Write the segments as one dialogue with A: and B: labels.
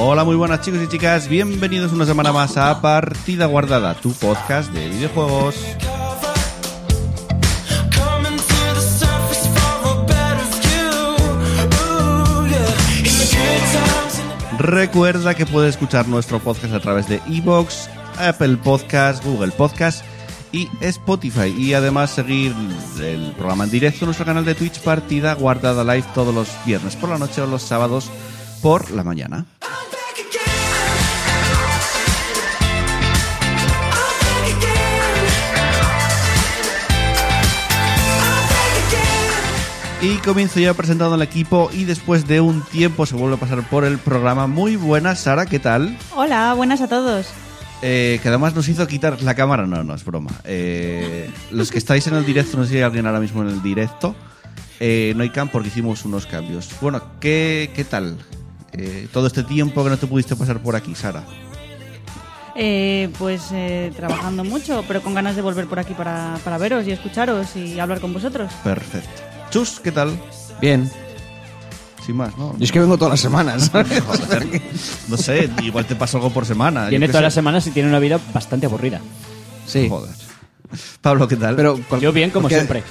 A: Hola, muy buenas chicos y chicas, bienvenidos una semana más a Partida Guardada, tu podcast de videojuegos. Recuerda que puedes escuchar nuestro podcast a través de Evox, Apple Podcast, Google Podcast y Spotify. Y además seguir el programa en directo en nuestro canal de Twitch Partida Guardada Live todos los viernes por la noche o los sábados por la mañana. Y comienzo ya presentando al equipo y después de un tiempo se vuelve a pasar por el programa. Muy buenas, Sara, ¿qué tal?
B: Hola, buenas a todos.
A: Eh, que además nos hizo quitar la cámara. No, no, es broma. Eh, los que estáis en el directo, no sé si hay alguien ahora mismo en el directo. eh, no hay cam porque hicimos unos cambios. Bueno, ¿qué, qué tal? Eh, todo este tiempo que no te pudiste pasar por aquí, Sara.
B: Eh, pues eh, trabajando mucho, pero con ganas de volver por aquí para, para veros y escucharos y hablar con vosotros.
A: Perfecto. Chus, ¿qué tal?
C: Bien.
A: Sin más, ¿no?
C: Yo es que vengo todas las semanas. ¿sabes?
A: No sé, igual te pasa algo por semana. yo
D: Viene
A: qué
D: todas
A: sé.
D: las semanas y tiene una vida bastante aburrida.
C: sí.
A: Joder. Pablo, ¿qué tal?
C: Pero cual-
D: Yo bien, como
C: porque-
D: siempre.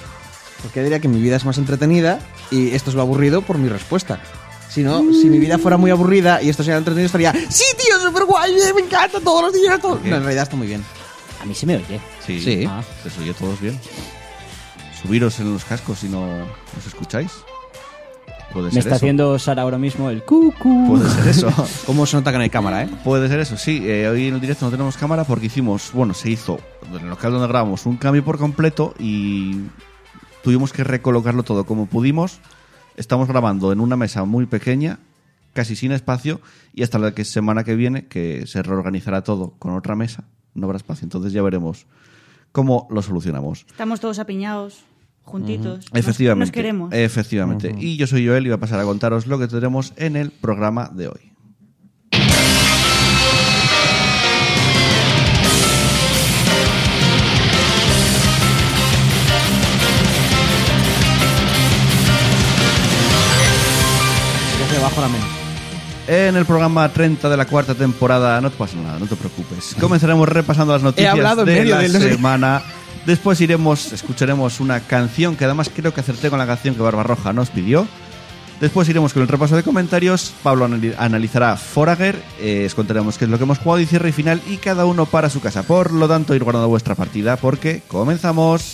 C: Porque diría que mi vida es más entretenida y esto es lo aburrido por mi respuesta. Si no, si mi vida fuera muy aburrida y esto sería entretenido, estaría ¡Sí, tío, súper guay! Me encanta todos los días. todo". No, en realidad está muy bien.
D: A mí se me oye.
A: Sí.
C: Sí.
A: Ah, ¿Se os oye todos bien? Subiros en los cascos si no os escucháis. Puede
D: Me
A: ser
D: está
A: eso.
D: haciendo Sara ahora mismo el cucu.
C: Pues
A: Puede ser eso.
C: ¿Cómo se nota que no hay cámara, eh?
A: Puede ser eso, sí. Eh, hoy en el directo no tenemos cámara porque hicimos, bueno, se hizo en el local donde grabamos un cambio por completo y tuvimos que recolocarlo todo como pudimos. Estamos grabando en una mesa muy pequeña, casi sin espacio, y hasta la que semana que viene, que se reorganizará todo con otra mesa, no habrá espacio. Entonces ya veremos cómo lo solucionamos.
B: Estamos todos apiñados, juntitos. Nos-
A: Efectivamente.
B: Nos, queremos.
C: Eh,
A: Efectivamente. Y yo soy Joel y voy a pasar a contaros lo que tenemos en el programa de hoy.
C: Se hace bajo la mano.
A: En el programa 30 de la cuarta temporada, no te pasa nada, no te preocupes. Comenzaremos repasando las noticias
C: hablado en
A: de
C: medio
A: la
C: del-
A: semana. Después iremos, escucharemos una canción que además creo que acerté con la canción que Barbarroja nos pidió. Después iremos con el repaso de comentarios. Pablo anali- analizará Forager. eh, os contaremos qué es lo que hemos jugado y cierre y final. Y cada uno para su casa. Por lo tanto, ir guardando vuestra partida porque comenzamos.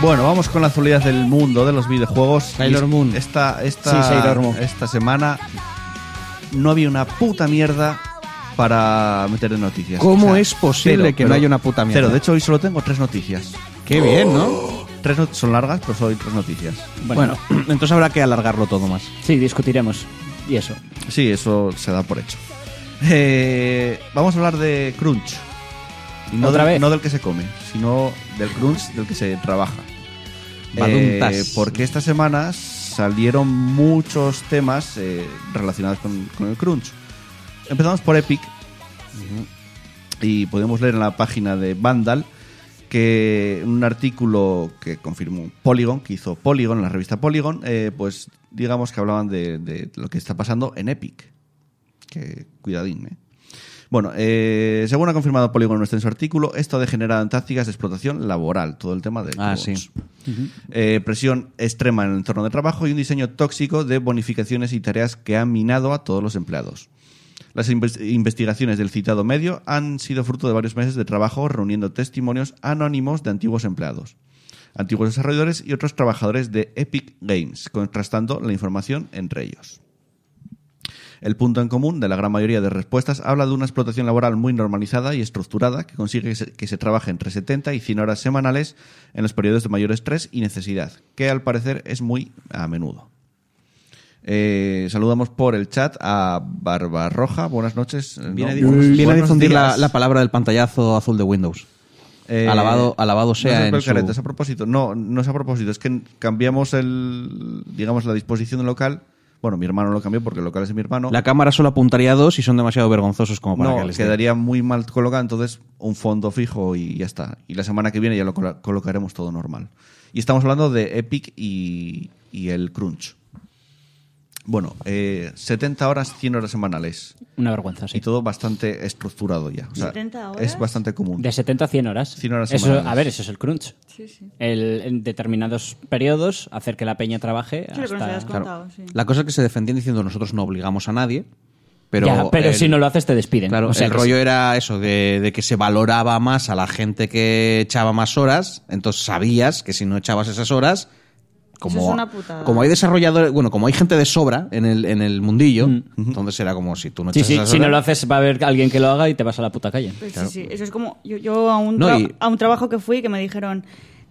A: Bueno, vamos con la actualidad del mundo de los videojuegos.
C: Sailor
A: Y es-
C: Moon.
A: Esta, esta,
C: Sí, Sailor Moon.
A: esta semana no había una puta mierda para meter en noticias.
C: ¿Cómo es posible que no haya una puta mierda?
A: Cero, de hecho hoy solo tengo tres noticias.
C: Qué bien, ¿no?
A: Tres not- son largas, pero solo hay tres noticias.
C: Bueno, entonces habrá que alargarlo todo más.
D: Sí, discutiremos. Y eso.
A: Sí, eso se da por hecho. Eh, vamos a hablar de crunch. Y no,
D: ¿Otra
A: del,
D: vez?
A: no del que se come, sino del crunch del que se trabaja.
C: Baduntas.
A: Eh, porque esta semana salieron muchos temas eh, relacionados con, con el crunch. Empezamos por Epic. Y podemos leer en la página de Vandal que un artículo que confirmó Polygon, que hizo Polygon, la revista Polygon, eh, pues digamos que hablaban de, de lo que está pasando en Epic. Que cuidadín, ¿eh? Bueno, eh, según ha confirmado Polygon en nuestro extenso artículo, esto ha degenerado en tácticas de explotación laboral, todo el tema de
C: Ah,
A: robots.
C: sí.
A: Eh, presión extrema en el entorno de trabajo y un diseño tóxico de bonificaciones y tareas que ha minado a todos los empleados. Las inves- investigaciones del citado medio han sido fruto de varios meses de trabajo reuniendo testimonios anónimos de antiguos empleados, antiguos desarrolladores y otros trabajadores de Epic Games, contrastando la información entre ellos. El punto en común de la gran mayoría de respuestas habla de una explotación laboral muy normalizada y estructurada que consigue que se, que se trabaje entre 70 y 100 horas semanales en los periodos de mayor estrés y necesidad, que al parecer es muy a menudo. Eh, saludamos por el chat a Barbarroja. Buenas noches. Eh,
C: Viene, a
A: no,
C: difundir-
A: buenos-
C: viene a
A: buenos
C: difundir la,
A: días.
C: la palabra del pantallazo azul de Windows.
A: Eh,
C: Alabado- alabado sea
A: no es
C: en
A: Belcaret,
C: su-
A: es a propósito. No, no es a propósito. Es que cambiamos el, digamos, la disposición del local. Bueno, mi hermano lo cambió porque el local es de mi hermano.
C: La cámara solo apuntaría a dos y son demasiado vergonzosos como para
A: no,
C: que les dé.
A: quedaría muy mal colocado, entonces un fondo fijo y ya está. Y la semana que viene ya lo cola- colocaremos todo normal. Y estamos hablando de Epic y, y el Crunch. Bueno, eh, 70 horas, 100 horas semanales.
D: Una vergüenza, sí.
A: Y todo bastante estructurado ya. O sea,
B: 70 horas.
A: Es bastante común.
D: De 70 a 100 horas.
A: 100 horas
D: Eso-
A: semanales.
D: a ver, eso es el crunch. El, en determinados periodos, hacer que la peña trabaje
B: Creo que nos
D: hasta-
B: habías contado, sí.
C: La cosa es que se defendían diciendo nosotros no obligamos a nadie, pero...
D: Ya, pero
C: el-
D: si no lo haces te despiden.
C: Claro,
D: O sea
C: el
D: que
C: rollo era eso, de, de que se valoraba más a la gente que echaba más horas, entonces sabías que si no echabas esas horas, como,
B: Eso es una putada.
C: como hay desarrolladores, bueno, como hay gente de sobra en el, en el mundillo, entonces era como si tú no
D: Mm. Sí,
C: echas
D: sí,
C: esas
D: si no
C: horas-
D: lo haces va a haber alguien que lo haga y te vas a la puta calle.
B: Pues sí, sí, eso es como yo, yo a, un
C: No,
B: tra-
C: y-
B: a un trabajo que fui que me dijeron,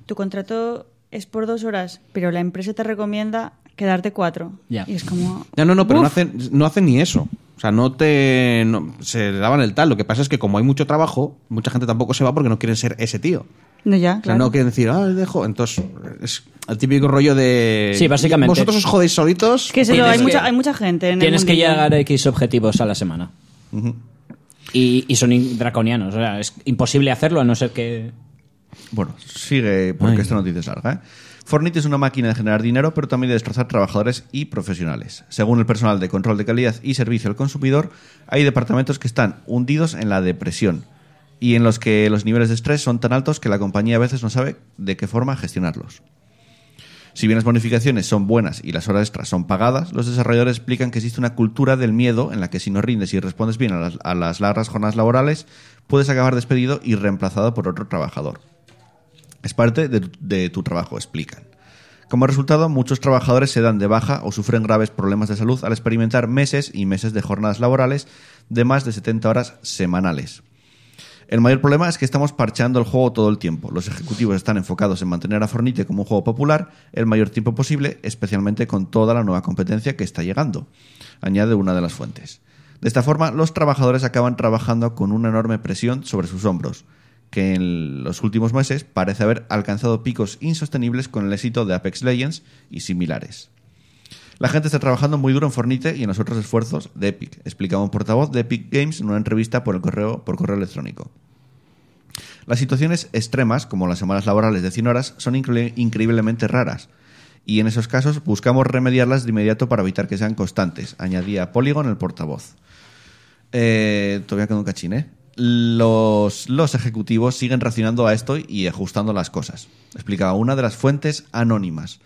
B: tu contrato es por dos horas, pero la empresa te recomienda quedarte cuatro.
D: Ya.
B: Y es como...
C: Ya, no, no, pero no
B: Uf.
C: hacen, no hacen ni eso. O sea, no te. no- se daban el tal. Lo que pasa es que, como hay mucho trabajo, mucha gente tampoco se va porque no quieren ser ese tío.
B: No, ya,
C: O sea,
B: claro.
C: no quieren decir, ah, dejo. Entonces, es el típico rollo de.
D: Sí, básicamente.
C: Vosotros os jodéis solitos.
B: Es que eso,
D: Tienes
B: hay,
D: que-
B: mucha, hay mucha gente en
D: Tienes
B: el
D: que
B: mundillo.
D: llegar a X objetivos a la semana. y, y son in- draconianos. O sea, es imposible hacerlo a no ser que...
A: Bueno, sigue porque esta noticia es larga. ¿eh? Fortnite es una máquina de generar dinero, pero también de destrozar trabajadores y profesionales. Según el personal de control de calidad y servicio al consumidor, hay departamentos que están hundidos en la depresión y en los que los niveles de estrés son tan altos que la compañía a veces no sabe de qué forma gestionarlos. Si bien las bonificaciones son buenas y las horas extras son pagadas, los desarrolladores explican que existe una cultura del miedo en la que si no rindes y respondes bien a las, a las largas jornadas laborales, puedes acabar despedido y reemplazado por otro trabajador. Es parte de tu, de tu trabajo, explican. Como resultado, muchos trabajadores se dan de baja o sufren graves problemas de salud al experimentar meses y meses de jornadas laborales de más de 70 horas semanales. El mayor problema es que estamos parcheando el juego todo el tiempo. Los ejecutivos están enfocados en mantener a Fornite como un juego popular el mayor tiempo posible, especialmente con toda la nueva competencia que está llegando, añade una de las fuentes. De esta forma, los trabajadores acaban trabajando con una enorme presión sobre sus hombros, que en los últimos meses parece haber alcanzado picos insostenibles con el éxito de Apex Legends y similares. La gente está trabajando muy duro en Fornite y en los otros esfuerzos de Epic, explicaba un portavoz de Epic Games en una entrevista por, el correo, por correo electrónico. Las situaciones extremas, como las semanas laborales de 100 horas, son incre- increíblemente raras. Y en esos casos buscamos remediarlas de inmediato para evitar que sean constantes, añadía Polygon el portavoz. Eh, todavía queda un cachín, ¿eh? Los, los ejecutivos siguen reaccionando a esto y ajustando las cosas, explicaba una de las fuentes anónimas.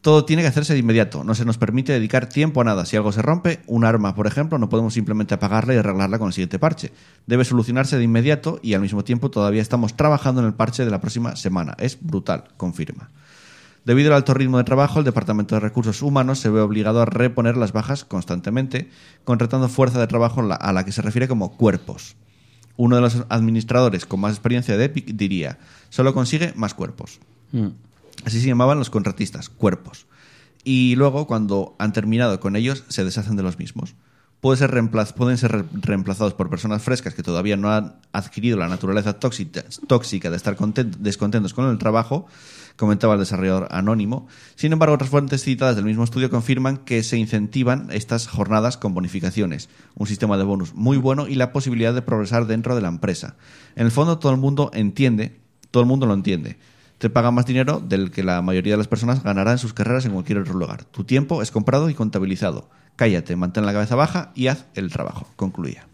A: Todo tiene que hacerse de inmediato, no se nos permite dedicar tiempo a nada. Si algo se rompe, un arma, por ejemplo, no podemos simplemente apagarla y arreglarla con el siguiente parche. Debe solucionarse de inmediato y al mismo tiempo todavía estamos trabajando en el parche de la próxima semana. Es brutal, confirma. Debido al alto ritmo de trabajo, el Departamento de Recursos Humanos se ve obligado a reponer las bajas constantemente, contratando fuerza de trabajo la- a la que se refiere como cuerpos. Uno de los administradores con más experiencia de Epic diría, solo consigue más cuerpos.
B: Mm.
A: Así se llamaban los contratistas, cuerpos. Y luego, cuando han terminado con ellos, se deshacen de los mismos. Pueden ser, reemplaz- pueden ser re- reemplazados por personas frescas que todavía no han adquirido la naturaleza tóxica, tóxica de estar content- descontentos con el trabajo, comentaba el desarrollador anónimo. Sin embargo, otras fuentes citadas del mismo estudio confirman que se incentivan estas jornadas con bonificaciones, un sistema de bonus muy bueno y la posibilidad de progresar dentro de la empresa. En el fondo, todo el mundo entiende, todo el mundo lo entiende. Te pagan más dinero del que la mayoría de las personas ganará en sus carreras en cualquier otro lugar. Tu tiempo es comprado y contabilizado. Cállate, mantén la cabeza baja y haz el trabajo. Concluía.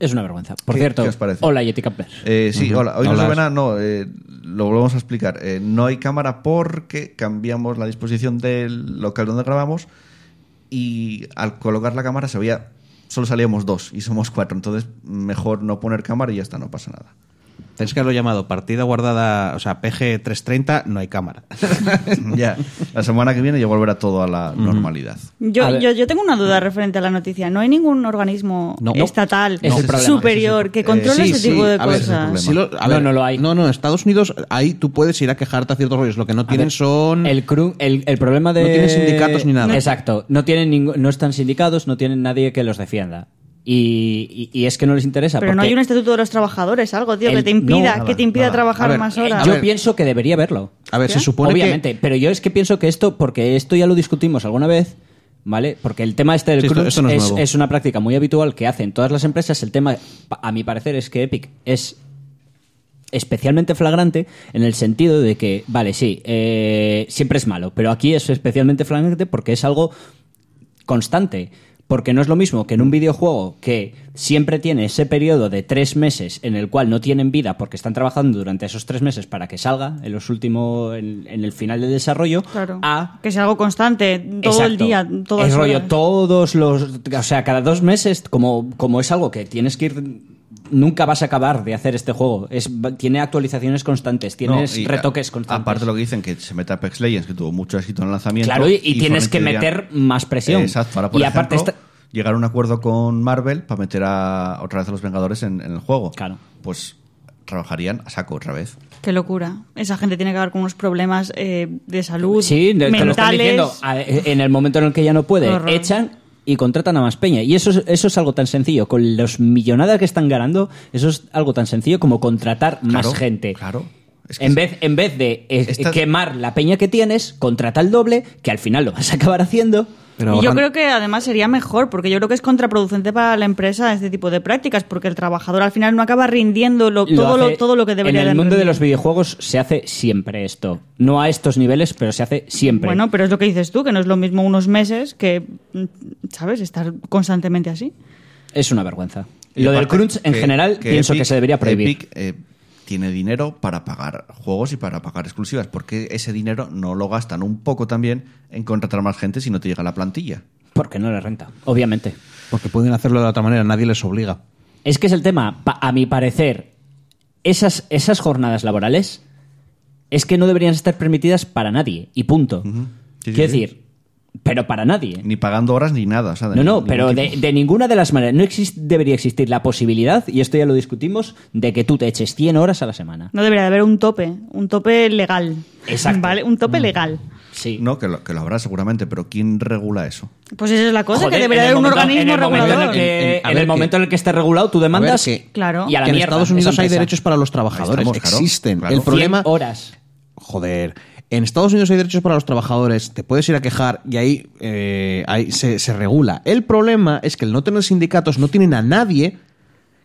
D: Es una vergüenza. Por
A: ¿Qué-
D: cierto,
A: qué os parece?
D: hola Yeti Camper.
A: Eh, sí, hola. Hoy no
D: Hola.
A: se ve nada, no, eh, lo volvemos a explicar. Eh, no hay cámara porque cambiamos la disposición del local donde grabamos y al colocar la cámara se veía, solo salíamos dos y somos cuatro, entonces mejor no poner cámara y ya está, no pasa nada.
C: Tienes que haberlo llamado partida guardada, o sea, PG 330, no hay cámara.
A: ya, la semana que viene ya volverá todo a la normalidad.
D: A
B: Yo,
D: ver.
B: yo, yo tengo una duda referente a la noticia. No hay ningún organismo
C: No.
B: estatal
D: No. Es el problema.
B: superior que controle
A: Eh, sí,
B: este tipo de
C: a ver,
B: cosas.
A: problema.
C: sí lo- a
D: No,
C: ver,
D: no lo hay.
C: No, no, en Estados Unidos ahí tú puedes ir a quejarte a ciertos rollos. Lo que no
D: A ver,
C: tienen son...
D: El, cru- el, el problema de.
C: No tienen sindicatos ni nada.
D: Exacto. No, tienen ningún- no están sindicados, no tienen nadie que los defienda. Y, y- y es que no les interesa.
B: Pero no
D: porque
B: hay un estatuto de los trabajadores, algo, tío,
D: El-
B: que te impida,
D: no,
A: nada,
B: que te impida
A: nada.
B: trabajar
C: A ver,
B: más
C: eh,
B: horas.
C: a
D: Yo
C: ver.
D: pienso que debería verlo.
C: A ver,
B: ¿Qué?
C: se supone que-
D: Obviamente, pero yo es que pienso que esto, porque esto ya lo discutimos alguna vez, ¿vale? Porque el tema este del
C: Sí, esto-
D: crunch
C: esto no es
D: es,
C: nuevo.
D: es una práctica muy habitual que hacen todas las empresas. El tema, pa- a mi parecer, es que Epic es especialmente flagrante en el sentido de que, vale, sí, eh, siempre es malo, pero aquí es especialmente flagrante porque es algo constante. Porque no es lo mismo que en un videojuego que siempre tiene ese periodo de tres meses en el cual no tienen vida porque están trabajando durante esos tres meses para que salga en los últimos en, en el final de desarrollo
B: Claro.
D: a
B: Que sea algo constante, todo el
D: Exacto.
B: día, todo
D: es rollo todos los o sea cada dos meses como como es algo que tienes que ir nunca vas a acabar de hacer este juego es tiene actualizaciones constantes tienes
A: No, y
D: retoques
A: a-
D: constantes
A: Aparte lo que dicen, que se meta Apex Legends, que tuvo mucho éxito en el lanzamiento.
D: claro y, y tienes que
A: Fortnite diría-
D: meter más presión
A: Exacto. Ahora, por
D: y aparte
A: ejemplo,
D: esta-
A: llegar a un acuerdo con Marvel para meter a, otra vez a los Vengadores en, en el juego.
D: Claro.
A: Pues trabajarían a saco otra vez.
B: Qué locura. Esa gente tiene que haber con unos problemas eh, de salud,
D: Sí, de- te lo
B: mentales.
D: están diciendo. A- En el momento en el que ya no puede,
B: Qué horror.
D: echan y contratan a más peña. Y eso es, eso es algo tan sencillo. Con los millonadas que están ganando, eso es algo tan sencillo como contratar más
A: Claro,
D: gente.
A: Claro. Es que
D: en,
A: es-
D: vez, en vez de eh,
A: Esta-
D: quemar la peña que tienes, contrata el doble, que al final lo vas a acabar haciendo.
C: Pero
B: y yo
C: ahorran-
B: creo que además sería mejor, porque yo creo que es contraproducente para la empresa este tipo de prácticas, porque el trabajador al final no acaba rindiendo lo- todo,
D: hace-
B: lo, todo lo que debería
D: En el
B: de
D: mundo de
B: rendir.
D: los videojuegos se hace siempre esto. No a estos niveles, pero se hace siempre.
B: Bueno, pero es lo que dices tú, que no es lo mismo unos meses que, mm, ¿sabes?, estar constantemente así.
D: es una vergüenza.
A: y
D: Lo del
A: aparte
D: crunch, en
A: que-
D: general, pienso que
A: Epic-
D: se debería prohibir.
A: Epic, eh, tiene dinero para pagar juegos y para pagar exclusivas. porque ese dinero no lo gastan un poco también en contratar más gente si no te llega la plantilla?
D: Porque no le renta, obviamente.
C: Porque pueden hacerlo de otra manera, nadie les obliga.
D: Es que es el tema, Pa- a mi parecer, esas, esas jornadas laborales es que no deberían estar permitidas para nadie, y punto.
A: Sí, sí,
D: Quiero
A: sí.
D: decir, pero para nadie.
A: Ni pagando horas ni nada. o sea, de
D: No, no,
A: ningún
D: pero
A: tipo.
D: de, de ninguna de las maneras. No exis- debería existir la posibilidad, y esto ya lo discutimos, de que tú te eches 100 horas a la semana.
B: No debería de haber un tope, un tope legal.
D: Exacto.
B: ¿Vale? Un tope legal.
D: Sí.
A: No, que lo, que lo habrá seguramente, pero ¿quién regula eso?
B: Pues esa es la cosa,
D: Joder,
B: que debería
D: en
B: haber
D: el
B: un
D: momento-
B: organismo
D: en el momento en el
B: regulador.
D: que-
C: En- en- a
D: en
C: ver
D: el
C: que-
D: momento en el que esté regulado, tú demandas.
C: A ver que-
B: Claro.
D: Y a la
C: que en
D: mierda,
C: Estados
D: esa
C: Unidos hay
D: empresa.
C: derechos para los trabajadores,
A: Ahí estamos, claro,
C: existen.
A: claro.
C: El
A: 100
C: problema...
D: 100 horas.
C: Joder. En Estados Unidos hay derechos para los trabajadores, te puedes ir a quejar y ahí, eh, ahí se, se regula. El problema es que el no tener sindicatos no tienen a nadie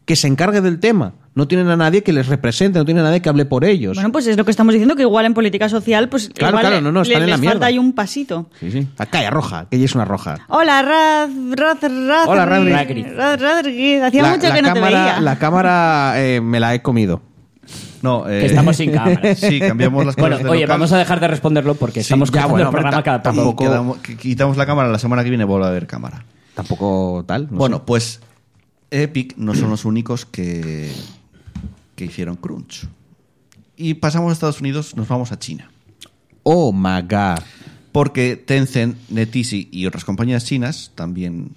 C: que se encargue del tema, no tienen a nadie que les represente, no tienen a nadie que hable por ellos.
B: Bueno, pues es lo que estamos diciendo, que igual en política social, pues
C: Claro,
B: igual
C: claro, no, no,
B: le-
C: están en la
B: les
C: mierda.
B: falta ahí un pasito.
C: sí, sí. Ah, Calla, roja, que ella es una roja.
B: Hola, Raz, Raz, Raz.
C: Hola, Radri.
B: Radri. Raz, Radri. Hacía
C: La-
B: mucho
C: la
B: que no
C: cámara-
B: te veía.
C: La cámara eh, me la he comido.
A: No, eh,
D: Que estamos sin cámaras.
A: Sí, cambiamos las
D: Bueno,
A: cámaras.
D: oye, vamos a dejar de responderlo porque estamos
C: ya,
D: grabando
C: bueno,
D: el
C: pero
D: programa
C: ta-
D: cada poco.
C: tampoco-
A: quitamos la cámara la semana que viene, vuelve a haber cámara.
C: Tampoco tal. no
A: bueno, pues Epic no son los únicos que, que hicieron Crunch. Y pasamos a Estados Unidos, nos vamos a China.
C: sé. Oh my god.
A: Porque Tencent, NetEasy y otras compañías chinas también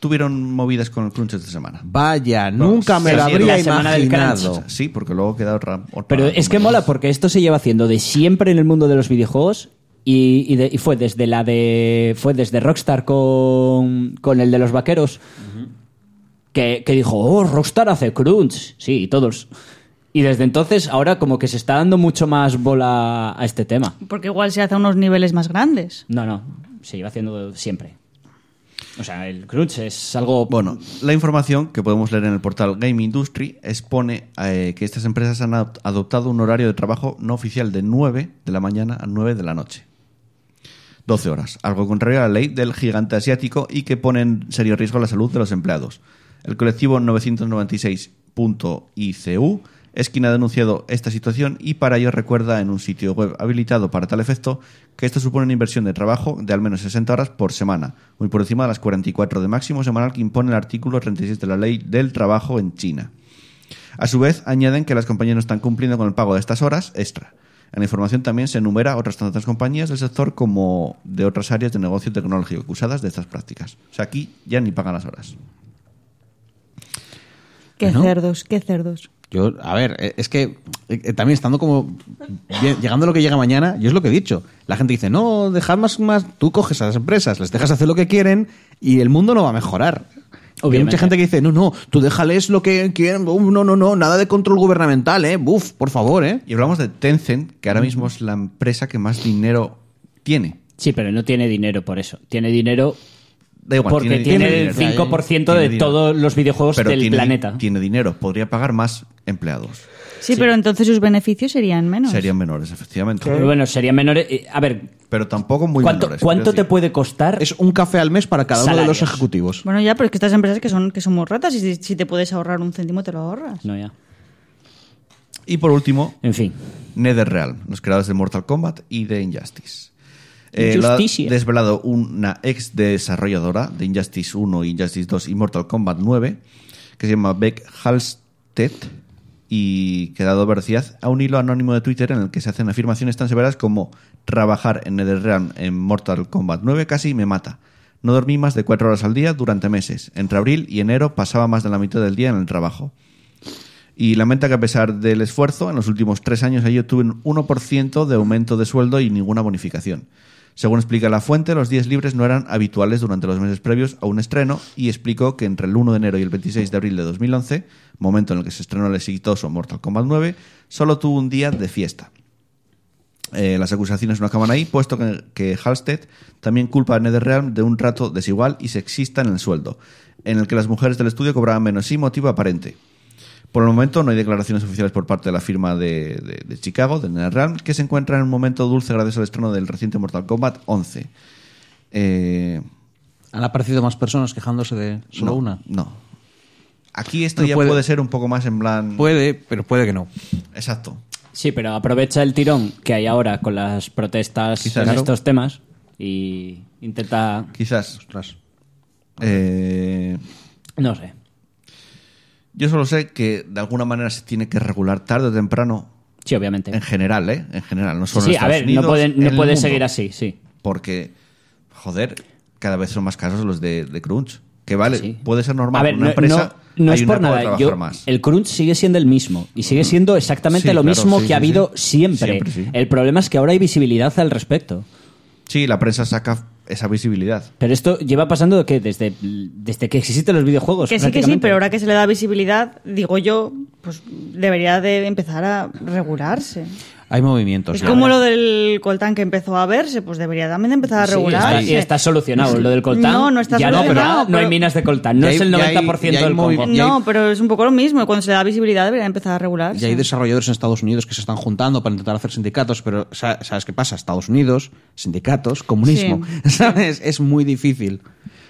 A: tuvieron movidas con el Crunch esta semana.
C: Vaya,
A: No,
C: nunca me
A: sí,
C: lo
A: sí,
C: habría
D: la semana del
C: imaginado.
A: Sí, porque luego queda otra. otra
D: Pero es que mola porque esto se lleva haciendo de siempre en el mundo de los videojuegos y, y de- y fue desde la de fue desde Rockstar con, con el de los vaqueros que, que dijo oh Rockstar hace crunch sí y todos y desde entonces ahora como que se está dando mucho más bola a este tema
B: Porque igual se hace a unos niveles más grandes.
D: no no se lleva haciendo siempre o sea el crunch es algo
A: Bueno, la información que podemos leer en el portal Game Industry expone eh, que estas empresas han adop- adoptado un horario de trabajo no oficial de 9 de la mañana a 9 de la noche. 12 horas, algo contrario a la ley del gigante asiático y que pone en serio riesgo la salud de los empleados. El colectivo 996.icu es quien ha denunciado esta situación y para ello recuerda en un sitio web habilitado para tal efecto que esto supone una inversión de trabajo de al menos 60 horas por semana, muy por encima de las 44 de máximo semanal que impone el artículo 36 de la Ley del Trabajo en China. A su vez, añaden que las compañías no están cumpliendo con el pago de estas horas extra. En la información también se enumera otras tantas compañías del sector como de otras áreas de negocio tecnológico acusadas de estas prácticas. O sea, aquí ya ni pagan las horas.
B: Qué
C: Bueno.
B: cerdos, qué cerdos.
C: Yo, a ver, eh, es que eh, eh, también estando como bien- llegando a lo que llega mañana, yo es lo que he dicho. La gente dice, no, dejad más, más. Tú coges a las empresas, les dejas hacer lo que quieren y el mundo no va a mejorar. Obviamente. Hay
D: Obviamente.
C: mucha gente que dice, no, no, tú déjales lo que quieren, Uf, no, no, no, nada de control gubernamental, ¿eh? Buf, por favor, ¿eh?
A: Y hablamos de Tencent, que ahora mismo es la empresa que más dinero tiene.
D: Sí, pero no tiene dinero por eso. Tiene dinero
A: Da igual,
D: porque tiene,
A: dinero.
D: el
C: cinco
D: 5% de
A: Tiene dinero.
D: todos los videojuegos
A: Pero
D: del
A: tiene-
D: planeta.
A: Tiene dinero, podría pagar más empleados.
B: Sí, pero entonces sus beneficios serían menos.
A: Serían menores, efectivamente.
D: Pero bueno, sería menor. eh, A ver,
A: Pero tampoco muy
D: ¿cuánto,
A: menores.
D: cuánto
A: quiero
D: te
A: decir.
D: puede costar?
C: Es un café al mes para cada uno de los
D: Salarios.
C: ejecutivos.
B: Bueno, ya, pero es que estas empresas que son que somos ratas y si, si te puedes ahorrar un céntimo te lo ahorras.
D: No, ya.
A: Y por último,
D: En fin.
A: NetherRealm, los creadores de Mortal Kombat y de Injustice. Eh, lo ha
D: Justicia.
A: desvelado una ex desarrolladora de Injustice 1, Injustice 2 y Mortal Kombat 9, que se llama Beck Halstead y que ha dado veracidad a un hilo anónimo de Twitter en el que se hacen afirmaciones tan severas como trabajar en NetherRealm en Mortal Kombat 9 casi me mata. No dormí más de cuatro horas al día durante meses. Entre abril y enero pasaba más de la mitad del día en el trabajo y lamenta que a pesar del esfuerzo, en los últimos tres años ellos tuve un 1% de aumento de sueldo y ninguna bonificación. Según explica la fuente, los días libres no eran habituales durante los meses previos a un estreno y explicó que entre el 1 de enero y el 26 de abril de 2011, momento en el que se estrenó el exitoso Mortal Kombat 9, solo tuvo un día de fiesta. Eh, las acusaciones no acaban ahí, puesto que, que Halstead también culpa a NetherRealm de un trato desigual y sexista en el sueldo, en el que las mujeres del estudio cobraban menos sin motivo aparente. Por el momento no hay declaraciones oficiales por parte de la firma de, de- de Chicago, de NetherRealm, que se encuentra en un momento dulce gracias al estreno del reciente Mortal Kombat 11. Eh,
C: Han aparecido más personas quejándose de solo
A: no,
C: una.
A: No. Aquí esto
C: No
A: ya
C: puede-
A: puede. ser un poco más en plan...
C: Puede, pero puede que no.
A: Exacto.
D: Sí, pero aprovecha el tirón que hay ahora con las protestas
A: Quizás,
D: en
A: claro.
D: estos temas y intenta.
A: Quizás.
C: Ostras.
A: Eh,
D: No sé.
A: yo solo sé que de alguna manera se tiene que regular tarde o temprano
D: Sí, obviamente.
A: En general, ¿eh? En general, no solo en
D: Sí, a
A: Estados
D: ver,
A: Unidos,
D: no pueden,
A: en
D: no
A: el
D: pueden
A: mundo.
D: seguir así, sí.
A: Porque, joder, cada vez son más casos los de, de Crunch. Que vale,
D: Sí.
A: puede ser normal.
D: A ver,
A: una
D: no,
A: empresa
D: no- no
A: hay
D: es
A: una
D: por
A: que puede
D: nada.
A: trabajar
D: yo-
A: más.
D: El crunch sigue siendo el mismo y sigue siendo exactamente
A: Sí,
D: lo
A: claro,
D: mismo
A: sí,
D: que
A: sí,
D: ha habido
A: sí.
D: siempre.
A: Siempre, sí.
D: El problema es que ahora hay visibilidad al respecto.
A: Sí, la prensa saca esa visibilidad.
D: Pero esto lleva pasando que desde, desde que existen los videojuegos.
B: Que sí, que sí,
D: pues prácticamente.
B: pero ahora que se le da visibilidad, digo yo, pues debería de empezar a regularse.
C: Hay movimientos.
B: es
C: Pues ya.
B: como lo del coltán que empezó a verse, pues debería también de empezar a
D: Sí, está-
B: regularse.
D: y está solucionado lo del coltán.
B: No, no está
D: ya No, pero
B: solucionado,
D: no hay
B: pero-
D: minas de coltán. No
C: Ya
D: es
C: hay-
D: el
C: ya hay-
D: 90%
C: ya hay
D: del
C: movi-
D: Congo.
C: y hay-
B: No, pero es un poco lo mismo. Cuando se le da visibilidad debería empezar a regularse.
C: Y hay desarrolladores en Estados Unidos que se están juntando para intentar hacer sindicatos, pero sa- ¿sabes qué pasa? Estados Unidos, sindicatos, comunismo. ¿Sabes? Es muy difícil.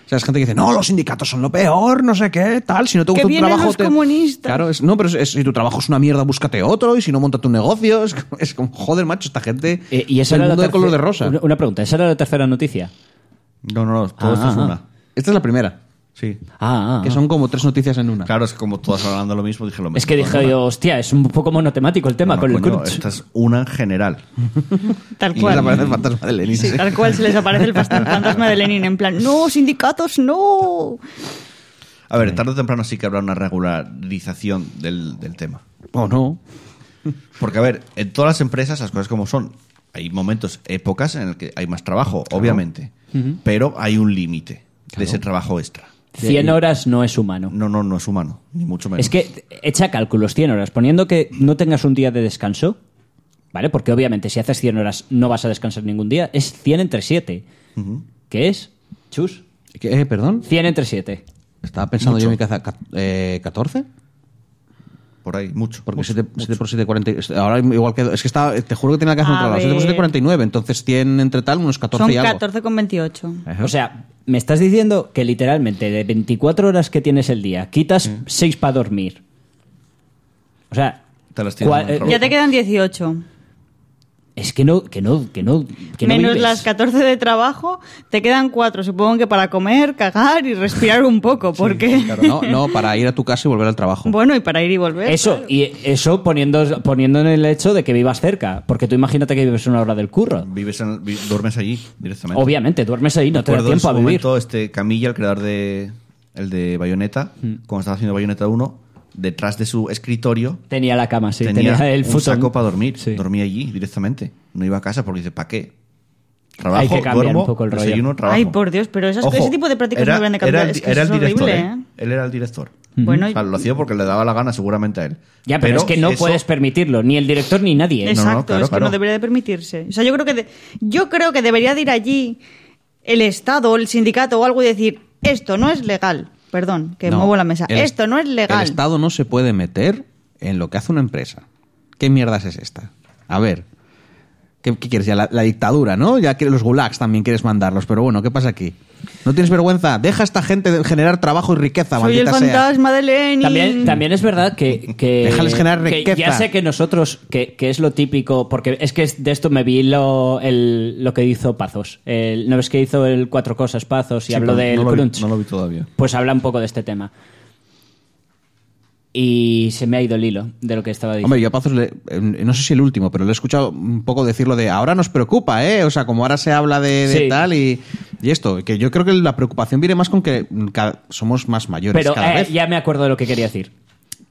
C: O sea, es gente que dice, no, los sindicatos son lo peor, no sé qué, tal. Si no te
B: Que
C: gusta tu
B: vienen
C: trabajo.
B: los
C: te-".
B: comunistas.
C: Claro, es- no, pero es- es- si tu trabajo es una mierda, búscate otro. Y si no, monta tu negocio. Es, como- es como, joder, macho, esta gente.
D: Eh, y esa
C: el
D: era la
C: mundo de
D: tercera-
C: color de rosa.
D: Una, una pregunta, esa era la tercera noticia.
A: No, no, no, todo esto
D: Ah,
A: es
D: ah.
A: una.
C: Esta es la primera,
A: Sí.
D: Ah, ah,
C: que
D: ah.
C: son como tres noticias en una.
A: Claro, es que como todas hablando lo mismo, dije lo mismo.
D: Es que dije yo, hostia, es un poco monotemático el tema
A: No,
D: con el
A: coño,
D: crunch.
A: Esta es una en general.
B: Tal
A: Y
C: Y les
B: cual.
C: aparece el fantasma de Lenin.
B: Sí, tal cual se les aparece el fast- fantasma de Lenin en plan, no, sindicatos, no.
A: A ver, tarde o temprano sí que habrá una regularización del, del tema.
C: O Oh, no.
A: Porque, a ver, en todas las empresas, las cosas como son, hay momentos, épocas en las que hay más trabajo, obviamente. Pero hay un límite de ese trabajo extra.
D: 100 horas no es humano.
A: No, no, no es humano, ni mucho menos.
D: Es que echa cálculos 100 horas, poniendo que no tengas un día de descanso, ¿vale? Porque obviamente si haces 100 horas no vas a descansar ningún día, es 100 entre 7. ¿Qué es? Chus.
C: ¿Qué? Eh, perdón.
D: 100 entre 7.
C: Estaba pensando
A: Mucho.
C: yo en mi caza. ca- eh, ¿14?
A: Por ahí, mucho.
C: Porque
A: mucho,
C: 7
A: mucho.
C: por 7, 40. y- Ahora igual que. Es que estaba, te juro que tenía que hacer un
B: A
C: trabajo. 7 por 7,
B: ver.
C: 49. Entonces 100 entre tal, unos 14
B: Son
C: y algo.
B: 14,28.
D: O sea, me estás diciendo que literalmente de 24 horas que tienes el día, quitas 6 para dormir. O sea,
A: Te las tiras
D: cua-
A: en el
D: eh,
A: reloj.
B: Ya te quedan 18.
D: es que no, que no, que no, que no
B: Menos
D: vives.
B: las 14 de trabajo, te quedan 4. Supongo que para comer, cagar y respirar un poco, porque...
C: No, no, para ir a tu casa y volver al trabajo.
B: bueno, y para ir y volver.
D: Eso, y eso poniendo, poniendo en el hecho de que vivas cerca. Porque tú imagínate que vives una hora del curro.
A: Vives en- vi- duermes allí directamente.
D: Obviamente, duermes ahí, no te da
A: Recuerdo en
D: tiempo
A: su
D: a vivir.
A: momento este Camilla, el creador de el de Bayonetta,
D: Mm.
A: cuando estaba haciendo Bayonetta 1, detrás de su escritorio
D: Tenía la cama, sí,
A: tenía,
D: tenía,
A: un
D: el futón.
A: saco para dormir.
D: Sí.
A: Dormía allí directamente. No iba a casa porque dice, ¿para qué? Trabajo,
D: Hay que cambiar
A: duermo,
D: un poco el rollo.
A: desayuno, trabajo.
B: Ay, por Dios, pero esas- ese tipo de prácticas
A: era-
B: no deben de cambiar,
A: Era el,
B: es que
A: era
B: es
A: el director, ¿eh?
B: horrible, ¿eh? Mm.
A: Él era el director.
B: Bueno,
A: O sea,
B: y-
A: lo hacía porque le daba la gana seguramente a él.
D: Ya, pero, es que no
A: eso-
D: puedes permitirlo, ni el director ni nadie. ¿eh?
A: Es-
B: Exacto,
A: claro,
B: es que
A: claro.
B: no debería de permitirse. O sea, yo creo que de- yo creo que debería de ir allí el Estado, el sindicato o algo y decir, esto no es legal. Perdón, que
C: No,
B: muevo la mesa.
C: el-
B: esto no es legal.
C: El Estado no se puede meter en lo que hace una empresa. ¿Qué mierdas es esta? A ver. ¿Qué, qué quieres? Ya la, la dictadura, ¿no? Ya que los gulags también quieres mandarlos. Pero bueno, ¿qué pasa aquí? ¿No tienes vergüenza? Deja a esta gente de generar trabajo y riqueza,
B: Soy el
C: maldita sea.
B: fantasma de Lenin.
D: También, también es verdad que, que-
C: Déjales generar
D: que
C: riqueza.
D: ya sé que nosotros, que, que es lo típico, porque es que es- de esto me vi lo, el- lo que hizo Pazos. El- ¿No ves que hizo el Cuatro Cosas Pazos y
A: Sí,
D: habló
A: pero
D: del
A: no lo vi-
D: crunch?
A: no lo vi todavía.
D: Pues habla un poco de este tema. Y se me ha ido el hilo de lo que estaba diciendo.
C: Hombre, yo a Pazos, le- eh, no sé si el último, pero le he escuchado un poco decirlo de ahora nos preocupa, ¿eh? O sea, como ahora se habla de, de
D: Sí.
C: tal y, y esto, que yo creo que la preocupación viene más con que mm, cada- somos más mayores
D: Pero
C: cada
D: eh,
C: vez.
D: ya me acuerdo de lo que quería decir.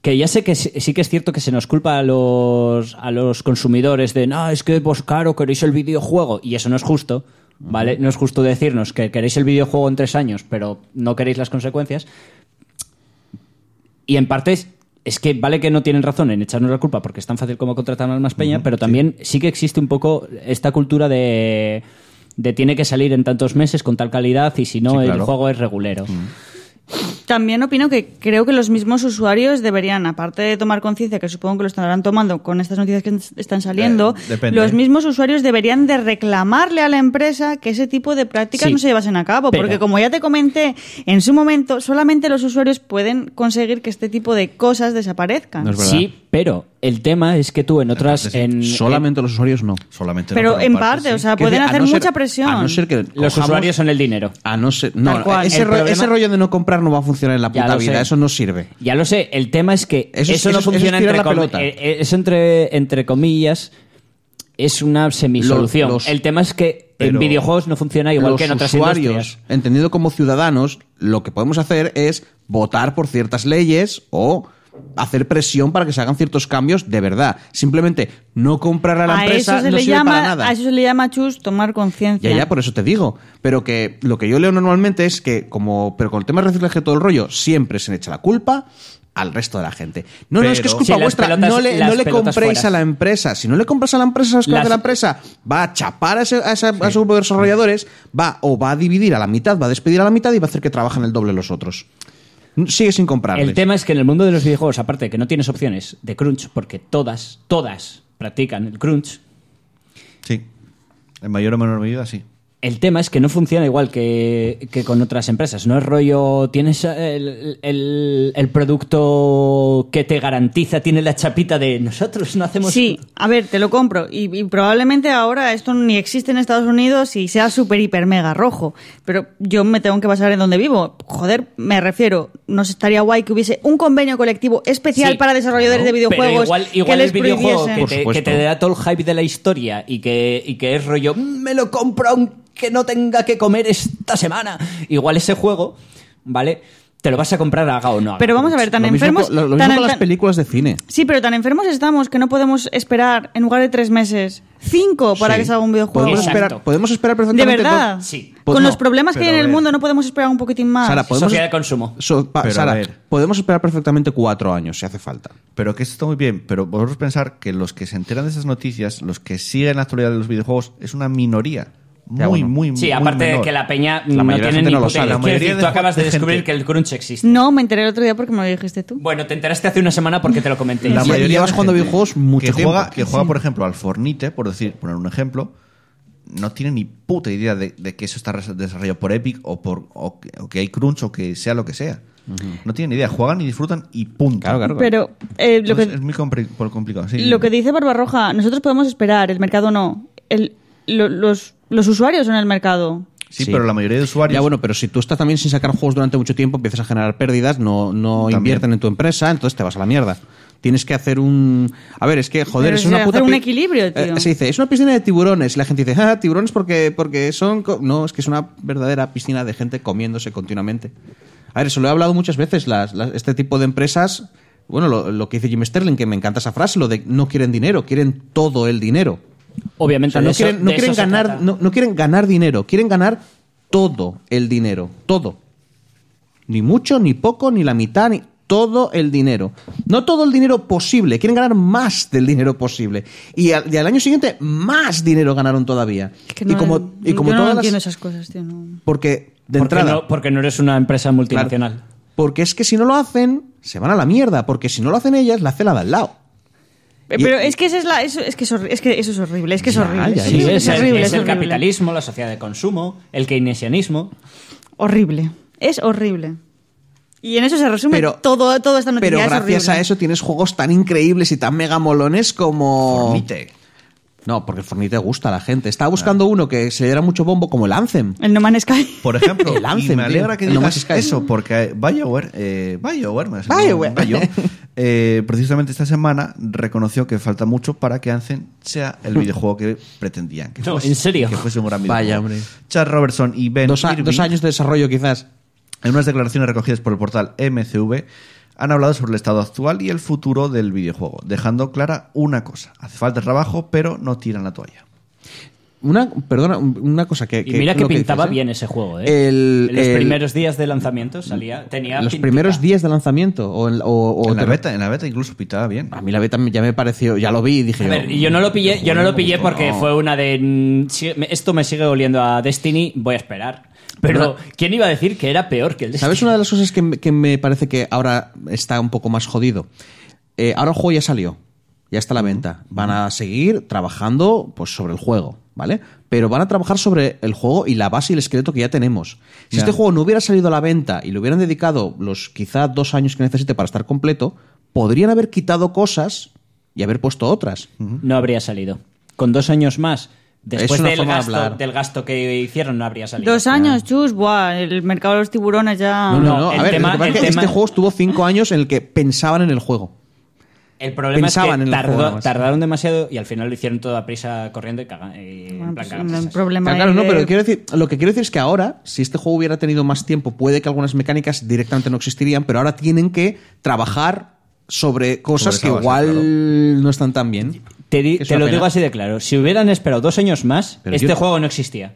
D: Que ya sé que sí sí que es cierto que se nos culpa a los, a los consumidores de, no, es que vos caro queréis el videojuego. Y eso no es justo, ¿vale? No es justo decirnos que queréis el videojuego en tres años, pero no queréis las consecuencias. Y en parte es, es que vale que no tienen razón en echarnos la culpa porque es tan fácil como contratar a más peña, pero también sí. que existe un poco esta cultura de, de tiene que salir en tantos meses con tal calidad y si no
A: Sí,
D: el
A: claro.
D: juego es regulero.
B: También opino que creo que los mismos usuarios deberían, aparte de tomar conciencia, que supongo que lo estarán tomando con estas noticias que ens- están saliendo,
A: Eh, depende.
B: los mismos usuarios deberían de reclamarle a la empresa que ese tipo de prácticas
D: Sí,
B: no se llevasen a cabo,
D: pero-
B: porque como ya te comenté en su momento, solamente los usuarios pueden conseguir que este tipo de cosas desaparezcan.
C: No es verdad.
D: Sí, pero el tema es que tú en otras...
A: Aparte, sí.
D: En,
C: Solamente los usuarios no.
A: Solamente
B: Pero
A: no,
B: en parte,
A: sí.
B: o sea,
C: Quiero
B: pueden
C: decir, a
B: hacer
C: no ser-
B: mucha presión.
C: A no ser que
D: en- los
C: cojamos-
D: usuarios son el dinero.
C: A no ser. No,
B: Tal cual.
C: ese,
D: El
C: ro-
D: problema-
C: ese rollo de no comprar no va a funcionar en la
D: Ya
C: puta
D: lo
C: vida.
D: sé.
C: Eso no sirve.
D: Ya lo sé, el tema es que
C: Eso
D: eso,
C: es- eso
D: no
C: es- eso es
D: funciona
C: tirar
D: entre,
C: la
D: comi-
C: pelota.
D: eh, eh, eso entre, entre comillas es una semisolución.
C: Lo- los-
D: el tema es que en
A: pero
D: videojuegos no funciona igual
C: los
D: que en otras
C: usuarios,
D: industrias.
C: entendido como ciudadanos, lo que podemos hacer es votar por ciertas leyes o hacer presión para que se hagan ciertos cambios de verdad. Simplemente no comprar a la
B: a
C: empresa
B: eso se
C: no
B: le
C: sirve
B: llama,
C: para nada.
B: a eso se le llama chus tomar conciencia.
C: Ya, ya, por eso te digo. Pero que lo que yo leo normalmente es que, como, pero con el tema de reciclaje todo el rollo, siempre se le echa la culpa al resto de la gente. No, no, es que es
A: Pero-
C: culpa
D: Sí, las
C: vuestra.
D: pelotas-
C: no le,
D: las
C: no le
D: pelotas
C: compréis
D: fuera.
C: a la empresa. Si no le compras a la empresa, ¿sabes qué va a hacer
D: Las-
C: la empresa? Va a chapar a ese, a esa- a ese grupo de desarrolladores, va o va a dividir a la mitad, va a despedir a la mitad y va a hacer que trabajen el doble los otros. Sigue sin comprarles.
D: El tema es que en el mundo de los videojuegos, aparte de que no tienes opciones de crunch, porque todas, todas practican el crunch,
A: Sí. En mayor o menor medida, sí.
D: El tema es que no funciona igual que, que con otras empresas. No es rollo, tienes eh, el, el- el producto que te garantiza, tiene la chapita de nosotros no hacemos...
B: Sí, a ver, te lo compro. Y, y probablemente ahora esto ni existe en Estados Unidos y sea súper, hiper, mega rojo. Pero yo me tengo que basar en donde vivo. Joder, me refiero, nos estaría guay que hubiese un convenio colectivo especial
D: Sí,
B: para desarrolladores de
D: pero
B: videojuegos
D: igual,
B: que
D: igual
B: les
D: el videojuego
B: prohibiesen.
D: que
C: Por
D: te,
C: supuesto.
D: que te da todo el hype de la historia y que, y que es rollo, "Mm, me lo compro aunque no tenga que comer esta semana. Igual ese juego, ¿vale? Te lo vas a comprar haga o no. haga
B: Pero vamos a
D: crunch.
B: ver, tan
C: Lo mismo
B: enfermos.
C: con- lo- lo
B: tan
C: mismo con
B: en-
C: las
B: tan-
C: películas de cine.
B: Sí, pero tan enfermos estamos que no podemos esperar, en lugar de tres meses, cinco para
C: Sí.
B: que salga un videojuego.
C: Podemos
D: Exacto.
C: esperar, podemos esperar
B: De
C: perfectamente.
B: verdad.
C: dos-
D: Sí.
C: Pues
B: Con
C: no,
B: los problemas que hay
A: pero
B: en el
A: a ver.
B: mundo, no podemos esperar un poquitín más.
C: Sara, podemos-
D: Ah, Sociedad de consumo.
C: So- pa-
A: Pero, a
C: Sara,
A: ver.
C: podemos esperar perfectamente cuatro años si hace falta.
A: Pero que esto está muy bien, pero vosotros pensar que los que se enteran de esas noticias, los que siguen la actualidad de los videojuegos, es una minoría. Muy,
C: Ya, bueno.
A: muy, muy
D: Sí, aparte de
A: menor.
D: que la peña
C: La
D: no
C: mayoría de
D: tiene
C: gente
D: ni
C: no lo
D: puta
C: sabe.
A: La
D: idea. Quiero
A: mayoría
D: decir,
A: de
D: tú acabas de
A: gente-
D: descubrir que el crunch existe.
B: No, me enteré el otro día porque me lo dijiste
C: Mm.
B: tú.
D: Bueno, te enteraste hace una semana porque te lo comenté.
A: La
C: Y-
A: mayoría
C: y llevas
A: de
C: jugando
A: gente
C: videojuegos mucho
A: que juega,
C: tiempo.
A: que juega, por ejemplo, al Fornite, por decir, poner un ejemplo, no tiene ni puta idea de, de que eso está res- desarrollado por Epic o por o que, o que hay crunch o que sea lo que sea. No tienen ni idea, juegan y disfrutan y punto.
C: Claro, claro.
B: Pero eh, lo,
C: pues
A: Entonces,
B: que,
A: es muy compli- por complicado. sí.
B: lo que dice Barbarroja, nosotros podemos esperar, el mercado no. El- lo- los, los usuarios son el mercado.
A: sí,
C: Sí.
A: pero la mayoría de usuarios
C: Ya bueno, pero si tú estás también sin sacar juegos durante mucho tiempo, empiezas a generar pérdidas, no, no
A: También.
C: invierten en tu empresa, entonces te vas a la mierda. Tienes que hacer un... A ver, es que, joder,
B: Pero
C: es
B: si
C: una
B: hacer
C: puta...
B: un
C: pi-
B: equilibrio, tío.
C: Eh, se dice, es una piscina de tiburones. Y la gente dice, ah, tiburones porque, porque son... co-". No, es que es una verdadera piscina de gente comiéndose continuamente. A ver, eso lo he hablado muchas veces. Las, las- este tipo de empresas... Bueno, lo, lo que dice Jim Sterling, que me encanta esa frase, lo de no quieren dinero, quieren todo el dinero. O
D: Obviamente,
C: sea, no,
D: de eso-
C: quieren, no
D: de eso
C: quieren
D: se
C: ganar,
D: trata.
C: no, no quieren ganar dinero, quieren ganar todo el dinero, todo. Ni mucho, ni poco, ni la mitad, ni todo el dinero. No todo el dinero posible, quieren ganar más del dinero posible. Y al, y al año siguiente más dinero ganaron todavía.
B: Es que no-
C: y como, y como
B: yo no
C: todas las-
B: entiendo esas cosas, tío. no.
C: Porque de
D: Porque
C: entrada...
D: no, porque no eres una empresa
C: claro,
D: multinacional.
C: porque es que si no lo hacen, se van a la mierda, porque si no lo hacen ellas, la hace la de al lado. Y-
B: Eh, Pero es que, esa es la, eso, es, que es, horri- es que eso es horrible, es que es
C: Ya,
B: horrible.
C: ya,
D: Sí,
C: Sí,
D: es,
C: es
D: el-
B: horrible,
D: es
B: es
D: el
B: horrible.
D: capitalismo, la sociedad de consumo, el keynesianismo.
B: Horrible. Es horrible. Y en eso se resume
C: Pero-
B: todo, toda esta noticia.
C: Pero
B: es
C: gracias
B: horrible.
C: a eso tienes juegos tan increíbles y tan mega molones como...
A: Fornite.
C: No, porque el Fortnite gusta a la gente. Estaba buscando uno que se le diera mucho bombo como el Anthem.
B: El No Man's Sky.
A: Por ejemplo,
C: El Anthem,
A: y me alegra
C: tío.
A: que
C: El No
A: digas
C: Man's Sky.
A: eso, porque BioWare, eh, BioWare, me ha salido
C: BioWare.
A: un gallo, eh, precisamente esta semana reconoció que falta mucho para que Anthem sea el videojuego que pretendían. Que
D: No, ¿en serio?
A: Que fuese un gran videojuego.
C: Vaya, hombre.
A: Charles Robertson y Ben
C: Dos, a-
A: Irving,
C: dos años de desarrollo quizás.
A: en unas declaraciones recogidas por el portal MCV, han hablado sobre el estado actual y el futuro del videojuego, dejando clara una cosa. Hace falta trabajo, pero no tiran la toalla.
C: Una, perdona, un- una cosa que...
D: Y mira que
C: lo
D: pintaba
C: dices, ¿eh?
D: bien ese juego, ¿eh?
C: El-
D: En los
C: el-
D: primeros días de lanzamiento salía. Tenía
C: Los
D: pintica.
C: primeros días de lanzamiento. O en, o- o-
A: en, la
C: te-
A: beta, en la beta incluso pitaba bien.
C: A mí la beta ya me pareció... Ya lo vi y dije...
D: A
C: yo,
D: ver, yo no lo pillé, yo no lo pillé
C: gustó,
D: porque
C: no.
D: fue una de mm, si- me- esto me sigue oliendo a Destiny, voy a esperar. Pero ¿quién iba a decir que era peor que el Destiny?
C: ¿Sabes una de las cosas que, me- que me parece que ahora está un poco más jodido? Eh, ahora el juego ya salió, ya está a la venta. Van a seguir trabajando pues, sobre el juego, ¿vale? Pero van a trabajar sobre el juego y la base y el esqueleto que ya tenemos.
A: Ya.
C: Si este juego no hubiera salido a la venta y le hubieran dedicado los quizá dos años que necesite para estar completo, podrían haber quitado cosas y haber puesto otras.
D: No habría salido. Con dos años más, después
C: una
D: del
C: forma de
D: gasto,
C: hablar.
D: del gasto que hicieron, no habría salido.
B: Dos años, chus. Buah, el mercado de los tiburones ya.
C: No, no, no.
D: el
C: A ver,
D: tema-
C: lo que pasa es
D: el
C: que
D: tema-
C: este juego estuvo cinco años en el que pensaban en el juego.
D: El problema
C: Pensaban
D: es
C: en
D: que
C: el
D: tardó-
C: juego, además.
D: tardaron demasiado y al final lo hicieron toda a prisa corriendo y caga- y en
B: Bueno,
D: plan
B: pues,
D: cagas.
B: un problema.
C: Claro, claro,
B: ahí
C: no,
B: de-
C: pero quiero decir, lo que quiero decir es que ahora, si este juego hubiera tenido más tiempo, puede que algunas mecánicas directamente no existirían, pero ahora tienen que trabajar sobre cosas
A: Sobre
C: que
A: esa base,
C: igual
A: claro.
C: no están tan bien.
D: Te, di-
C: Es
D: te
C: una
D: lo
C: pena.
D: digo así de claro. Si hubieran esperado dos años más,
C: Pero
D: este
C: yo-
D: juego no existía.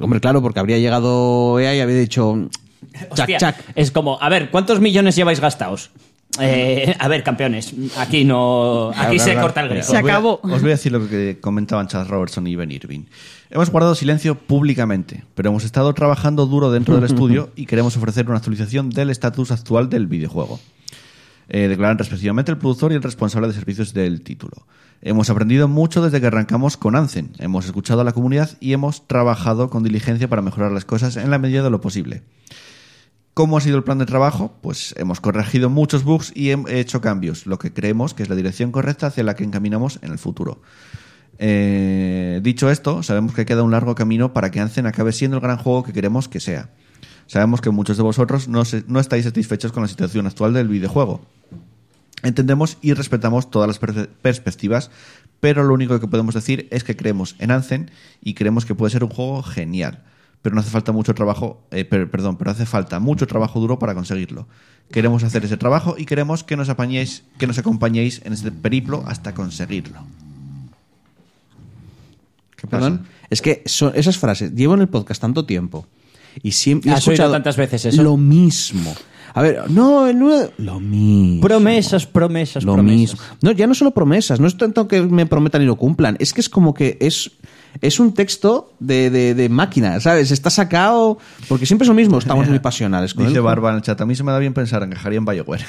C: Hombre, claro, porque habría llegado EA y habría dicho chac
D: Hostia,
C: chac.
D: Es como, a ver, ¿cuántos millones lleváis gastados? Eh, a ver, campeones, aquí no. Aquí
A: Hablar,
D: se
A: hablar.
D: corta el grifo.
B: Se
A: Os voy a-
B: acabó.
A: Os voy a decir lo que comentaban Charles Robertson y Ben Irving. Hemos guardado silencio públicamente, pero hemos estado trabajando duro dentro del estudio y queremos ofrecer una actualización del estatus actual del videojuego. Eh, declaran respectivamente el productor y el responsable de servicios del título. Hemos aprendido mucho desde que arrancamos con Anzen. Hemos escuchado a la comunidad y hemos trabajado con diligencia para mejorar las cosas en la medida de lo posible. ¿Cómo ha sido el plan de trabajo? Pues hemos corregido muchos bugs y hem- hecho cambios, lo que creemos que es la dirección correcta hacia la que encaminamos en el futuro. Eh, dicho esto, sabemos que queda un largo camino para que Anzen acabe siendo el gran juego que queremos que sea. Sabemos que muchos de vosotros no, se- no estáis satisfechos con la situación actual del videojuego. Entendemos y respetamos todas las perce- perspectivas, pero lo único que podemos decir es que creemos en Anzen y creemos que puede ser un juego genial. Pero no hace falta mucho trabajo, eh, per- perdón, pero hace falta mucho trabajo duro para conseguirlo. Queremos hacer ese trabajo y queremos que nos apañéis, que nos acompañéis en este periplo hasta conseguirlo. ¿Qué pasa?
C: Perdón. Es que son esas frases, llevo en el podcast tanto tiempo y siempre y he
D: ¿Has oído
C: escuchado
D: tantas veces eso?
C: Lo mismo. A ver, no, en una- lo mismo.
D: Promesas, promesas,
C: lo
D: promesas.
C: mismo. No, ya no solo promesas, no es tanto que me prometan y lo cumplan, es que es como que es, es un texto de, de, de máquina, ¿sabes? Está sacado, porque siempre es lo mismo, estamos muy pasionales con
A: Dice
C: él.
A: Barba en el chat, a mí se me da bien pensar, encajaría en BioWare.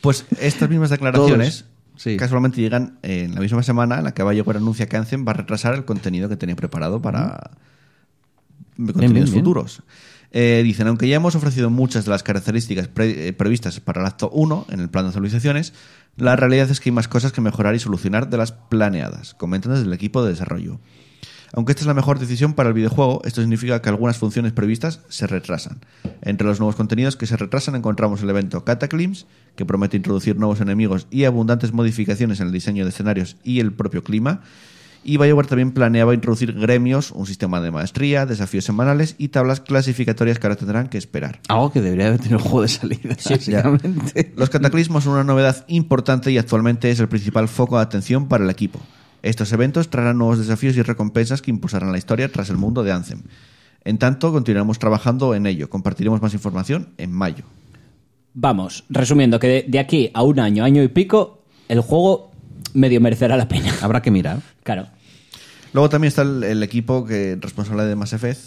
A: pues estas mismas declaraciones
C: Sí.
A: Casualmente llegan eh, en la misma semana en la que Bioware anuncia que Anthem va a retrasar el contenido que tenía preparado para contenidos
D: bien, bien.
A: futuros. Eh, dicen, aunque ya hemos ofrecido muchas de las características pre- eh, previstas para el acto 1 en el plan de actualizaciones, la realidad es que hay más cosas que mejorar y solucionar de las planeadas, comentan desde el equipo de desarrollo. Aunque esta es la mejor decisión para el videojuego, esto significa que algunas funciones previstas se retrasan. Entre los nuevos contenidos que se retrasan encontramos el evento Cataclysms, que promete introducir nuevos enemigos y abundantes modificaciones en el diseño de escenarios y el propio clima. Y BioWare también planeaba introducir gremios, un sistema de maestría, desafíos semanales y tablas clasificatorias que ahora tendrán que esperar.
C: Algo que debería haber tenido el juego de salida, básicamente.
A: Los cataclismos son una novedad importante y actualmente es el principal foco de atención para el equipo. Estos eventos traerán nuevos desafíos y recompensas que impulsarán la historia tras el mundo de Anthem. En tanto, continuaremos trabajando en ello. Compartiremos más información en mayo.
D: Vamos, resumiendo, que de, de aquí a un año, año y pico, el juego medio merecerá la pena.
C: Habrá que mirar.
D: Claro.
A: Luego también está el, el equipo que responsable de Mass Effect,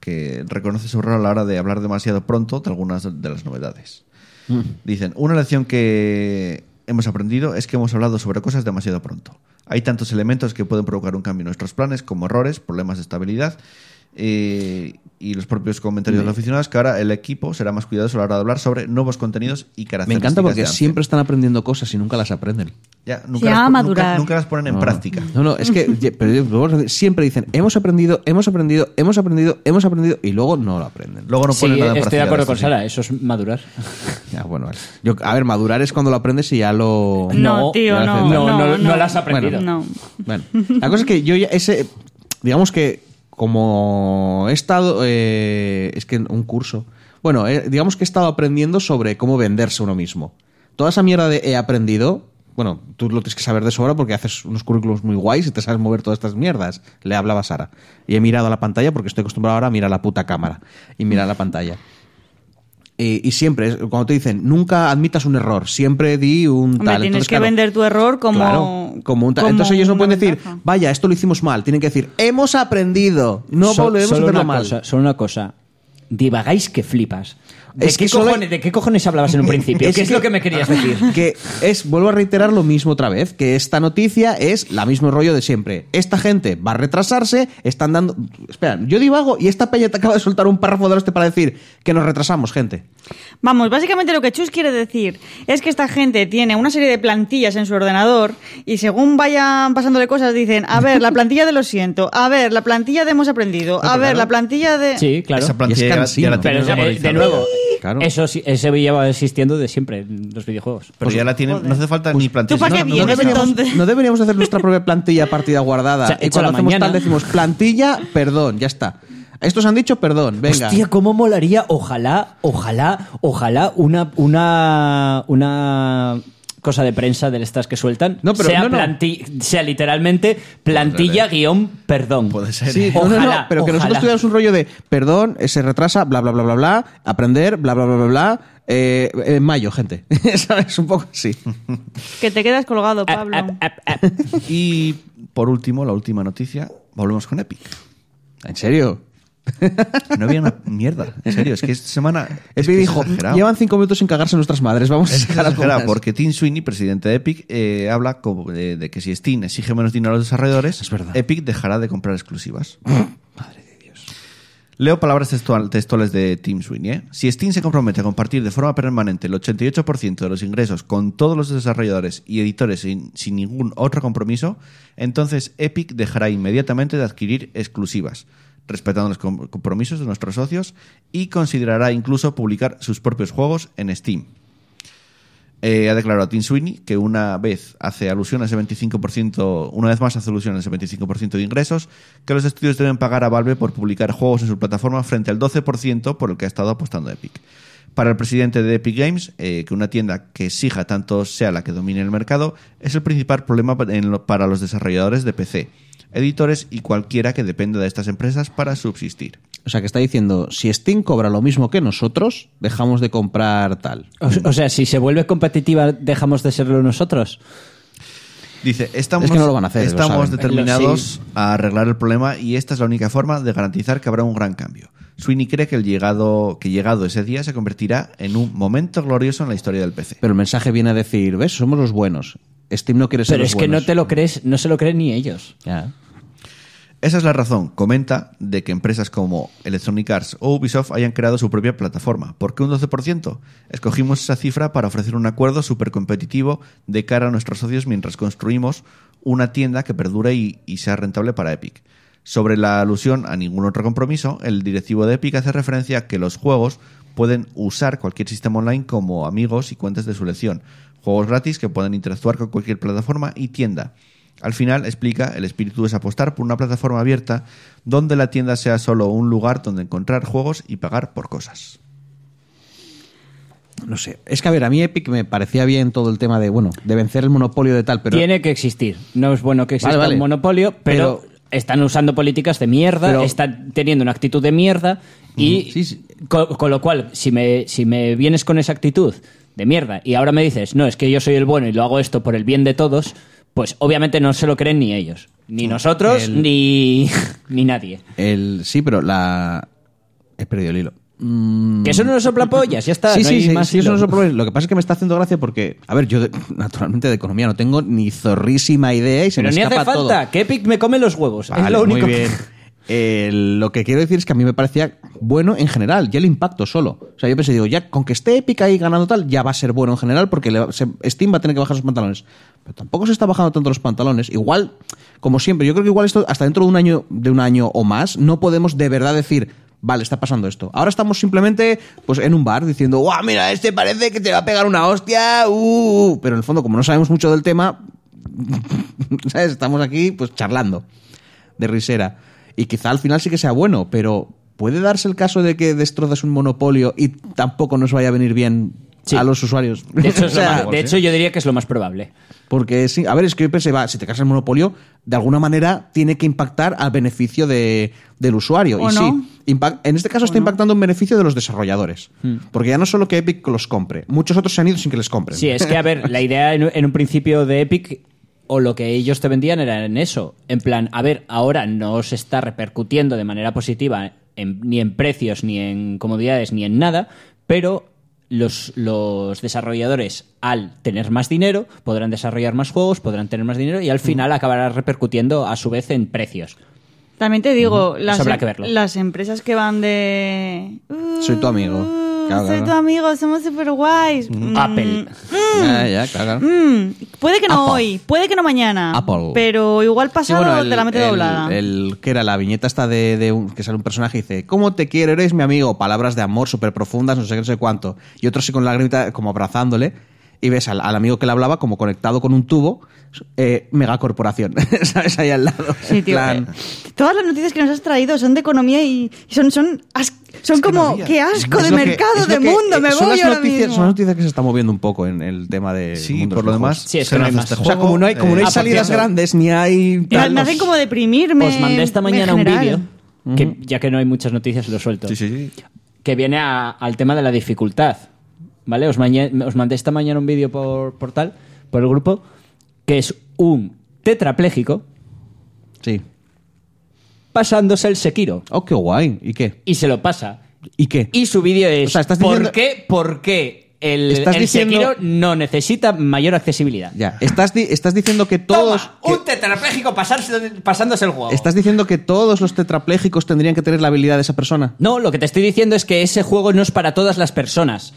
A: que reconoce su rol a la hora de hablar demasiado pronto de algunas de- de las novedades.
D: Mm.
A: Dicen, una lección que hemos aprendido es que hemos hablado sobre cosas demasiado pronto. Hay tantos elementos que pueden provocar un cambio en nuestros planes, como errores, problemas de estabilidad eh, y los propios comentarios de los aficionados, que ahora el equipo será más cuidadoso a la hora de hablar sobre nuevos contenidos y
C: Me
A: características.
C: encanta
A: de
C: porque
A: Anthem.
C: siempre están aprendiendo cosas y nunca las aprenden.
A: Ya,
B: Se
A: nunca,
B: llama
A: las, nunca-
B: madurar.
A: nunca las ponen en
D: Ah.
C: No.
A: práctica.
C: No, no, es que ye- pero yo- luego siempre dicen, hemos aprendido, hemos aprendido, hemos aprendido, hemos aprendido, y luego no lo aprenden.
A: Luego no
D: Sí,
A: ponen nada en
D: estoy de
A: práctica.
D: acuerdo
A: esto,
D: con
A: sí.
D: Sara, eso es madurar.
C: Ya, bueno, vale. Yo- a ver, madurar es cuando lo aprendes y ya lo...
B: No, tío,
C: ya lo
B: no.
C: haces.
D: No, no, no
B: no.
D: lo has aprendido.
B: No.
C: Bueno, la cosa es que yo ya ese, digamos que como he estado, eh, es que un curso, bueno, eh, digamos que he estado aprendiendo sobre cómo venderse uno mismo. Toda esa mierda de he aprendido, bueno, tú lo tienes que saber de sobra porque haces unos currículums muy guays y te sabes mover todas estas mierdas. Le hablaba a Sara. Y he mirado a la pantalla porque estoy acostumbrado ahora a mirar la puta cámara y mirar la pantalla. Eh, y siempre, es- cuando te dicen, nunca admitas un error, siempre di un
B: Hombre,
C: tal.
B: tienes
C: Entonces,
B: que
C: claro,
B: vender tu error como,
C: Claro, como un ta-
B: como
C: Entonces ellos no
B: una
C: pueden decir,
B: ventaja.
C: vaya, esto lo hicimos mal. Tienen que decir, hemos aprendido. No
D: Sol-
C: volvemos a
D: solo
C: hacerlo
D: una
C: mal.
D: Cosa, solo una cosa. Divagáis que flipas. ¿De,
C: Es
D: qué
C: que solo hay-
D: cojones, ¿De qué cojones hablabas en un principio?
C: Es
D: ¿Qué es
C: que-
D: lo que me querías decir?
C: Que es, vuelvo a reiterar lo mismo otra vez, que esta noticia es la mismo rollo de siempre. Esta gente va a retrasarse, están dando. Espera, yo divago y esta peña te acaba de soltar un párrafo de este para decir que nos retrasamos, gente.
B: Vamos, básicamente lo que Chus quiere decir es que esta gente tiene una serie de plantillas en su ordenador y según vayan pasándole cosas dicen, a ver, la plantilla de lo siento, a ver, la plantilla de hemos aprendido, a ver, la plantilla de...
D: Sí, claro.
A: Esa plantilla
C: Y es
A: ya- ya,
C: cansino.
A: la
D: Pero
A: tienen
D: eh, de
A: memorizada.
D: nuevo,
C: Claro.
D: eso sí- ese lleva existiendo de siempre en los videojuegos.
A: Pero ya la tienen, no hace falta ni plantillas.
B: ¿tú para qué
A: no, no,
B: vienes,
A: deberíamos-
B: entonces?
C: No deberíamos hacer nuestra propia plantilla partida guardada.
D: O sea,
C: y
D: hecho a la
C: cuando hacemos
D: mañana.
C: tal decimos plantilla, perdón, ya está. Estos han dicho perdón, venga.
D: Hostia, cómo molaría, ojalá, ojalá, ojalá una una una cosa de prensa de estas que sueltan
C: No, pero
D: sea,
C: no, ¿eh? no.
D: planti- sea literalmente plantilla guión perdón.
A: Puede ser.
C: Sí, no,
D: ojalá,
C: no, no, pero que nosotros
D: ojalá.
C: tuviéramos un rollo de perdón, eh, se retrasa, bla, bla, bla, bla, bla, aprender, bla, bla, bla, bla, bla, eh, en mayo, gente. ¿Sabes? Un poco así.
B: Que te quedas colgado,
D: Ap,
B: Pablo.
D: ap, ap, ap.
A: Y por último, la última noticia, volvemos con Epic.
C: ¿En serio?
A: No había una mierda, en serio, es que esta semana
C: Es
A: que
C: que dijo,
A: exagerado.
C: llevan cinco minutos sin cagarse nuestras madres, vamos
A: Es
C: a sacar algo
A: exagerado
C: más".
A: porque Tim Sweeney, presidente de Epic, eh, habla como de, de que si Steam exige menos dinero a los desarrolladores,
C: Es verdad.
A: Epic dejará de comprar exclusivas. Madre de Dios. Leo palabras textual- textuales de Tim Sweeney. ¿eh? Si Steam se compromete a compartir de forma permanente el 88% de los ingresos con todos los desarrolladores y editores sin, sin ningún otro compromiso, entonces Epic dejará inmediatamente de adquirir exclusivas, respetando los com- compromisos de nuestros socios y considerará incluso publicar sus propios juegos en Steam. Eh, ha declarado Tim Sweeney que una vez hace alusión a ese 25%, una vez más hace alusión a ese 25% de ingresos que los estudios deben pagar a Valve por publicar juegos en su plataforma frente al 12% por el que ha estado apostando Epic. Para el presidente de Epic Games, eh, que una tienda que exija tanto sea la que domine el mercado es el principal problema pa- en lo- para los desarrolladores de PC, editores y cualquiera que dependa de estas empresas para subsistir.
C: O sea, que está diciendo, si Steam cobra lo mismo que nosotros, dejamos de comprar tal.
D: O, o sea, si se vuelve competitiva, dejamos de serlo nosotros.
A: Dice, estamos,
C: Es que no lo van a hacer, lo
A: estamos
C: saben.
A: determinados
D: Sí.
A: a arreglar el problema y esta es la única forma de garantizar que habrá un gran cambio. Sweeney cree que el llegado que llegado ese día se convertirá en un momento glorioso en la historia del PC.
C: Pero el mensaje viene a decir, ¿ves? Somos los buenos. Steam no quiere ser
D: Pero
C: los
D: es que no
C: buenos.
D: te lo crees, no se lo creen ni ellos.
C: Ya.
A: Esa es la razón, comenta, de que empresas como Electronic Arts o Ubisoft hayan creado su propia plataforma. ¿Por qué un 12%? Escogimos esa cifra para ofrecer un acuerdo súper competitivo de cara a nuestros socios mientras construimos una tienda que perdure y, y sea rentable para Epic. Sobre la alusión a ningún otro compromiso, el directivo de Epic hace referencia a que los juegos pueden usar cualquier sistema online como amigos y cuentas de su elección, juegos gratis que pueden interactuar con cualquier plataforma y tienda. Al final explica, el espíritu es apostar por una plataforma abierta donde la tienda sea solo un lugar donde encontrar juegos y pagar por cosas.
C: No sé. Es que a ver, a mí Epic me parecía bien todo el tema de, bueno, de vencer el monopolio de tal, pero.
D: Tiene que existir. No es bueno que exista
C: Vale, vale.
D: un monopolio, pero,
C: Pero-
D: están usando políticas de mierda,
C: Pero-
D: están teniendo una actitud de mierda y
C: Sí, sí.
D: co- Con, lo cual, si me, si me vienes con esa actitud de mierda y ahora me dices, no, es que yo soy el bueno y lo hago esto por el bien de todos, pues obviamente no se lo creen ni ellos. Ni nosotros,
C: El-
D: ni, ni nadie.
C: El, sí, pero la. He perdido el hilo. Mm,
D: Que eso no nos sopla pollas, ya está.
C: sí,
D: Ah, no
C: sí,
D: hay
C: sí,
D: más
C: sí, eso
D: hilo.
C: no es un problema. Lo que pasa es que me está haciendo gracia porque, a ver, yo de- naturalmente de economía no tengo ni zorrísima idea y se
D: Pero
C: me
D: ni hace
C: escapa
D: falta,
C: todo.
D: que Epic me come los huevos.
C: Vale,
D: Pues es lo único
C: muy bien. Eh, lo que quiero decir es que a mí me parecía bueno en general, ya el impacto solo. O sea, yo pensé, digo, ya con que esté Epic ahí ganando tal, ya va a ser bueno en general porque le va- se- Steam va a tener que bajar sus pantalones. Pero tampoco se está bajando tanto los pantalones. Igual, como siempre, yo creo que igual esto hasta dentro de un año, de un año o más, no podemos de verdad decir, vale, está pasando esto. Ahora estamos simplemente pues en un bar diciendo, guau, mira, este parece que te va a pegar una hostia, uh, uh, uh". pero en el fondo, como no sabemos mucho del tema, ¿sabes? Estamos aquí pues charlando de risera. Y quizá al final sí que sea bueno, pero ¿puede darse el caso de que destrozas un monopolio y tampoco nos vaya a venir bien
D: Sí.
C: a los usuarios?
D: De hecho,
C: O
D: es lo
C: sea,
D: más- de hecho, yo diría que es lo más probable.
C: porque sí, a ver, es que yo pensé, va, si te casas el monopolio, de alguna manera tiene que impactar al beneficio de- del usuario.
B: ¿O
C: y
B: no?
C: sí, impact- en este caso está impactando en beneficio de los desarrolladores.
D: Hmm.
C: Porque ya no solo que Epic los compre, muchos otros se han ido sin que les compren.
D: Sí, es que, a ver, la idea en, en un principio de Epic o lo que ellos te vendían era en eso. En plan, a ver, ahora no se está repercutiendo de manera positiva en- ni en precios, ni en comodidades, ni en nada, pero los, los desarrolladores, al tener más dinero, podrán desarrollar más juegos, podrán tener más dinero y al
B: Mm.
D: final acabará repercutiendo a su vez en precios.
B: También te digo, las,
D: habrá que verlo.
B: las empresas que van de... "Uh,
C: Soy tu amigo".
B: uh,
C: Claro,
B: soy
C: claro.
B: tu amigo, somos super guays. Mm,
D: Apple.
C: Ya, ya, claro. claro.
B: mm, puede que no
C: Apple.
B: hoy, puede que no mañana.
C: Apple.
B: Pero igual
C: Sí,
B: pasado
C: bueno, el-
B: te la mete
C: el-
B: doblada.
C: El que era la viñeta esta de, de un- que sale un personaje y dice, ¿cómo te quiero? Eres mi amigo. Palabras de amor súper profundas, no sé qué, no sé cuánto. Y otro así con la lagrimita, como abrazándole. Y ves al, al amigo que le hablaba como conectado con un tubo, eh, megacorporación, ¿sabes? Ahí al lado.
B: Sí,
C: En
B: tío,
C: plan,
B: eh, Todas las noticias que nos has traído son de economía y y son, son, as- son
A: no
B: como,
A: había.
B: qué asco
C: es
B: de
C: lo que-
B: mercado,
C: es lo
B: de
C: que-
B: mundo,
C: eh,
B: me
C: son
B: voy
C: las
B: ahora
C: noticias,
B: mismo.
C: Son las noticias que se está moviendo un poco en el tema de.
A: Sí, por lo demás,
D: Sí, es que
A: se
D: no hay
A: lanza
D: más.
A: este
C: O sea,
A: juego,
C: como no hay, como no
A: eh,
C: hay
D: Ah, por
C: salidas
D: cierto.
C: grandes ni hay.
B: Me,
C: tal,
B: me
C: los-
B: hacen como deprimirme.
D: Os Pues mandé esta
B: en
D: mañana un
B: general.
D: vídeo, que ya que no hay muchas noticias lo suelto.
A: Sí, sí, sí.
D: que viene a- al tema de la dificultad. ¿Vale? Os, mañe- os mandé esta mañana un vídeo por, por tal, por el grupo, que es un tetrapléjico
C: Sí.
D: pasándose el Sekiro.
C: Oh, qué guay. ¿Y qué?
D: Y se lo pasa.
C: ¿Y qué?
D: Y su vídeo es
C: O sea, estás
D: ¿por
C: diciendo-
D: qué? ¿Por qué el,
C: Estás
D: el
C: diciendo-
D: Sekiro no necesita mayor accesibilidad?
C: Ya. Estás, di- estás diciendo que todos.
D: Toma,
C: que-
D: un tetrapléjico pasarse- pasándose el juego.
C: ¿Estás diciendo que todos los tetrapléjicos tendrían que tener la habilidad de esa persona?
D: No, lo que te estoy diciendo es que ese juego no es para todas las personas.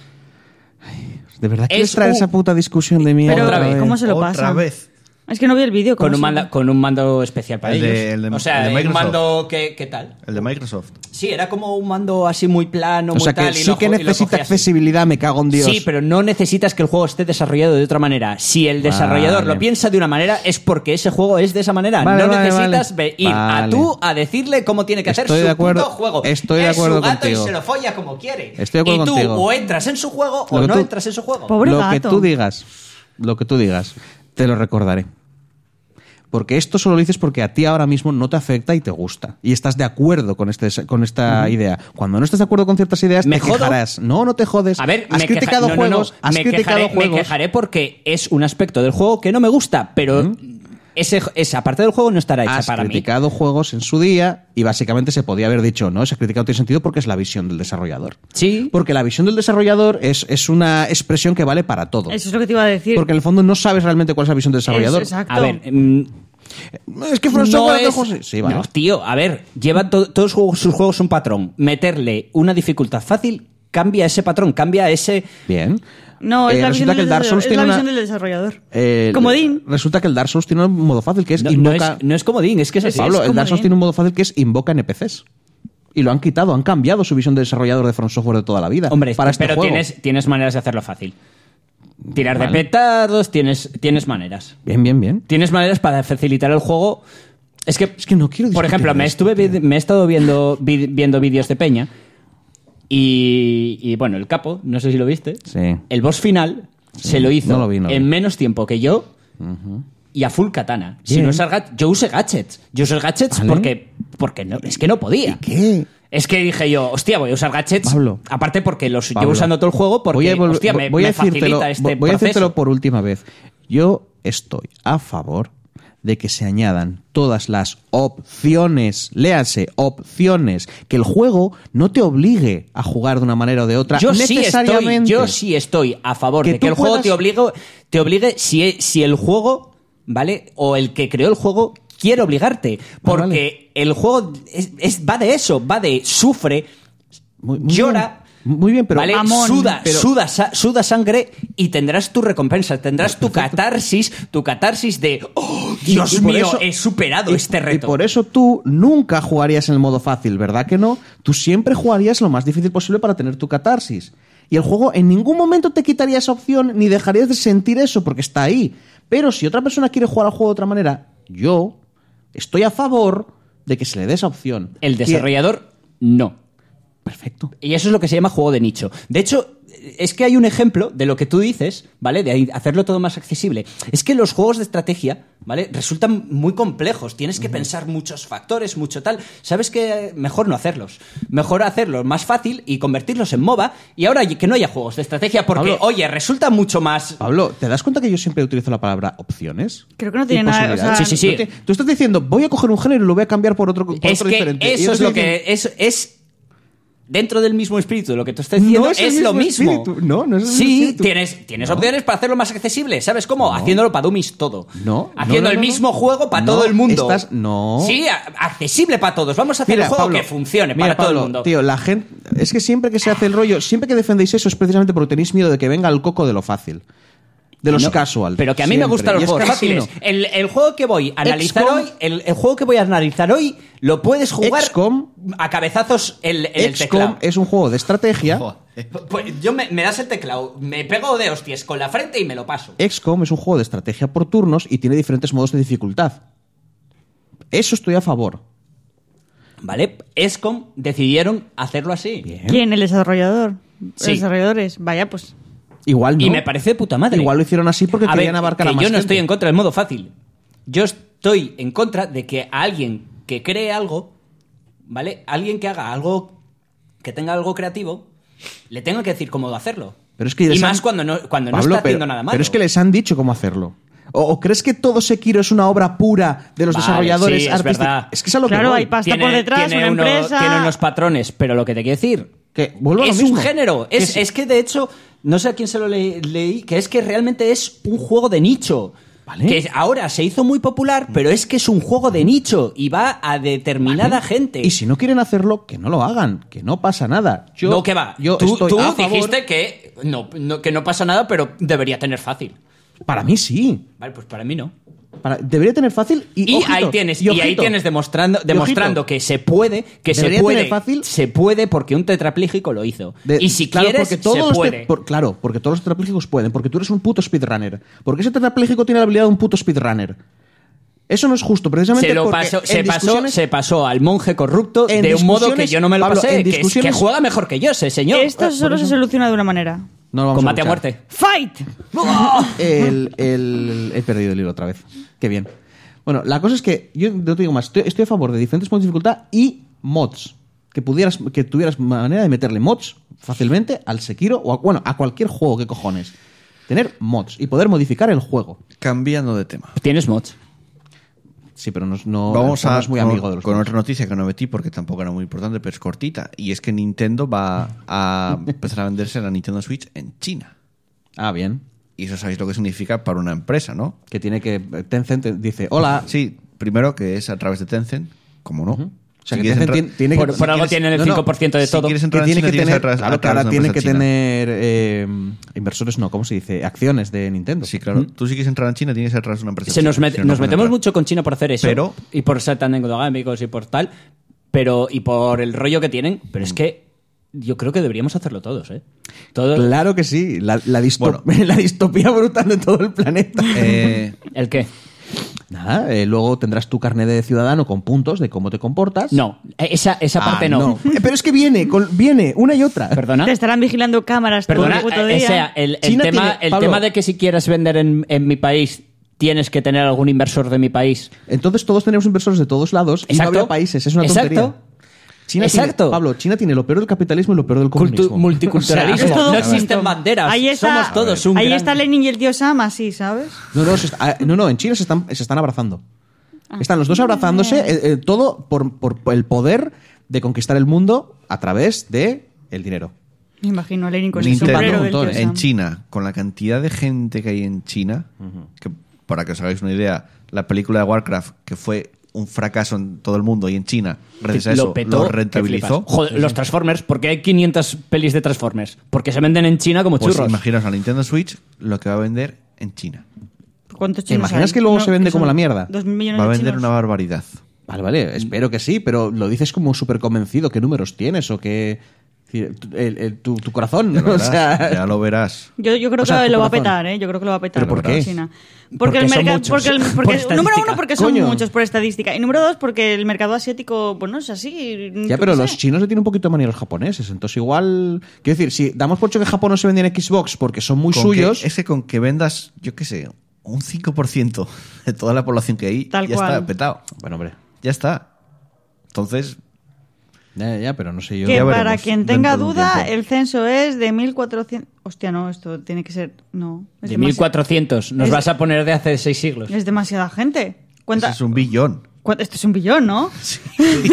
C: ¿De verdad quieres
D: Es
C: traer
D: un-
C: esa puta discusión de mierda?
B: Pero,
D: Otra vez.
B: ¿cómo se lo
A: Otra
B: pasa?
A: vez.
B: Es que no vi el vídeo. ¿cómo
D: Con un,
B: se-
D: manda- con un mando especial para
A: El
D: ellos.
A: de- el de-
D: o sea,
A: el de
D: un
A: Microsoft.
D: mando que, ¿qué tal?
A: El de Microsoft.
D: Sí, era como un mando así muy plano,
C: O
D: muy
C: sea, que
D: tal, y
C: sí
D: lo
C: que
D: co- y lo
C: necesita
D: cogí así.
C: accesibilidad, me cago en Dios.
D: Sí, pero no necesitas que el juego esté desarrollado de otra manera. Si el desarrollador
C: Vale.
D: lo piensa de una manera, es porque ese juego es de esa manera.
C: Vale,
D: no
C: vale,
D: necesitas
C: vale.
D: ve- ir a
C: Vale.
D: tú a decirle cómo tiene que hacer
C: Estoy
D: su
C: de acuerdo-
D: puto juego.
C: estoy de
D: Es su
C: acuerdo
D: gato y
C: contigo.
D: se lo folla como quiere.
C: Estoy de acuerdo
D: y tú
C: contigo.
D: o entras en su juego
C: Lo que
D: o no
C: tú- Pues,
D: entras en su juego.
B: Pobre
C: lo que
B: gato.
C: tú digas, lo que tú digas, te lo recordaré. Porque esto solo lo dices porque a ti ahora mismo no te afecta y te gusta. Y estás de acuerdo con, este, con esta idea. Cuando no estás de acuerdo con ciertas ideas,
D: ¿Me
C: te
D: jodo?
C: quejarás. No, no te jodes.
D: A ver,
C: has
D: me queja-
C: criticado
D: no, no, no,
C: juegos, has
D: me
C: criticado
D: quejaré, me
C: juegos.
D: quejaré porque es un aspecto del juego que no me gusta, pero ese, esa parte del juego no estará hecha
C: Has
D: para mí.
C: criticado juegos en su día y básicamente se podía haber dicho, no, esa crítica no tiene sentido porque es la visión del desarrollador.
D: Sí.
C: Porque la visión del desarrollador es, es una expresión que vale para todo.
B: Eso es lo que te iba a decir.
C: Porque en el fondo no sabes realmente cuál es la visión del desarrollador.
B: Eso, exacto.
D: A ver, mm,
C: Es que From
D: no
C: Software hace
D: es-
C: juegos- Sí, vale.
D: No, tío, a ver, lleva to- todos sus- sus juegos un patrón. Meterle una dificultad fácil cambia ese patrón, cambia ese...
C: Bien.
B: no,
C: Eh,
B: es la visión
C: resulta que
B: del
C: el Dark
B: desarrollador.
C: Souls
B: Es
C: tiene
B: la
C: una-
B: visión del desarrollador.
C: eh,
B: Comodín.
C: Resulta que el Dark Souls tiene un modo fácil que es
D: No, no
C: invoca.
D: es, no es comodín, es ¿eh? que es así.
C: Pablo,
B: es
C: el
B: como
C: Dark Souls
B: bien.
C: tiene un modo fácil que es invoca NPCs. Y lo han quitado, han cambiado su visión de desarrollador de From Software de toda la vida.
D: Hombre,
C: para este
D: pero
C: juego.
D: Tienes, tienes maneras de hacerlo fácil. Tirar de
C: Vale.
D: petardos, tienes, tienes maneras.
C: Bien, bien, bien.
D: Tienes maneras para facilitar el juego. Es que,
C: Es que no quiero discutir
D: Por ejemplo, me,
C: esto,
D: estuve,
C: tío.
D: vid- me he estado viendo, vi- viendo vídeos de Peña. Y, y, bueno, el capo, no sé si lo viste.
C: Sí.
D: El boss final se lo hizo
C: no lo vi, no lo
D: en
C: vi.
D: menos tiempo que yo y a full katana. Si
C: Bien.
D: no usas gat- yo usé gadgets. Yo usé gadgets
C: Vale.
D: porque, porque no, es que no podía.
C: ¿Qué?
D: Es que dije yo, hostia, voy a usar gadgets.
C: Pablo.
D: aparte porque los llevo
C: Pablo.
D: usando todo el juego porque,
C: voy a, vol-
D: hostia, me,
C: voy a
D: me
C: decírtelo,
D: facilita este
C: voy a decírtelo
D: proceso.
C: por última vez. Yo estoy a favor de que se añadan todas las opciones, léase, opciones, que el juego no te obligue a jugar de una manera o de otra.
D: Yo sí, estoy,
C: necesariamente.
D: yo sí estoy a favor
C: Que
D: de
C: tú
D: que el juego
C: puedas-
D: te obligue, te obligue si, e, si el juego, ¿vale? O el que creó el juego quiere obligarte. Porque
C: Ah, vale.
D: el juego es- es- va de eso, va de sufre,
C: Muy- muy
D: llora.
C: bien. muy bien, pero
D: ¿vale?
C: Mamón,
D: suda,
C: pero-
D: suda, sa- suda sangre y tendrás tu recompensa, tendrás tu catarsis, tu catarsis de "Oh,
C: Y-
D: Dios
C: y por
D: mío,
C: eso-
D: he superado
C: y-
D: este
C: Y
D: reto.
C: por eso tú nunca jugarías en el modo fácil, ¿verdad que no? Tú siempre jugarías lo más difícil posible para tener tu catarsis. Y el juego en ningún momento te quitaría esa opción ni dejarías de sentir eso porque está ahí. Pero si otra persona quiere jugar al juego de otra manera, yo estoy a favor de que se le dé esa opción.
D: El
C: Que-
D: desarrollador, no.
C: Perfecto.
D: Y eso es lo que se llama juego de nicho. De hecho, es que hay un ejemplo de lo que tú dices, ¿vale? De ahí hacerlo todo más accesible. Es que los juegos de estrategia, ¿vale? Resultan muy complejos. Tienes que pensar muchos factores, mucho tal. ¿Sabes que Mejor no hacerlos. Mejor hacerlos más fácil y convertirlos en MOBA. Y ahora que no haya juegos de estrategia, porque,
C: Pablo.
D: oye, resulta mucho más.
C: Pablo, ¿te das cuenta que yo siempre utilizo la palabra opciones?
B: Creo que no
C: Y
B: tiene nada- o
C: posibilidades.
B: sea-
D: Sí, sí, sí.
C: No te- tú estás diciendo, voy a coger un género y lo voy a cambiar por otro, por
D: Es
C: otro
D: que
C: diferente. Y yo te
D: eso es
C: estoy
D: lo que.
C: diciendo,
D: Es, es dentro del mismo espíritu de lo que tú estás diciendo.
C: No
D: es
C: es el
D: lo
C: mismo
D: mismo.
C: espíritu. No, no es el mismo
D: Sí,
C: espíritu.
D: tienes, tienes opciones para hacerlo más accesible. ¿Sabes cómo? Haciéndolo para dummies todo.
C: No,
D: Haciendo
C: no, no,
D: el
C: no,
D: mismo
C: no.
D: juego para
C: No,
D: todo el mundo.
C: estás- no.
D: Sí, a- accesible para todos. Vamos a hacer
C: Mira,
D: un juego
C: Pablo,
D: que funcione
C: mira,
D: para todo
C: Pablo,
D: el mundo.
C: Tío, la gente. Es que siempre que se hace el rollo, siempre que defendéis eso es precisamente porque tenéis miedo de que venga el coco de lo fácil. De los
D: No,
C: casual.
D: Pero que a mí me
C: siempre.
D: gustan
C: Y
D: los
C: es
D: juegos
C: que así
D: fáciles.
C: no.
D: El, el juego que voy a analizar
C: XCOM.
D: hoy, el, el juego que voy a analizar hoy, lo puedes jugar
C: XCOM.
D: a cabezazos en, en el
C: XCOM
D: teclado.
C: es un juego de estrategia.
D: Pues yo me, me das el teclado, me pego de hostias con la frente y me lo paso.
C: XCOM es un juego de estrategia por turnos y tiene diferentes modos de dificultad. Eso estoy a favor.
D: ¿Vale? ESCOM decidieron hacerlo así.
B: ¿Quién? El desarrollador. Los
D: Sí.
B: desarrolladores. Vaya, pues.
C: Igual no.
D: Y me parece de puta madre.
C: Igual lo hicieron así porque
D: A
C: querían
D: ver,
C: abarcar
D: que
C: a más
D: Yo no
C: gente.
D: estoy en contra del modo fácil. Yo estoy en contra de que a alguien que cree algo, ¿vale? Alguien que haga algo, que tenga algo creativo, le tengo que decir cómo hacerlo.
C: Pero es que
D: y
C: les han-
D: más cuando no, cuando no
C: Pablo,
D: está
C: pero-
D: haciendo nada malo.
C: Pero es que les han dicho cómo hacerlo. ¿O, o crees que todo Sekiro es una obra pura de los
D: Vale,
C: desarrolladores
D: sí, es
C: artísticos?
D: verdad.
C: Es que es a lo que
B: Claro,
C: voy.
B: hay pasta por detrás, una
D: uno-
B: empresa.
D: tiene unos patrones, pero lo que te quiero decir.
C: Que vuelvo a lo
D: es
C: mismo.
D: un género.
C: Que
D: Es,
C: sí.
D: es que de hecho, no sé a quién se lo le- leí, que es que realmente es un juego de nicho.
C: Vale. Mm.
D: Que ahora se hizo muy popular, pero es que es un juego de nicho y va a determinada gente.
C: Y si no quieren hacerlo, que no lo hagan, que no pasa nada. Yo,
D: no, que va.
C: Yo
D: tú
C: estoy
D: tú
C: a favor-
D: dijiste que no, no- que no pasa nada, pero debería tener fácil.
C: Para mí sí.
D: Vale, pues para mí no.
C: Para- debería tener fácil y,
D: Y,
C: ojito,
D: ahí tienes,
C: y
D: y ahí
C: ojito.
D: tienes demostrando, demostrando
C: ojito.
D: que se puede, que se
C: Debería
D: puede,
C: tener fácil.
D: se puede porque un tetrapléjico lo hizo.
C: De-
D: y si
C: claro,
D: quieres,
C: porque todos
D: se
C: los te-
D: puede.
C: por- claro, porque todos los tetrapléjicos pueden, porque tú eres un puto speedrunner. Porque ese tetrapléjico tiene la habilidad de un puto speedrunner. Eso no es justo, precisamente
D: se lo
C: porque
D: pasó,
C: en
D: se, pasó,
C: discusiones-
D: se pasó al monje corrupto
C: En
D: de un modo que
C: discusiones,
D: yo no me lo
C: Pablo,
D: pasé,
C: en
D: que, es- que
C: discusiones-
D: juega mejor que yo ese señor.
B: Esto solo se soluciona de una manera.
C: No lo vamos
D: Combate a,
C: luchar.
D: muerte.
B: ¡Fight!
C: El, el- he perdido el hilo otra vez. Qué bien. Bueno, la cosa es que yo no te digo más. Estoy, estoy a favor de diferentes modos de dificultad y mods. Que, pudieras, que tuvieras manera de meterle mods fácilmente al Sekiro o a, bueno, a cualquier juego, qué cojones. Tener mods y poder modificar el juego.
A: Cambiando de tema.
D: Tienes mods.
C: Sí, pero no, no
A: Vamos
C: no
A: a
C: es muy
A: con-
C: amigo de los
A: con
C: juegos.
A: otra noticia que no metí porque tampoco era muy importante, pero es cortita. Y es que Nintendo va a empezar a venderse la Nintendo Switch en China.
C: Ah, bien.
A: Y eso sabéis lo que significa para una empresa, ¿no?
C: Que tiene que. Tencent dice: Hola.
A: Sí, primero que es a través de Tencent, como no.
C: O
A: Si
C: sea, que
A: quieres
C: Tencent
A: entrar-
C: tien- tiene que-
D: Por- por algo tienen el
C: no, no,
D: 5% de
A: si
D: todo.
A: quieres
C: que
A: entrar en
C: tiene
A: China,
C: que
A: tienes
C: tener,
A: a través- a
C: claro,
A: través de
C: ahora
A: una
C: tiene que
A: empresa china.
C: tener eh, inversores, no, ¿cómo se dice? Acciones de Nintendo. ¿Mm?
A: Sí, claro. Tú si quieres entrar en China, tienes que entrar en una empresa
D: Se nos,
A: china,
D: met-
A: si no, no
D: nos
A: puedes
D: metemos
A: entrar.
D: mucho con China por hacer eso.
A: Pero-
D: y por ser tan endogámicos y por tal. Pero, y por el rollo que tienen. Pero es que yo creo que deberíamos hacerlo todos, ¿eh? Todo
C: Claro que sí, la, la disto- la distopía brutal de todo el planeta.
A: Eh,
D: ¿El qué?
C: Nada, eh, luego tendrás tu carnet de ciudadano con puntos de cómo te comportas.
D: No, e-, esa, esa
C: Ah,
D: parte no.
C: Eh, Pero es que viene, con- viene una y otra.
D: Perdona.
B: Te estarán vigilando cámaras
D: Perdona,
B: todo el puto
D: eh,
B: día.
D: o sea, el, el
C: China
D: tema,
C: tiene-
D: el
C: Pablo.
D: tema de que si quieres vender en, en mi país tienes que tener algún inversor de mi país.
C: Entonces todos tenemos inversores de todos lados y
D: Exacto.
C: no habría países, es una
D: Exacto.
C: tontería. China tiene-
D: Exacto.
C: Pablo, China tiene lo peor del capitalismo y lo peor del comunismo.
D: Cultu- multiculturalismo.
B: Es todo
D: no
B: junto.
D: existen banderas.
B: Ahí está,
D: Somos todos un
B: Ahí
D: gran-
B: está Lenin y el tío Sam, así, ¿sabes?
C: No, no, se está- ah, no, no, en China se están, se están abrazando. Están los dos abrazándose, eh, eh, todo por, por el poder de conquistar el mundo a través de el dinero.
B: Me imagino a Lenin con el
A: Nintendo,
B: sombrero del tío
C: montón,
B: Sam.
A: en China, con la cantidad de gente que hay en China, que para que os hagáis una idea, la película de Warcraft, que fue un fracaso en todo el mundo y en China, gracias a eso, lo,
D: petó, que
A: rentabilizó.
D: flipas. Joder, los Transformers, porque hay 500 pelis de Transformers? Porque se venden en China como
A: Pues
D: churros.
A: imaginaos la Nintendo Switch lo que va a vender en China.
B: ¿Cuántos
C: ¿Te
B: chinos
C: imaginas
B: hay?
C: que luego se vende
B: que
C: como
B: son
C: la mierda?
B: Dos mil millones
A: Va a
B: de
A: vender
B: chinos.
A: una barbaridad.
C: Vale,
A: Mm.
C: vale, espero que sí, pero lo dices como súper convencido. ¿Qué números tienes o qué...? el- el- tu, tu corazón,
A: Ya lo
C: o
A: verás.
C: sea...
A: ya lo verás.
B: Yo, yo creo
C: O sea,
B: que
C: tu
B: lo va a
C: corazón.
B: petar, ¿eh? Yo creo que lo va a petar.
C: ¿Pero por
B: la
C: qué?
B: China. Porque,
D: Porque
B: el
D: son
B: mercado.
D: muchos.
B: Porque el-
D: Por
B: porque- número
D: estadística.
B: uno, porque son
C: Coño.
B: muchos por estadística. Y número dos, porque el mercado asiático, pues no es así.
C: Ya,
B: yo
C: pero
B: qué
C: los
B: sé.
C: chinos le tienen un poquito de manía a los japoneses. Entonces, igual. Quiero decir, si damos por hecho que Japón no se vendía en Xbox porque son muy
A: Con
C: suyos.
A: que- es que con que vendas, yo qué sé, un 5% de toda la población que hay,
B: Tal
A: ya
B: cual.
A: está petado.
C: Bueno, hombre.
A: Ya está. Entonces,
C: Ya, ya, pero no sé yo.
B: Que
A: Ya
B: para
A: veremos,
B: quien
A: dentro
B: tenga
A: de un
B: duda,
A: tiempo.
B: el censo es de 1400. Hostia, no, esto tiene que ser. No. es
D: de
B: demasi-
D: 1400. Nos
B: Es-
D: vas a poner de hace seis siglos.
B: Es demasiada gente.
A: ese
B: Cuenta,
A: es un billón.
B: cuenta- esto es un billón, ¿no?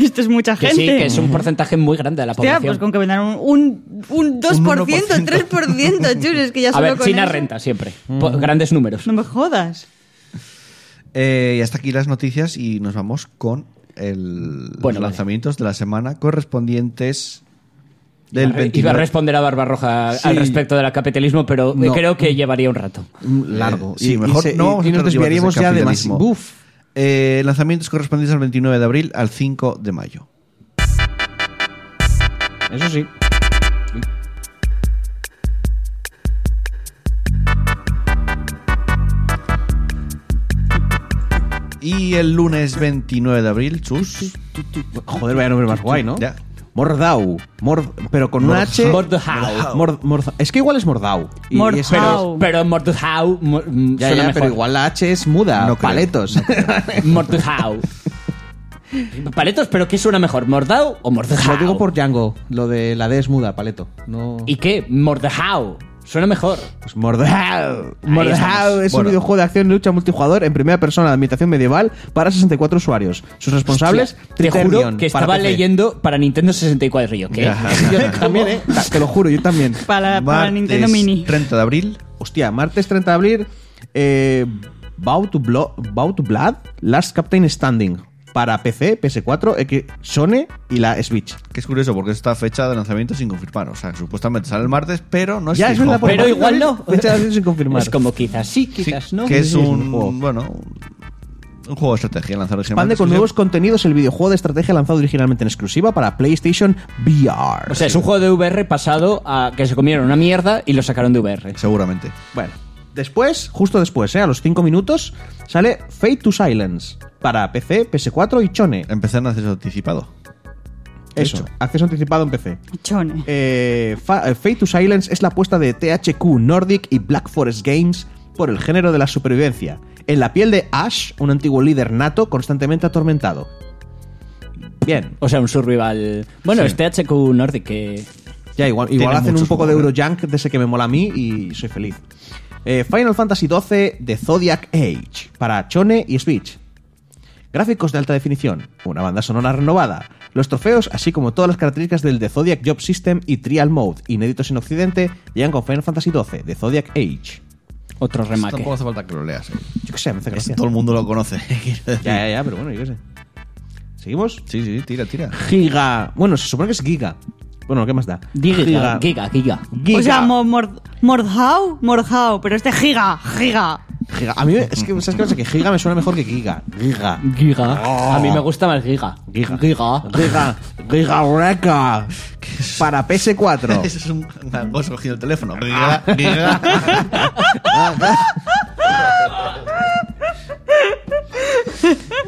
B: esto es mucha
D: Que
B: gente.
D: sí, que es un porcentaje muy grande de la
B: Hostia,
D: población.
B: pues con que vendan un, un, un 2%,
A: 1%.
B: 3%, chus, es que ya
D: a
B: solo
D: ver,
B: con
D: China
B: eso-
D: renta siempre.
C: Mm.
D: Po- Grandes números.
B: No me jodas.
A: Eh, y hasta aquí las noticias y nos vamos con el,
D: Bueno,
A: los
D: vale.
A: lanzamientos de la semana correspondientes del
D: Iba a- Iba a
A: 29.
D: responder a Barbarroja
C: Sí.
D: al respecto del capitalismo, pero
C: No.
D: creo que llevaría un rato.
C: Mm, Largo.
A: Sí, mejor no vamos a
C: y nos
A: entrar
C: desviaríamos
A: en
C: ya de más.
A: capitalismo.
C: Buf.
A: Eh, lanzamientos correspondientes al 29 de abril al 5 de mayo.
C: Eso sí.
A: Y el lunes 29 de abril, chus.
C: Joder, vaya nombre más guay, ¿no?
A: Ya.
C: Mordau. Mord- pero con una H.
D: Mordau.
C: Mord- Mordau. Es que igual es Mordau. Y- y
B: Mordau.
C: es-
B: Pero- Au.
D: Pero Mordujau mo- mm,
C: Ya,
D: suena
C: ya,
D: mejor.
C: pero igual la H es muda.
A: No creo,
C: paletos.
D: Mordujau. Paletos, pero ¿qué suena mejor? ¿Mordau o Mordujau?
C: Lo digo por Django. Lo de la D es muda, paleto. No.
D: ¿Y qué? Mordujau. Suena mejor.
C: Pues Mordhau.
D: Ahí
C: Mordhau
D: estamos.
C: es
A: Bueno.
C: un videojuego de acción y lucha multijugador en primera persona de ambientación medieval para 64 usuarios. Sus responsables,
D: Hostia, Te juro
C: Criterion,
D: que
C: para
D: estaba
C: PC.
D: leyendo para Nintendo 64 y yo, ¿qué?
A: Ya.
C: Yo también, eh. Ta- Te lo juro, yo también.
B: Para, para el
A: Martes
B: Nintendo Mini.
A: 30 de abril.
C: Hostia, martes 30 de abril, eh, Bow, to Blo- Bow to Blood, Last Captain Standing. Para PC, PS4, X- Sony y la Switch.
A: Que es curioso porque está fecha de lanzamiento sin confirmar. O sea, que supuestamente sale el martes, pero no es
C: Ya, es
A: fijo.
C: verdad, por
D: Pero
C: favor,
D: igual no.
C: Fecha de lanzamiento sin confirmar.
D: Es como quizás sí,
A: Sí,
D: quizás no.
A: Que es
C: Sí, sí, es
A: un,
C: un juego.
A: bueno, un juego de estrategia lanzado
C: Expande con nuevos contenidos el videojuego de estrategia lanzado originalmente en exclusiva para PlayStation VR.
D: O sea, es un juego de VR pasado a que se comieron una mierda y lo sacaron de VR.
A: Seguramente.
C: Bueno, después, justo después, ¿eh? a los 5 minutos, sale Fate to Silence para PC, PS4 y Chone.
A: Empezar en acceso anticipado.
C: Eso, acceso anticipado en PC.
B: Chone.
C: Eh, Fa- eh, Fate to Silence es la apuesta de THQ Nordic y Black Forest Games por el género de la supervivencia. En la piel de Ash, un antiguo líder nato constantemente atormentado. Bien,
D: O sea, un survival. Bueno,
A: Sí.
D: este HQ Nordic que.
C: Ya, igual,
A: Tiene
C: igual hacen un
A: muchos
C: poco de
A: juegos,
C: Eurojunk de ese que me mola a mí y soy feliz. Eh, Final Fantasy XII de Zodiac Age para Chone y Switch. gráficos de alta definición, una banda sonora renovada, los trofeos, así como todas las características del The Zodiac Job System y Trial Mode, inéditos en Occidente, llegan con Final Fantasy XII, The Zodiac Age.
D: Otro
A: Esto
D: remake.
A: Tampoco hace falta que lo leas. eh.
C: Yo qué sé, me hace
A: Es-
C: gracia.
A: Todo el mundo lo conoce. quiero decir.
C: Ya, ya, ya, pero bueno, yo qué sé. ¿Seguimos?
A: Sí, sí, tira, tira.
C: Giga. Bueno, se supone que es Giga. Bueno, ¿qué más da?
D: Giga, giga, giga.
C: Giga.
B: O sea, mo- mor- Mordhau, Mordhau, pero este giga, giga.
C: Giga. A mí me- es que, ¿sabes qué pasa? Que Giga me suena mejor que Giga. Giga.
D: Giga. A mí me gusta más Giga.
C: Giga.
D: Giga.
C: Giga. Giga Eureka. Para PS4.
A: Ese es un gangoso cogido el teléfono. Diga, diga.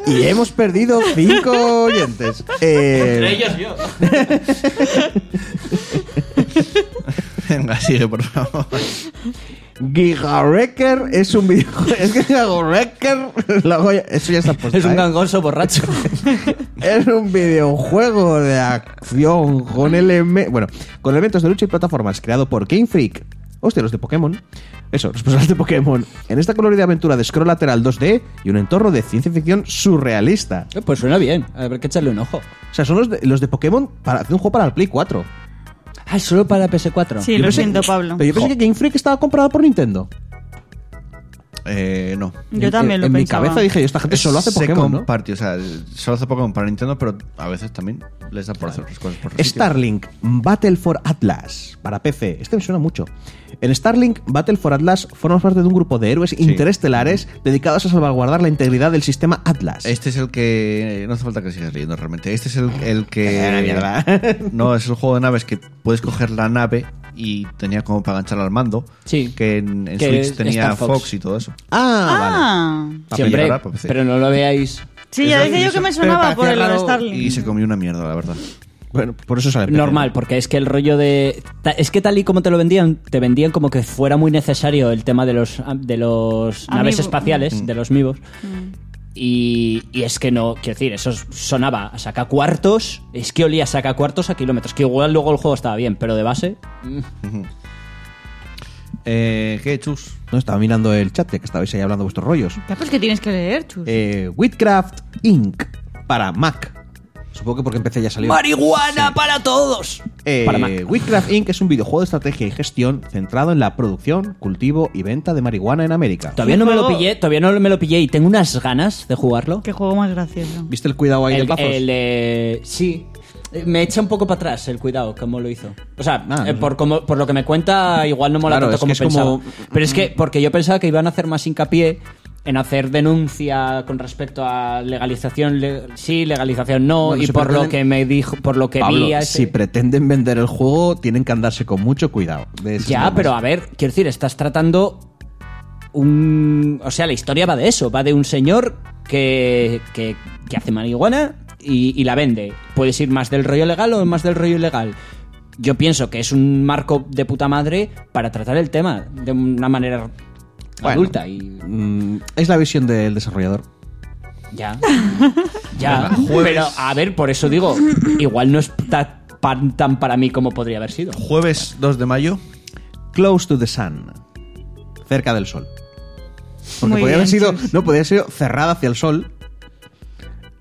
C: Y hemos perdido cinco oyentes. Eh,
A: Venga, sigue, por favor.
C: Giga Wrecker es un videojuego. Es que Giga Wrecker. lo hago ya- Eso ya está puesto.
D: Es un
C: ¿eh?
D: gangoso borracho.
C: Es un videojuego de acción con, eleme- bueno, con elementos de lucha y plataformas creado por Game Freak. Hostia, los de Pokémon. Eso, responsables de Pokémon. En esta colorida aventura de scroll lateral 2D y un entorno de ciencia ficción surrealista.
D: Eh, Pues suena bien. A ver, que echarle un ojo.
C: O sea, son los de, los de Pokémon para hacer un juego para el Play 4.
D: Ah, ¿es solo para PS4.
B: Sí,
C: Yo
B: lo Ah,
C: pensé-
B: siento, Pablo.
C: Pero yo pensé que Game Freak estaba comprado por Nintendo.
A: Eh, no.
B: Yo también
C: en,
B: lo
C: en mi
B: pensaba.
C: cabeza dije yo, esta gente solo hace
A: Se
C: Pokémon, ¿no?
A: compartió, o sea, solo hace Pokémon para Nintendo, pero a veces también les da por hacer otras cosas por su sitio.
C: Starlink Battle for Atlas para PC. Este me suena mucho. En Starlink Battle for Atlas formas parte de un grupo de héroes interestelares dedicados a salvaguardar la integridad del sistema Atlas.
A: Este es el que. No hace falta que sigas leyendo realmente. Este es el, el
C: Eh, la
A: que.
C: mierda.
A: no, es el juego de naves que puedes coger la nave y tenía como para enganchar al mando.
D: Sí.
A: Que en, en
D: Que
A: Switch
D: es
A: tenía
D: Star
A: Fox.
D: Fox.
A: y todo eso.
C: Ah,
B: Ah,
A: Para
D: Sí, hombre,
A: llorar, para PC.
D: pero no lo veáis.
B: sí, ya
A: Eso-
B: decía yo que me
A: pero
B: sonaba
A: parecía
B: por el
A: raro
B: Starlink.
A: Y se comió una mierda, la verdad.
C: vale. Bueno, por eso sale. en PC.
D: Normal, porque es que el rollo de. ta- Es que tal y como te lo vendían, te vendían como que fuera muy necesario el tema de los de los
B: Amiibo. Mm.
D: naves espaciales, de los mivos. Y, y es que no, quiero decir, eso sonaba a saca cuartos, es que olía a saca cuartos a kilómetros, que igual luego el juego estaba bien, pero de base,
A: Eh, ¿Qué, Chus?
C: No, estaba mirando el chat, ya que estabais ahí hablando vuestros rollos.
B: Ya, pues que tienes que leer, chus.
C: Eh, Whitcraft Inc. para Mac. Supongo que porque empecé ya salió.
D: ¡Marihuana para todos!
C: Eh,
D: Para Mac.
C: Whitcraft Inc. es un videojuego de estrategia y gestión centrado en la producción, cultivo y venta de marihuana en América.
D: Todavía no me lo
B: juego-
D: pillé, todavía no me lo pillé y tengo unas ganas de jugarlo.
B: Qué juego más gracioso.
C: ¿Viste el cuidado ahí de
D: El,
C: pazos?
D: el, eh, sí. Eh, Me echa un poco para atrás el cuidado, como lo hizo. O sea,
C: Ah,
D: eh,
C: no.
D: por, como, por lo que me cuenta, igual no mola
C: Claro,
D: tanto
C: es que
D: como
C: es como-
D: pensaba. Pero es que, porque yo pensaba que iban a hacer más hincapié en hacer denuncia con respecto a legalización, le- sí, legalización no,
C: Bueno,
D: y
C: se
D: por lo
C: pretenden-
D: que me dijo, por lo que
C: Pablo,
D: vi a ese-
C: si pretenden vender el juego, tienen que andarse con mucho cuidado. de esas
D: Ya,
C: normas.
D: pero a ver, quiero decir, estás tratando un... O sea, la historia va de eso, va de un señor que, que, que hace marihuana y, y la vende. Puedes ir más del rollo legal o más del rollo ilegal. Yo pienso que es un marco de puta madre para tratar el tema de una manera
C: Bueno.
D: adulta y
C: Mm, es la visión del desarrollador.
D: ya. ya.
A: Venga, jueves.
D: Pero a ver, por eso digo, igual no es ta- pan- tan para mí como podría haber sido.
A: Jueves 2 de mayo.
C: Close to the sun. Cerca del sol. Porque
B: Muy
C: podría haber
B: bien,
C: sido.
B: Chus.
C: No, podría haber sido cerrada hacia el sol.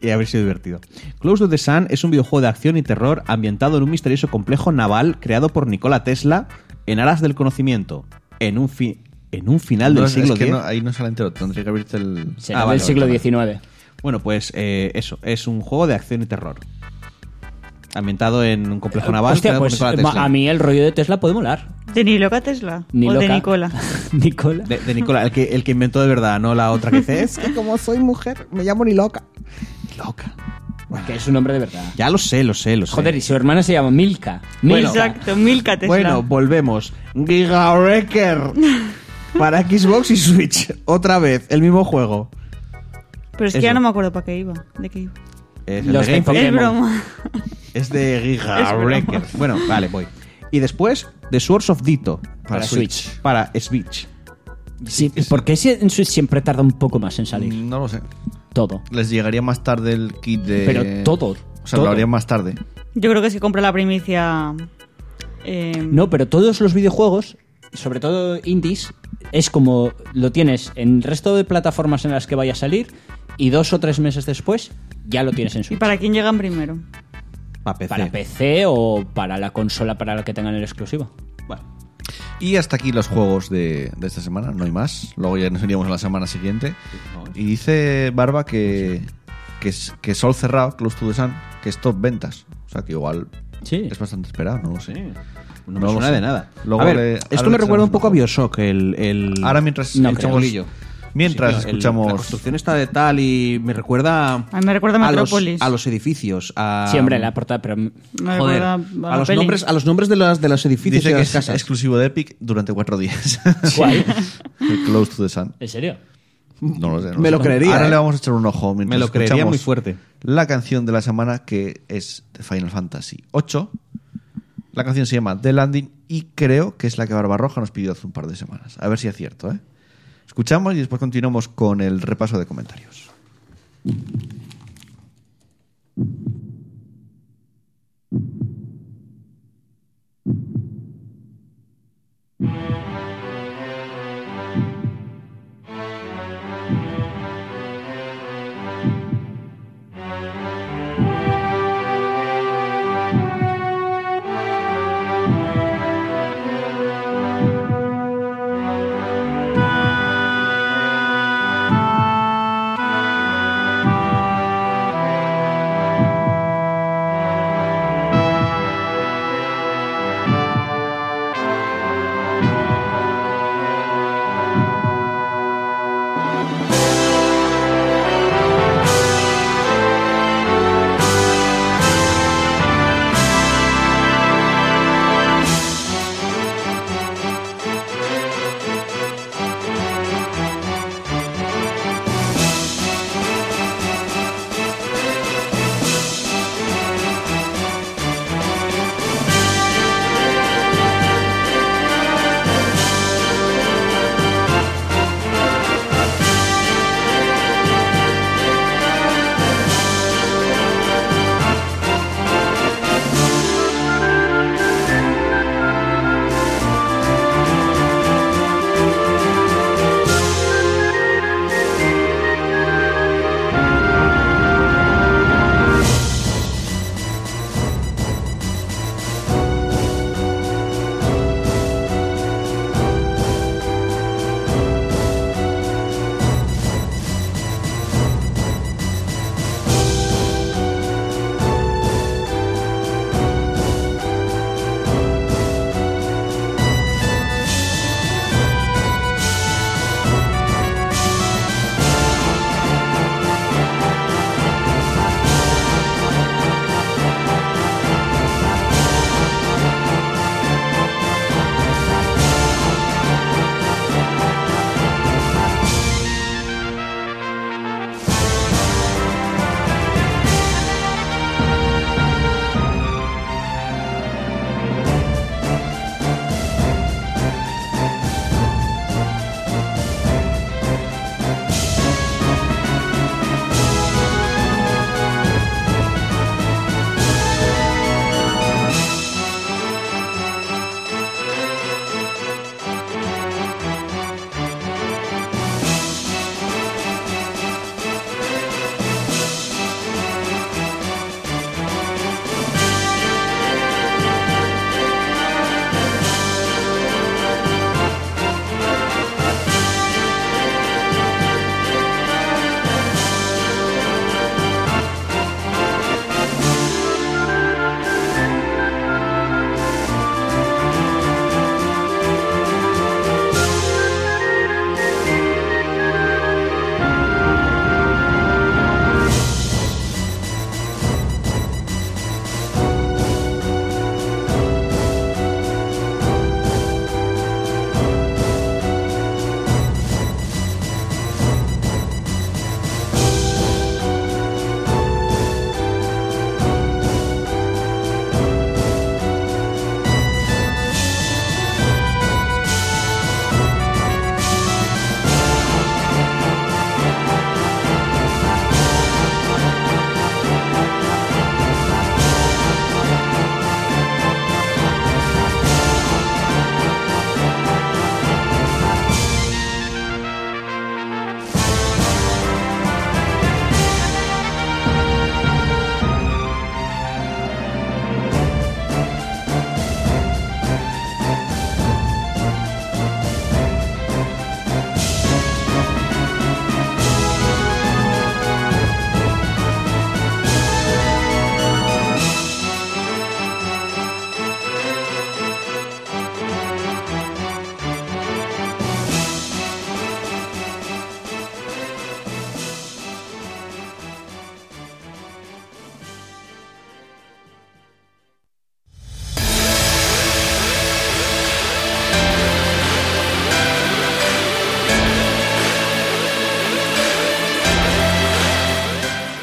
C: Y haber sido divertido. Close to the Sun es un videojuego de acción y terror ambientado en un misterioso complejo naval creado por Nikola Tesla en aras del conocimiento. En un, fi- en un final
A: No,
C: del
A: es
C: siglo
A: que
C: X.
A: no- ahí no sale entero. Tendría que abrirte el.
D: Será
C: Ah, vale,
D: del siglo
C: vale,
D: XIX.
C: Bueno, pues eh, eso, es un juego de acción y terror. Ambientado en un complejo naval.
D: Hostia,
C: creado por
D: pues
C: Nikola Tesla.
D: a mí el rollo de Tesla puede molar.
B: ¿De Niloca Tesla?
D: Ni
B: ¿O Pues de
D: loca.
B: Nicola?
D: Nicola.
C: De, de Nicola, el que, el que inventó de verdad, no la otra que dice, es que como soy mujer, me llamo ni loca. Loca.
D: Que es un hombre de verdad.
C: Ya lo sé, lo sé, lo sé.
D: Joder, y su hermana se llama Milka.
C: Bueno.
D: Milka.
B: Exacto, Milka Tesla.
C: Bueno, volvemos. Giga Wrecker. Para Xbox y Switch. Otra vez, el mismo juego.
B: Pero es que ya
C: eso.
B: no me acuerdo para qué iba. ¿De qué iba?
C: Es el
D: Los
C: de
D: de
C: Game Freak.
B: Es
D: Pokémon.
B: broma.
C: Es de Giga
B: Es broma.
C: Wrecker. Bueno, vale, voy. Y después, The Swords of Dito.
D: Para Switch.
C: Para Switch.
D: Sí, ¿y ¿Por qué si- en Switch siempre tarda un poco más en salir?
A: No lo sé.
D: Todo.
A: Les llegaría más tarde el kit de.
D: Pero todo,
A: O sea,
D: todo.
A: lo harían más tarde.
B: Yo creo que si compra la primicia... eh,
D: No, pero todos los videojuegos sobre todo indies, es como lo tienes en el resto de plataformas en las que vaya a salir y dos o tres meses después ya lo tienes en
B: ¿Y
D: Switch.
B: para quién llegan primero?
C: Para PC.
D: Para PC o para la consola para la que tengan el exclusivo.
C: Bueno.
A: Y hasta aquí los juegos de, de esta semana, no hay más. Luego ya nos iríamos a la semana siguiente. Y dice Barba que, que, es- que Sol cerrado, Close to the Sun, que es top ventas. O sea que igual
D: Sí.
A: es bastante esperado, no lo sé.
C: No,
A: No
C: me
A: lo
C: suena
A: sé.
C: de nada.
A: Luego
C: a ver,
A: le- ahora
C: esto me
A: le
C: recuerda
A: echamos
C: un poco a
A: un ojo.
C: Bioshock, el, el-
A: Ahora mientras
D: No creo.
A: escuchamos,
C: Bolillo.
A: mientras
C: Sí, no, el-
A: escuchamos
C: la construcción está de tal y me recuerda.
B: A mí me recuerda a
C: los-
B: Metrópolis.
C: A los, edificios. A,
D: Sí, hombre, la portada, pero mm,
B: Me
C: Joder,
B: recuerda
C: a,
B: la
C: los
B: peli.
C: nombres, a los nombres de, las, de los edificios
A: dice
C: y
A: que
C: de las
A: es
C: casas.
A: exclusivo de Epic durante cuatro días.
D: ¿cuál?
A: El Close to the Sun.
D: ¿En serio?
A: No lo sé. no
C: Me
A: sé.
C: lo creería,
A: Ahora
C: ¿eh?
A: le vamos a echar un ojo. Mientras
C: Me lo creería
A: escuchamos
C: muy fuerte.
A: La canción de la semana que es de Final Fantasy VIII. La canción se llama The Landing y creo que es la que Barbarroja nos pidió hace un par de semanas. A ver si es cierto, ¿eh? Escuchamos y después continuamos con el repaso de comentarios.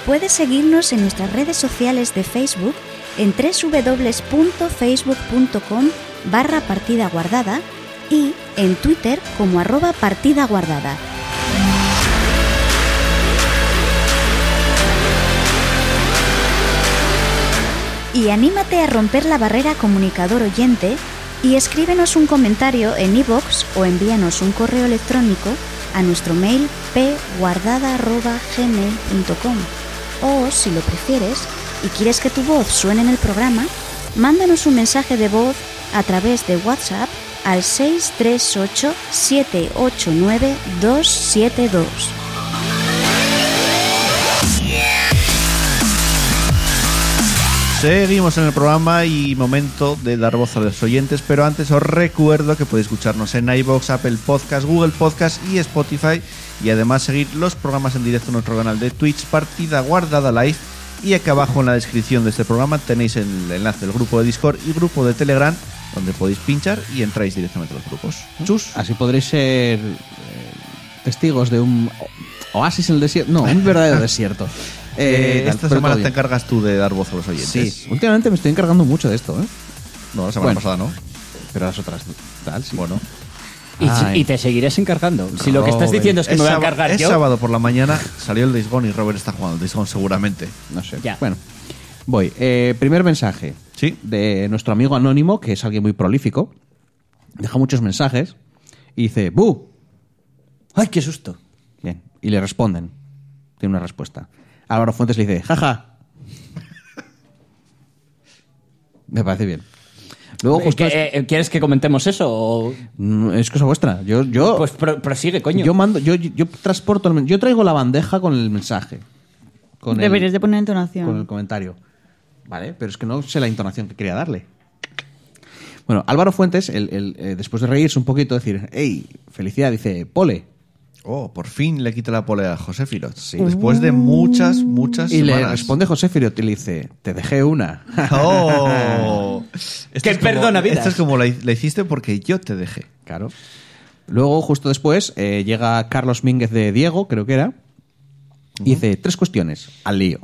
E: Puedes seguirnos en nuestras redes sociales de Facebook en www.facebook.com barra partida guardada y en Twitter como arroba partida guardada. Y anímate a romper la barrera comunicador oyente y escríbenos un comentario en iVoox o envíanos un correo electrónico a nuestro mail pguardada.gmail.com o, si lo prefieres y quieres que tu voz suene en el programa, mándanos un mensaje de voz a través de WhatsApp al 638-789-272.
A: Seguimos en el programa y momento de dar voz a los oyentes, pero antes os recuerdo que podéis escucharnos en iBox, Apple Podcast, Google Podcast y Spotify y además seguir los programas en directo en nuestro canal de Twitch Partida Guardada Live y acá abajo en la descripción de este programa tenéis el enlace del grupo de Discord y grupo de Telegram donde podéis pinchar y entráis directamente a los grupos. Chus.
C: Así podréis ser eh, testigos de un o- oasis en el desierto. No, un verdadero desierto. Eh,
A: Eh, esta
C: pero
A: semana
C: todo
A: te
C: bien.
A: encargas tú de dar voz a los oyentes.
C: Sí, últimamente me estoy encargando mucho de esto, ¿eh?
A: No, la semana
C: Bueno.
A: pasada no.
C: Pero las otras, tal, sí.
A: Bueno.
D: Y,
C: Ay.
D: y te seguirás encargando. Si lo que estás
C: Robert,
D: diciendo es que me voy a
A: sábado-
D: encargar
A: es
D: yo.
A: sábado por la mañana salió el Days Gone y Robert está jugando al Days Gone seguramente.
C: No sé.
D: Ya.
C: Bueno, voy. Eh, primer mensaje.
A: Sí.
C: De nuestro amigo anónimo, que es alguien muy prolífico. Deja muchos mensajes. Y dice, ¡Bu!
D: ¡Ay, qué susto!
C: Bien. Y le responden. Tiene una respuesta. Álvaro Fuentes le dice, jaja. Me parece bien. Luego
D: Eh,
C: justo...
D: que-
C: es-
D: eh, ¿Quieres que comentemos eso? o-
C: Mm, es cosa vuestra. Yo, yo,
D: Pues pro- prosigue, coño.
C: yo mando, yo, yo transporto, el men- yo traigo la bandeja con el mensaje. Con el-
B: Deberías de poner entonación.
C: con el comentario. Vale, pero es que no sé la entonación que quería darle. Bueno, Álvaro Fuentes, el- el, eh, después de reírse un poquito, decir, hey, felicidad, dice, pole.
A: Oh, por fin le quita la polea a José Filot. Después de muchas, muchas
C: Y le
A: semanas.
C: responde José Firiot y le dice, te dejé una.
A: Oh. Esto
D: Que
A: es como-
D: perdona vidas.
A: Esto es como la, la hiciste porque yo te dejé.
C: claro. Luego, justo después, eh, llega Carlos Mínguez de Diego, creo que era, y dice, tres cuestiones, al lío.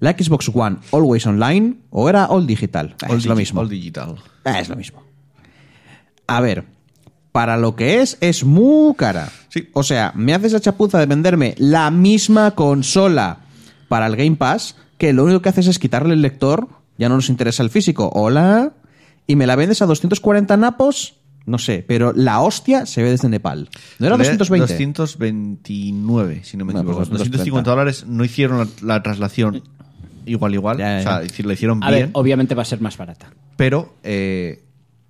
C: ¿La Xbox One always online o era all digital? Ah,
A: All
C: es lo
A: digi-
C: mismo.
A: all digital.
C: Ah, es lo mismo. A ver, para lo que es, es muy cara.
A: Sí.
C: O sea, me haces la chapuza de venderme la misma consola para el Game Pass, que lo único que haces es quitarle el lector, ya no nos interesa el físico. Hola. Y me la vendes a 240 napos, no sé, pero la hostia se ve desde Nepal. ¿No era
A: Le-
C: 220?
A: 229, si no me
C: Bueno,
A: equivoco.
C: pues
A: 250 dólares no hicieron la, la traslación igual, igual.
C: Ya, ya,
A: O sea,
C: ya.
A: hici- la hicieron
D: A
A: bien.
D: ver, obviamente va a ser más barata.
A: pero eh,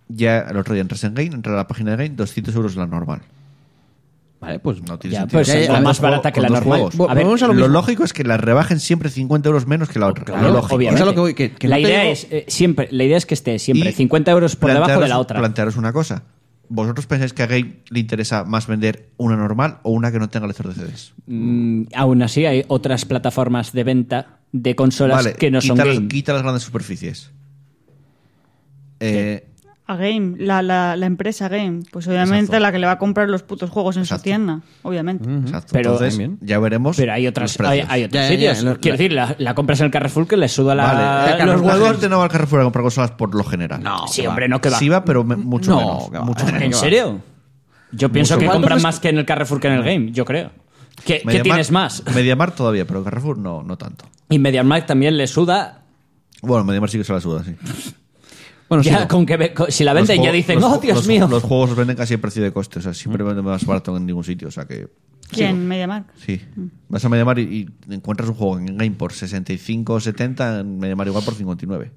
A: ya el otro día entras en Game, entras a la página de Game, 200 euros la normal.
C: Vale, pues
A: No tiene
D: Ya,
A: sentido.
D: pues
C: Ya, ya,
D: saldrá
C: con
D: más
A: dos juegos-
D: barata que
A: con
D: la
A: dos
D: normal.
A: juegos.
D: A ver,
C: Volvemos a
A: lo,
C: mismo.
A: lógico es que la rebajen siempre 50 euros menos que la otra.
C: Claro,
A: lo
C: lógico.
D: obviamente.
C: Es a lo que voy, que- que
D: la
C: no te
D: idea
C: digo-
D: es eh, siempre, la idea es que esté siempre
A: Y
D: 50 euros por debajo de la
A: plantearos-
D: otra.
A: Plantearos una cosa. ¿Vosotros pensáis que a Game le interesa más vender una normal o una que no tenga lector de CDs?
D: Mm, aún así hay otras plataformas de venta de consolas
A: vale,
D: que no son
A: quita, las,
D: game.
A: quita las grandes superficies. Eh,
B: A Game, la, la, la empresa Game. Pues obviamente
A: Exacto.
B: la que le va a comprar los putos juegos en
A: Exacto.
B: su tienda, obviamente.
A: exacto.
D: Pero-
A: Entonces,
C: También.
A: ya veremos.
D: Pero hay
A: los
D: otras
A: precios.
D: hay, hay otros
C: Ya, ya, ya,
D: sitios.
C: lo-
D: Quiero
C: lo-
D: decir, la, la compras en el Carrefour que le suda la,
A: Vale,
C: Carrefour,
D: los
A: los
D: huevos.
A: no va al Carrefour a comprar consolas por lo general.
C: No,
D: Sí,
C: que va.
D: hombre, no que va.
A: Sí va, pero me- mucho
C: No, que va.
A: menos. Mucho menos.
D: Ah, ¿En serio? Yo pienso que
C: ¿Cuánto
D: compran
C: cuesta?
D: más que en el Carrefour que en el game, yo creo. ¿Qué, qué
A: Mediamar-
D: tienes más?
A: Mediamar todavía, pero Carrefour no, no tanto.
D: Y MediaMarkt también le suda.
A: Bueno, Mediamar sí que se la suda, sí.
C: Bueno,
D: ya
C: sigo.
D: con que ve- con- si la venden
A: Los
D: ya
A: juegos-
D: dicen,
A: los-
D: oh Dios
A: los-
D: mío. Mm.
A: Los juegos los venden casi a precio de coste, o sea, siempre venden más barato en ningún sitio, o sea que.
B: ¿Quién? MediaMark.
A: Sí. Vas a Mediamar y, y encuentras un juego en Game por 65 o 70, en Mediamar igual por 59.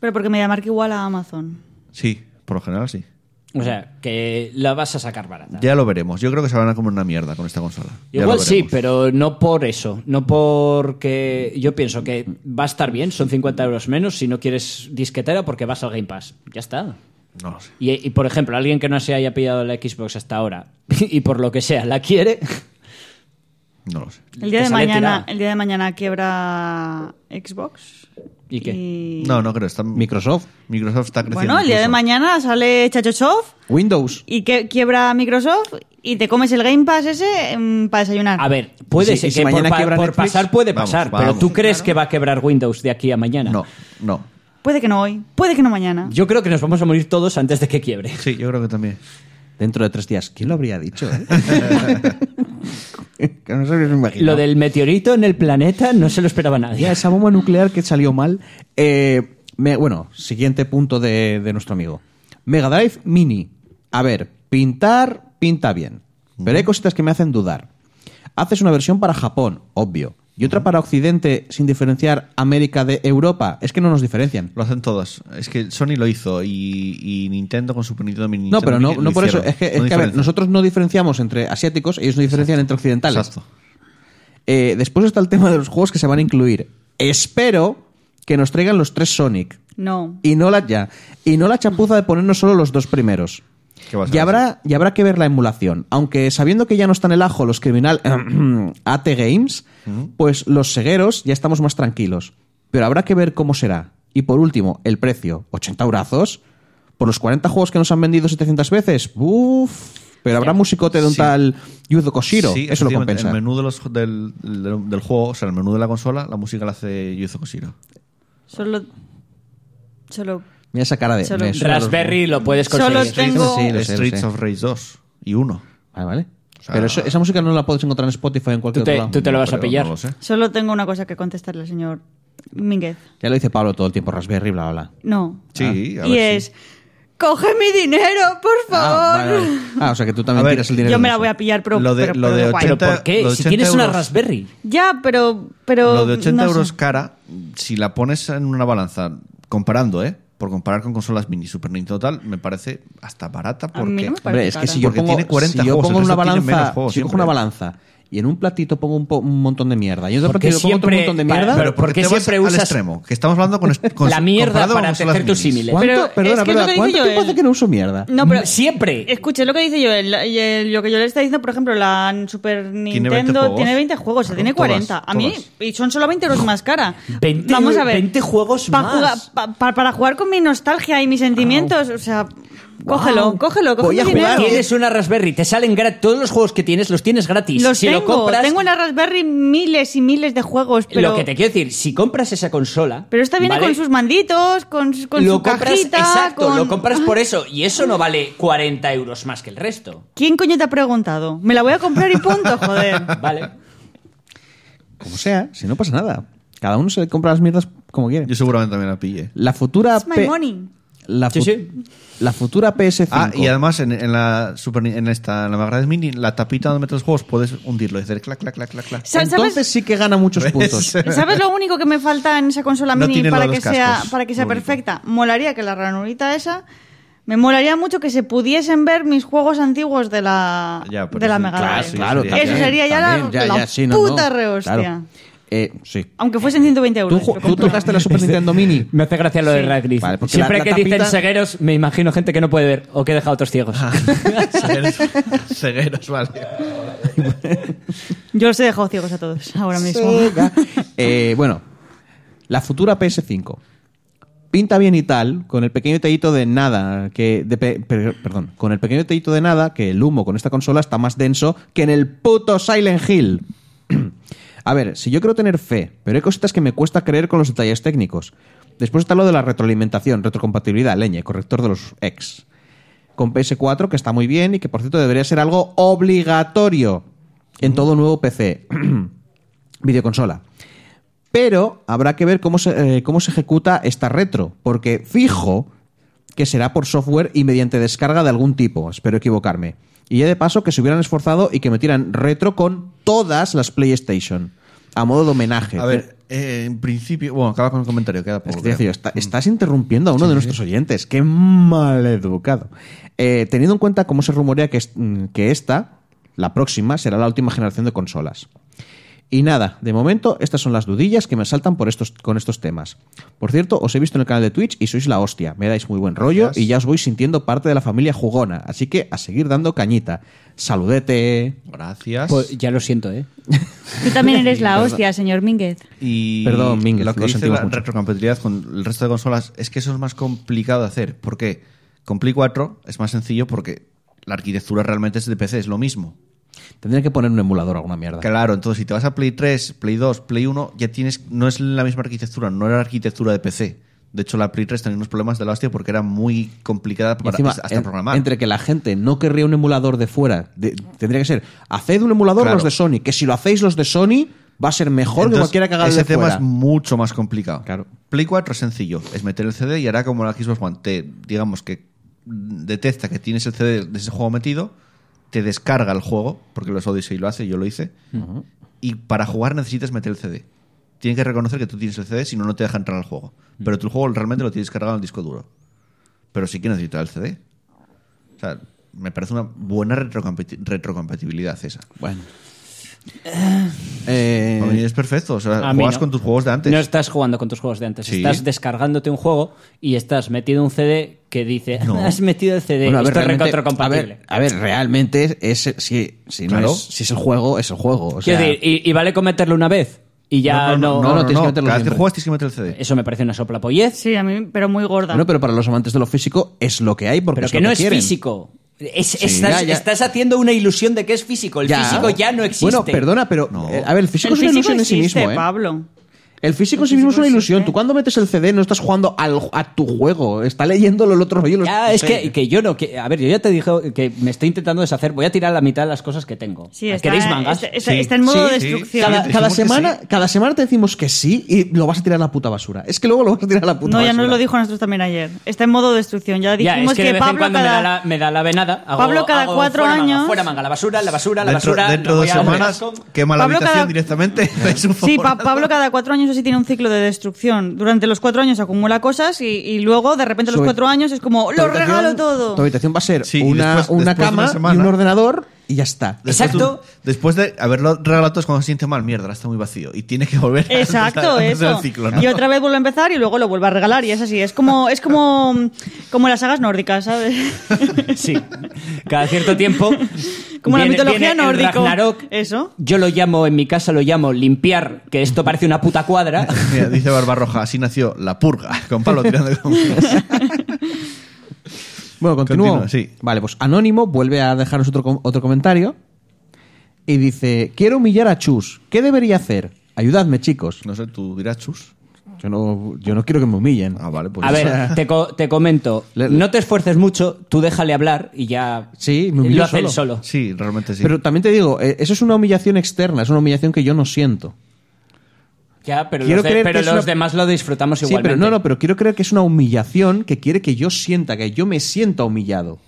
B: Pero porque MediaMark igual a Amazon.
A: Sí, por lo general sí.
D: O sea, que la vas a sacar barata.
A: Ya lo veremos. Yo creo que se van a comer una mierda con esta consola. Ya
D: Igual
A: lo
D: sí,
A: veremos.
D: pero no por eso. No porque. Yo pienso que va a estar bien, son 50 euros menos si no quieres disquetera porque vas al Game Pass. Ya está.
A: No lo sé.
D: Y, y, por ejemplo, alguien que no se haya pillado la Xbox hasta ahora y por lo que sea la quiere.
A: No lo sé.
B: El día,
D: te
B: de
D: sale
B: mañana,
D: tirada.
B: el día de mañana quiebra Xbox.
D: ¿Y qué?
B: Y-
A: No, no creo. Está,
C: Microsoft,
A: Microsoft está creciendo.
B: Bueno, el día de
A: incluso.
B: mañana sale Chachochov
C: Windows.
B: y que quiebra Microsoft y te comes el Game Pass ese para desayunar.
D: A ver, puede
C: Sí,
D: ser
C: y si
D: que por,
C: mañana
D: pa-
C: quiebra
D: por
C: Netflix,
D: pasar puede
A: vamos,
D: pasar, pero
A: vamos.
D: ¿tú crees que va a quebrar Windows de aquí a mañana?
A: No, no.
B: Puede que no hoy, puede que no mañana.
D: Yo creo que nos vamos a morir todos antes de que quiebre.
A: Sí, yo creo que también.
C: Dentro de tres días. ¿Quién lo habría dicho? eh? que no se hubiese imaginado.
D: Lo del meteorito en el planeta no se lo esperaba nadie.
C: Ya, esa bomba nuclear que salió mal. Eh, me- bueno, siguiente punto de, de nuestro amigo. Mega Drive Mini. A ver, pintar pinta bien. Pero hay cositas que me hacen dudar. Haces una versión para Japón, obvio. Y otra para Occidente, sin diferenciar América de Europa. Es que no nos diferencian.
A: Lo hacen todos. Es que Sony lo hizo y, y Nintendo con Super Nintendo Mini.
C: No, pero no, no por eso. Es que, es que, a ver,
A: nosotros
C: nosotros no diferenciamos entre asiáticos, ellos no diferencian entre occidentales.
A: Exacto.
C: Eh, después está el tema de los juegos que se van a incluir. Espero que nos traigan los tres Sonic.
B: No.
C: Y no la ya. Y no la chapuza de ponernos solo los dos primeros.
A: ¿Qué va a ser
C: Y habrá, y habrá que ver la emulación. Aunque sabiendo que ya no está en el ajo los criminal AT Games, pues los segueros ya estamos más tranquilos. Pero habrá que ver cómo será. Y por último, el precio. 80 brazos. Por los 40 juegos que nos han vendido 700 veces. Uf. Pero habrá musicote de un
A: Sí.
C: tal Yuzo Koshiro.
A: Sí,
C: Eso lo
A: efectivamente,
C: compensa.
A: El menú de los- del, del- del juego, o sea, el menú de la consola, la música la hace Yuzo Koshiro.
B: Solo. Solo.
C: Mira esa cara de...
B: Solo-
C: me suena los-
D: Raspberry lo puedes conseguir.
B: Solo tengo.
C: Sí, lo sé, lo
A: Streets
C: sé.
A: of Rage 2 y 1.
C: Vale, vale.
A: O sea,
C: Pero eso- esa música no la puedes encontrar en Spotify o en cualquier
D: Tú te-
C: otro lado.
D: tú te lo vas a pillar.
A: No lo sé.
B: Solo tengo una cosa que contestarle al señor Mínguez.
C: Ya lo dice Pablo todo el tiempo, Raspberry, bla, bla, bla.
B: No.
A: Sí, a
B: y
A: ver,
B: es. ¡Coge mi dinero, por
C: Ah,
B: favor!
C: vale, vale. Ah, o sea que tú también
A: A ver,
C: tiras el dinero.
B: Yo me
C: en
B: la
C: eso.
B: voy a pillar, pero.
A: Lo de-
B: pero-
A: lo
B: pero
A: de
B: da igual.
A: 80
D: ¿Pero por qué?
A: Lo de
D: Si tienes
A: 80
D: una
A: euros.
D: Raspberry.
B: Ya, pero. pero
A: Lo de 80
B: no sé.
A: euros cara, si la pones en una balanza, comparando, ¿eh? Por comparar con consolas mini Super Nintendo tal, me parece hasta barata
B: A mí
A: porque...
B: no me parece
C: Hombre, es que
B: cara.
C: si yo
A: Porque
C: pongo,
A: tiene 40
C: si yo
A: juegos,
C: pongo
A: el
C: una
A: resto tiene
C: balanza,
A: menos juegos
C: si yo cojo
A: siempre.
C: una balanza y en un platito pongo un, po- un montón de mierda y en otro
D: ¿Por qué
C: platito pongo otro
D: siempre-
C: montón de
D: para-
C: mierda.
D: pero- ¿por qué
A: te vas
D: siempre
A: al
D: usas
A: extremo, que estamos hablando con... con-
D: la mierda
A: comparado con
D: para
A: consolas
D: hacer tus
A: minis.
D: símiles?
C: ¿Cuánto?
B: Pero es
C: Perdona,
B: que
C: perdona,
B: es lo que dice
C: ¿cuánto tiempo
B: Joel.
C: hace que no uso mierda?
B: No, pero.
D: Mm, Siempre.
B: Escuche lo que dice yo, lo que yo le está diciendo, por ejemplo, la Super Nintendo
A: 20 juegos.
B: tiene 20 juegos, se
A: Claro,
B: tiene
A: todas,
B: 40. a mí,
A: todas.
B: y son solo 20 euros más cara.
D: 20
B: Vamos a ver.
D: 20 juegos
B: Pa
D: más.
B: jugar- pa- pa- para jugar con mi nostalgia y mis sentimientos, o sea, cógelo,
D: Wow.
B: cógelo, coge
C: Voy
B: mi
C: a jugar.
B: dinero.
D: Tienes una Raspberry, te salen gratis. Todos los juegos que tienes los tienes gratis.
B: Los
D: si
B: tengo,
D: lo compras,
B: tengo en la Raspberry miles y miles de juegos, pero,
D: lo que te quiero decir, si compras esa consola,
B: pero esta viene
D: ¿vale?
B: con sus manditos, con, su- con
D: lo
B: su
D: compras,
B: cajita,
D: exacto,
B: con- Ah.
D: lo compras por eso y eso no vale 40 euros más que el resto,
B: ¿Quién coño te ha preguntado? Me la voy a comprar y punto, joder.
D: ¿vale?
C: Como sea, si no pasa nada. Cada uno se compra las mierdas como quiere.
A: Yo seguramente también la pillé.
C: La futura
B: It's my
C: P-
B: money.
C: La,
D: Sí,
C: fu-
D: sí.
C: la futura PS5.
A: Ah, y además en, en la Super Ni- en esta en la Mega Drive Mini, la tapita donde metes los juegos puedes hundirlo y hacer clac clac clac clac clac.
B: Sa- ¿sabes?
C: Entonces sí que gana muchos
A: ¿Ves?
C: puntos.
B: ¿Sabes lo único que me falta en esa consola
A: No
B: mini
A: tiene lo
B: para
A: de
B: que,
A: los
B: sea,
A: cascos,
B: para que sea
A: lo único.
B: perfecta? Molaría que la ranurita esa. Me molaría mucho que se pudiesen ver mis juegos antiguos de la,
A: Ya, pero
B: de la
A: es un
B: Mega
A: clásico,
B: Drive.
A: sí, claro,
B: Ah, Eso sería ya la- la puta rehostia.
C: Claro. Eh, sí.
B: Aunque fuesen 120
C: ¿Tú,
B: euros.
C: ju-
B: lo
C: tú
B: compro.
C: tocaste la Super Nintendo Mini.
D: Este, Me hace gracia lo de Radcliffe.
C: Vale, porque
D: Siempre
C: la- la
D: que dicen
C: tapita- Ah.
D: cegueros, me imagino gente que no puede ver o que deja a otros ciegos.
A: Cegueros, cegueros, vale.
B: Yo los he dejado ciegos a todos ahora mismo.
C: Eh, bueno, la futura PS5. Pinta bien y tal, con el pequeño detallito de nada, que de pe- per- perdón, con el pequeño detallito de nada que el humo con esta consola está más denso que en el puto Silent Hill. A ver, si yo quiero tener fe, pero hay cositas que me cuesta creer con los detalles técnicos. Después está lo de la retroalimentación, retrocompatibilidad, leña, corrector de los ex. Con PS4, que está muy bien y que por cierto debería ser algo obligatorio en todo nuevo PC. videoconsola. Pero habrá que ver cómo se, eh, cómo se ejecuta esta retro, porque fijo que será por software y mediante descarga de algún tipo, espero equivocarme. Y ya de paso que se hubieran esforzado y que metieran retro con todas las PlayStation, a modo de homenaje.
A: A ver, eh, en principio, bueno, acaba con el comentario, queda
C: Es
A: poco.
C: que, tío,
A: creo.
C: está- estás interrumpiendo a uno de nuestros oyentes. Qué maleducado. Eh, teniendo en cuenta cómo se rumorea que, es- mm, que esta, la próxima, será la última generación de consolas. Y nada, de momento estas son las dudillas que me saltan por estos, con estos temas. Por cierto, os he visto en el canal de Twitch y sois la hostia, me dais muy buen rollo
A: Gracias.
C: y ya os voy sintiendo parte de la familia jugona, así que a seguir dando cañita. Saludete.
A: Gracias.
D: Pues ya lo siento, ¿eh?
B: Tú también eres la hostia, señor Mínguez.
A: Y
C: Perdón, Mínguez,
A: lo que
C: lo
A: dice
C: sentimos
A: la
C: mucho.
A: retrocompatibilidad con el resto de consolas es que eso es más complicado de hacer. ¿Por qué? Con Play 4 es más sencillo porque la arquitectura realmente es de PC, es lo mismo.
C: Tendría que poner un emulador o alguna mierda.
A: Claro, entonces si te vas a Play 3, Play 2, Play 1, ya tienes. No es la misma arquitectura, no era la arquitectura de PC. De hecho, la Play 3 tenía unos problemas de la hostia porque era muy complicada
C: Y
A: para,
C: encima,
A: hasta
C: en-
A: programar.
C: Entre que la gente no querría un emulador de fuera, de- tendría que ser, haced un emulador
A: Claro.
C: los de Sony, que si lo hacéis los de Sony va a ser mejor que
A: Entonces,
C: cualquiera que haga el
A: Ese
C: de
A: tema
C: fuera.
A: es mucho más complicado.
C: Claro.
A: Play 4 es sencillo, es meter el CD y hará como la Xbox One. Te, digamos que mm, detecta que tienes el CD de ese juego metido, te descarga el juego, porque los Odyssey lo hace, yo lo hice, y para jugar necesitas meter el CD. Tienen que reconocer que tú tienes el CD, si no, no te deja entrar al juego.
C: Mm.
A: Pero tu juego realmente lo tienes cargado en el disco duro. Pero sí que necesitas el CD. O sea, me parece una buena retrocompati- retrocompatibilidad esa.
C: Bueno. Eh,
A: Para mí es perfecto. O
C: Ah,
A: sea,
D: A mí
A: juegas
D: no.
A: con tus juegos de antes.
D: No estás jugando con tus juegos de antes.
A: Sí.
D: Estás descargándote un juego y estás metido un CD que dice,
A: No.
D: has metido el CD,
C: bueno, a ver,
D: esto es
C: realmente- a,
D: retrocompatible.
C: ver, a ver, realmente es, es- si, si no
A: Claro.
C: es, si es el juego, es el juego. o
D: Quiero
C: sea,
D: decir, y, y vale cometerlo una vez y ya no...
C: no, no, tienes que meterlo
A: Cada vez que
C: siempre.
A: juegas tienes que meter el CD.
D: Eso me parece una soplapollez.
B: Sí, a mí, pero muy gorda.
C: bueno, pero para los amantes de lo físico es lo que hay porque
D: Pero
C: es
D: que
C: lo
D: no es
C: quieren.
D: físico. Es- estás,
C: ya, ya.
D: estás haciendo una ilusión de que es físico. El
C: Ya.
D: físico ya no existe.
C: Bueno, perdona, pero
A: No.
C: eh, a ver, el físico
B: el
C: es una
B: físico
C: ilusión en sí
B: existe,
C: mismo, ¿eh?
B: Pablo.
C: El físico en
B: El
C: sí mismo es
B: físico
C: una ilusión.
B: existe.
C: Tú cuando metes el CD no estás jugando al- a tu juego, está leyéndolo el otro rollo. los-
D: Ya,
C: no
D: es
C: sé.
D: que, que yo no. que- a ver, yo ya te dije que me estoy intentando deshacer. Voy a tirar la mitad de las cosas que tengo.
B: Sí, está, este,
D: ¿Queréis mangas?
B: está- está-
A: Sí.
B: está en modo
A: Sí, sí.
B: destrucción.
C: Cada,
A: Dijimos
C: cada
A: que
C: semana, cada semana te decimos que sí y lo vas a tirar a la puta basura. Es que luego lo vas a tirar a la puta
B: No,
C: basura.
B: ya nos lo dijo a nosotros también ayer. Está en modo destrucción. Ya
D: Ya,
B: dijimos
D: es que,
B: que,
D: de vez en
B: Pablo
D: cuando
B: cada...
D: me, da la, me da la venada. Hago-
B: Pablo cada
D: hago
B: cuatro
D: fuera manga,
B: años-
D: fuera manga, la basura, la basura, la
A: Dentro,
D: basura.
A: dentro
D: no
A: de
D: voy
A: dos
D: a la
A: semanas,
D: Gamescom.
A: quema la
B: Pablo,
A: habitación
B: cada-
A: directamente. Es un
B: Sí, Pa-
A: fogonazo.
B: Pablo cada cuatro años así tiene un ciclo de destrucción. Durante los cuatro años acumula cosas y, y luego de repente a los
C: Sobre-
B: cuatro años es como,
C: Tu
B: lo
C: habitación-
B: regalo todo.
C: Tu habitación va a ser
A: Sí, y
C: una,
A: después-
C: una
A: después de una
C: cama y un
A: semana-
C: ordenador y ya está.
A: Después
D: Exacto.
A: de un- después de haberlo regalado todos cuando se siente mal, mierda, ahora está muy vacío. Y tiene que volver a
B: Exacto,
A: empezar- a empezar
B: eso.
A: el ciclo, ¿no?
B: Y otra vez vuelve a empezar y luego lo vuelve a regalar y es así. Es como es como, como las sagas nórdicas, ¿sabes?
D: Sí. Cada cierto tiempo.
B: Como la
D: viene-
B: mitología
D: viene el
B: nórdica.
D: Ragnarok.
B: Eso.
D: Yo lo llamo, en mi casa lo llamo limpiar, que esto parece una puta cuadra.
A: Mira, dice Barbarroja, así nació la purga, con Pablo tirando con
C: Bueno, continúo.
A: Continúa, sí.
C: Vale, pues Anónimo vuelve a dejarnos otro, com- otro comentario y dice: Quiero humillar a Chus. ¿Qué debería hacer? Ayudadme, chicos.
A: No sé, tú dirás chus.
C: Yo no, yo no quiero que me humillen.
A: Ah, vale, pues.
D: A ver, te, co- te comento.
C: Le-
D: No te esfuerces mucho, tú déjale hablar y ya.
C: Sí, me humilló
D: lo hace él
C: solo.
D: solo.
A: Sí, realmente sí.
C: Pero también te digo, eh, eso es una humillación externa, es una humillación que yo no siento.
D: Ya, pero
C: Quiero
D: los, de-
C: creer
D: pero
C: que es
D: los
C: una-
D: demás lo
A: Pues
D: disfrutamos
C: Sí,
D: igualmente.
C: pero no, no, pero quiero creer que es una humillación que quiere que yo sienta, que yo me sienta humillado.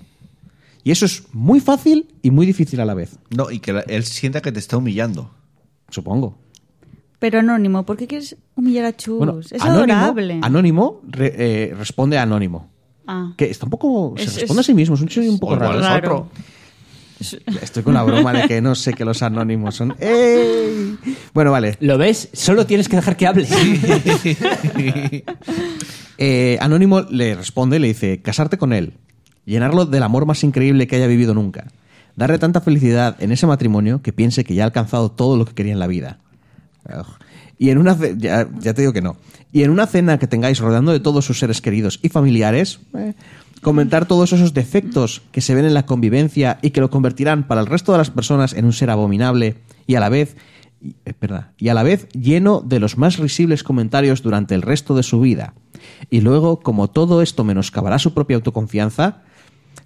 C: Y eso es muy fácil y muy difícil a la vez,
A: No, y que la- él sienta que te está humillando.
C: supongo.
B: Pero anónimo, ¿por qué quieres humillar a Chus?
C: Bueno,
B: es
C: Anónimo-
B: adorable.
C: Anónimo re- eh, responde a Anónimo.
B: Ah.
C: Que está un poco.
B: Es-
C: se responde
B: es-
C: a sí mismo, es un chico un poco
A: O igual
C: raro.
A: es
B: Raro.
A: otro.
C: Estoy con la broma de que no sé que los anónimos son. ¡Ey! Bueno, vale.
D: ¿Lo ves? Solo tienes que dejar que hable.
C: Eh, Anónimo le responde, le dice, casarte con él, llenarlo del amor más increíble que haya vivido nunca, darle tanta felicidad en ese matrimonio que piense que ya ha alcanzado todo lo que quería en la vida. Ugh. Y en una ce- ya, ya te digo que no. Y en una cena que tengáis rodeando de todos sus seres queridos y familiares, eh, comentar todos esos defectos que se ven en la convivencia y que lo convertirán para el resto de las personas en un ser abominable y a la vez y, eh, perdona, y a la vez lleno de los más risibles comentarios durante el resto de su vida. Y luego, como todo esto menoscabará su propia autoconfianza,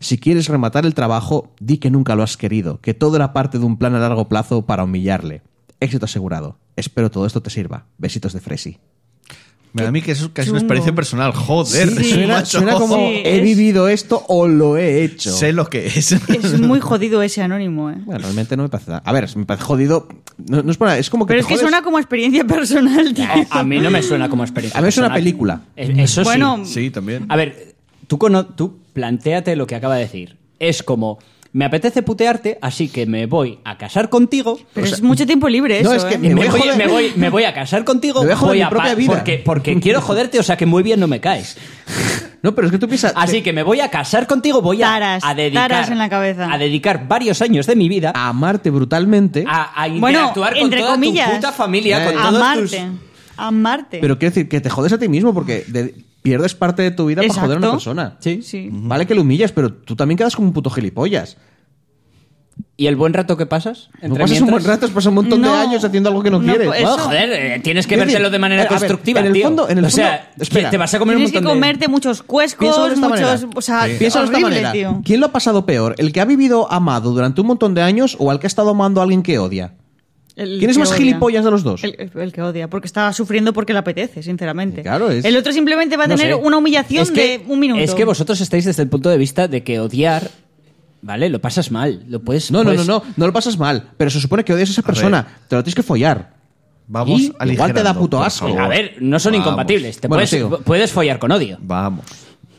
C: si quieres rematar el trabajo, di que nunca lo has querido, que todo era parte de un plan a largo plazo para humillarle. Éxito asegurado. Espero todo esto te sirva. Besitos de Fresi.
A: Me da a mí que eso es casi una
B: chungo.
A: experiencia personal. Joder,
B: Sí,
C: suena,
A: macho.
C: suena como
B: Sí,
C: he
B: es-
C: vivido esto o lo he hecho.
A: Sé lo que es.
B: Es muy jodido ese anónimo, ¿eh?
C: Bueno, realmente no me parece nada. A ver, me parece jodido. No, no es, por nada, es como que
B: Pero
C: te
B: es que
C: jodes.
B: suena como experiencia personal, tío.
D: A mí no me suena como experiencia.
C: A mí es una
D: personal.
C: película.
D: Es- Eso sí.
B: Bueno,
A: Sí, también.
D: A ver, tú, cono- tú planteate lo que acaba de decir. Es como, me apetece putearte, así que me voy a casar contigo.
B: Pero es mucho tiempo libre eso,
C: no, es que
B: ¿eh?
D: Me,
C: Me voy a
D: voy,
C: joder.
D: me voy- me voy a casar contigo.
C: Me voy a joder mi
D: pa-
C: propia vida.
D: Porque, porque quiero joderte, o sea que muy bien no me caes.
C: No, pero es que tú piensas.
D: Así que me voy a casar contigo, voy a,
B: Taras,
D: a dedicar.
B: taras en la cabeza.
D: A dedicar varios años de mi vida a,
C: a amarte brutalmente.
D: a
B: Bueno,
D: interactuar con
B: entre
D: toda
B: comillas.
D: tu puta familia,
C: Eh.
D: con todos tus.
B: Amarte. Amarte.
C: Pero quiero decir que te jodes a ti mismo porque de- pierdes parte de tu vida para joder a una
B: Exacto.
C: persona.
D: Sí.
B: Sí.
C: Vale que lo humillas, pero tú también quedas como un puto gilipollas.
D: ¿Y el buen rato que pasas?
C: No
D: Entre
C: pasas un buen
D: mientras?
C: rato, pasas un montón de
B: No.
C: años haciendo algo que no,
B: No,
C: quieres.
B: pues,
D: Bueno,
B: Eso-
D: joder, eh, tienes que
C: Quiero decir,
D: vértelo de manera
C: eh, a ver,
D: constructiva,
C: en el
D: tío.
C: fondo- en el
D: o sea,
C: fondo- espera.
D: te vas a comer un
B: Tienes que
D: montón de...
B: comerte muchos cuescos,
C: Piénsalo de esta
B: muchos...
C: manera.
B: O sea,
C: Sí. Piénsalo de esta
B: horrible,
C: manera.
B: tío.
C: ¿Quién lo ha pasado peor? ¿El que ha vivido amado durante un montón de años o al que ha estado amando a alguien que odia?
B: El
C: ¿Quién es
B: que
C: más
B: odia.
C: gilipollas de los dos?
B: El, el que odia, porque está sufriendo porque le apetece, sinceramente.
C: Claro, es-
B: El otro simplemente va a
D: No
B: tener
D: sé.
B: una humillación
D: Es que-
B: de un minuto.
D: Es que vosotros estáis desde el punto de vista de que odiar, ¿vale? Lo pasas mal, lo puedes...
C: No, no, no,
B: Pues
D: puedes-
C: no, no lo pasas mal, pero se supone que odias a esa persona, te lo tienes que follar.
A: Vamos
C: Y
A: aligerando,
C: igual te da puto
A: por
C: asco.
A: favor.
D: A ver, no son
C: Vamos.
D: incompatibles. Te
C: Bueno,
D: puedes,
C: sigo.
D: puedes follar con odio.
A: Vamos.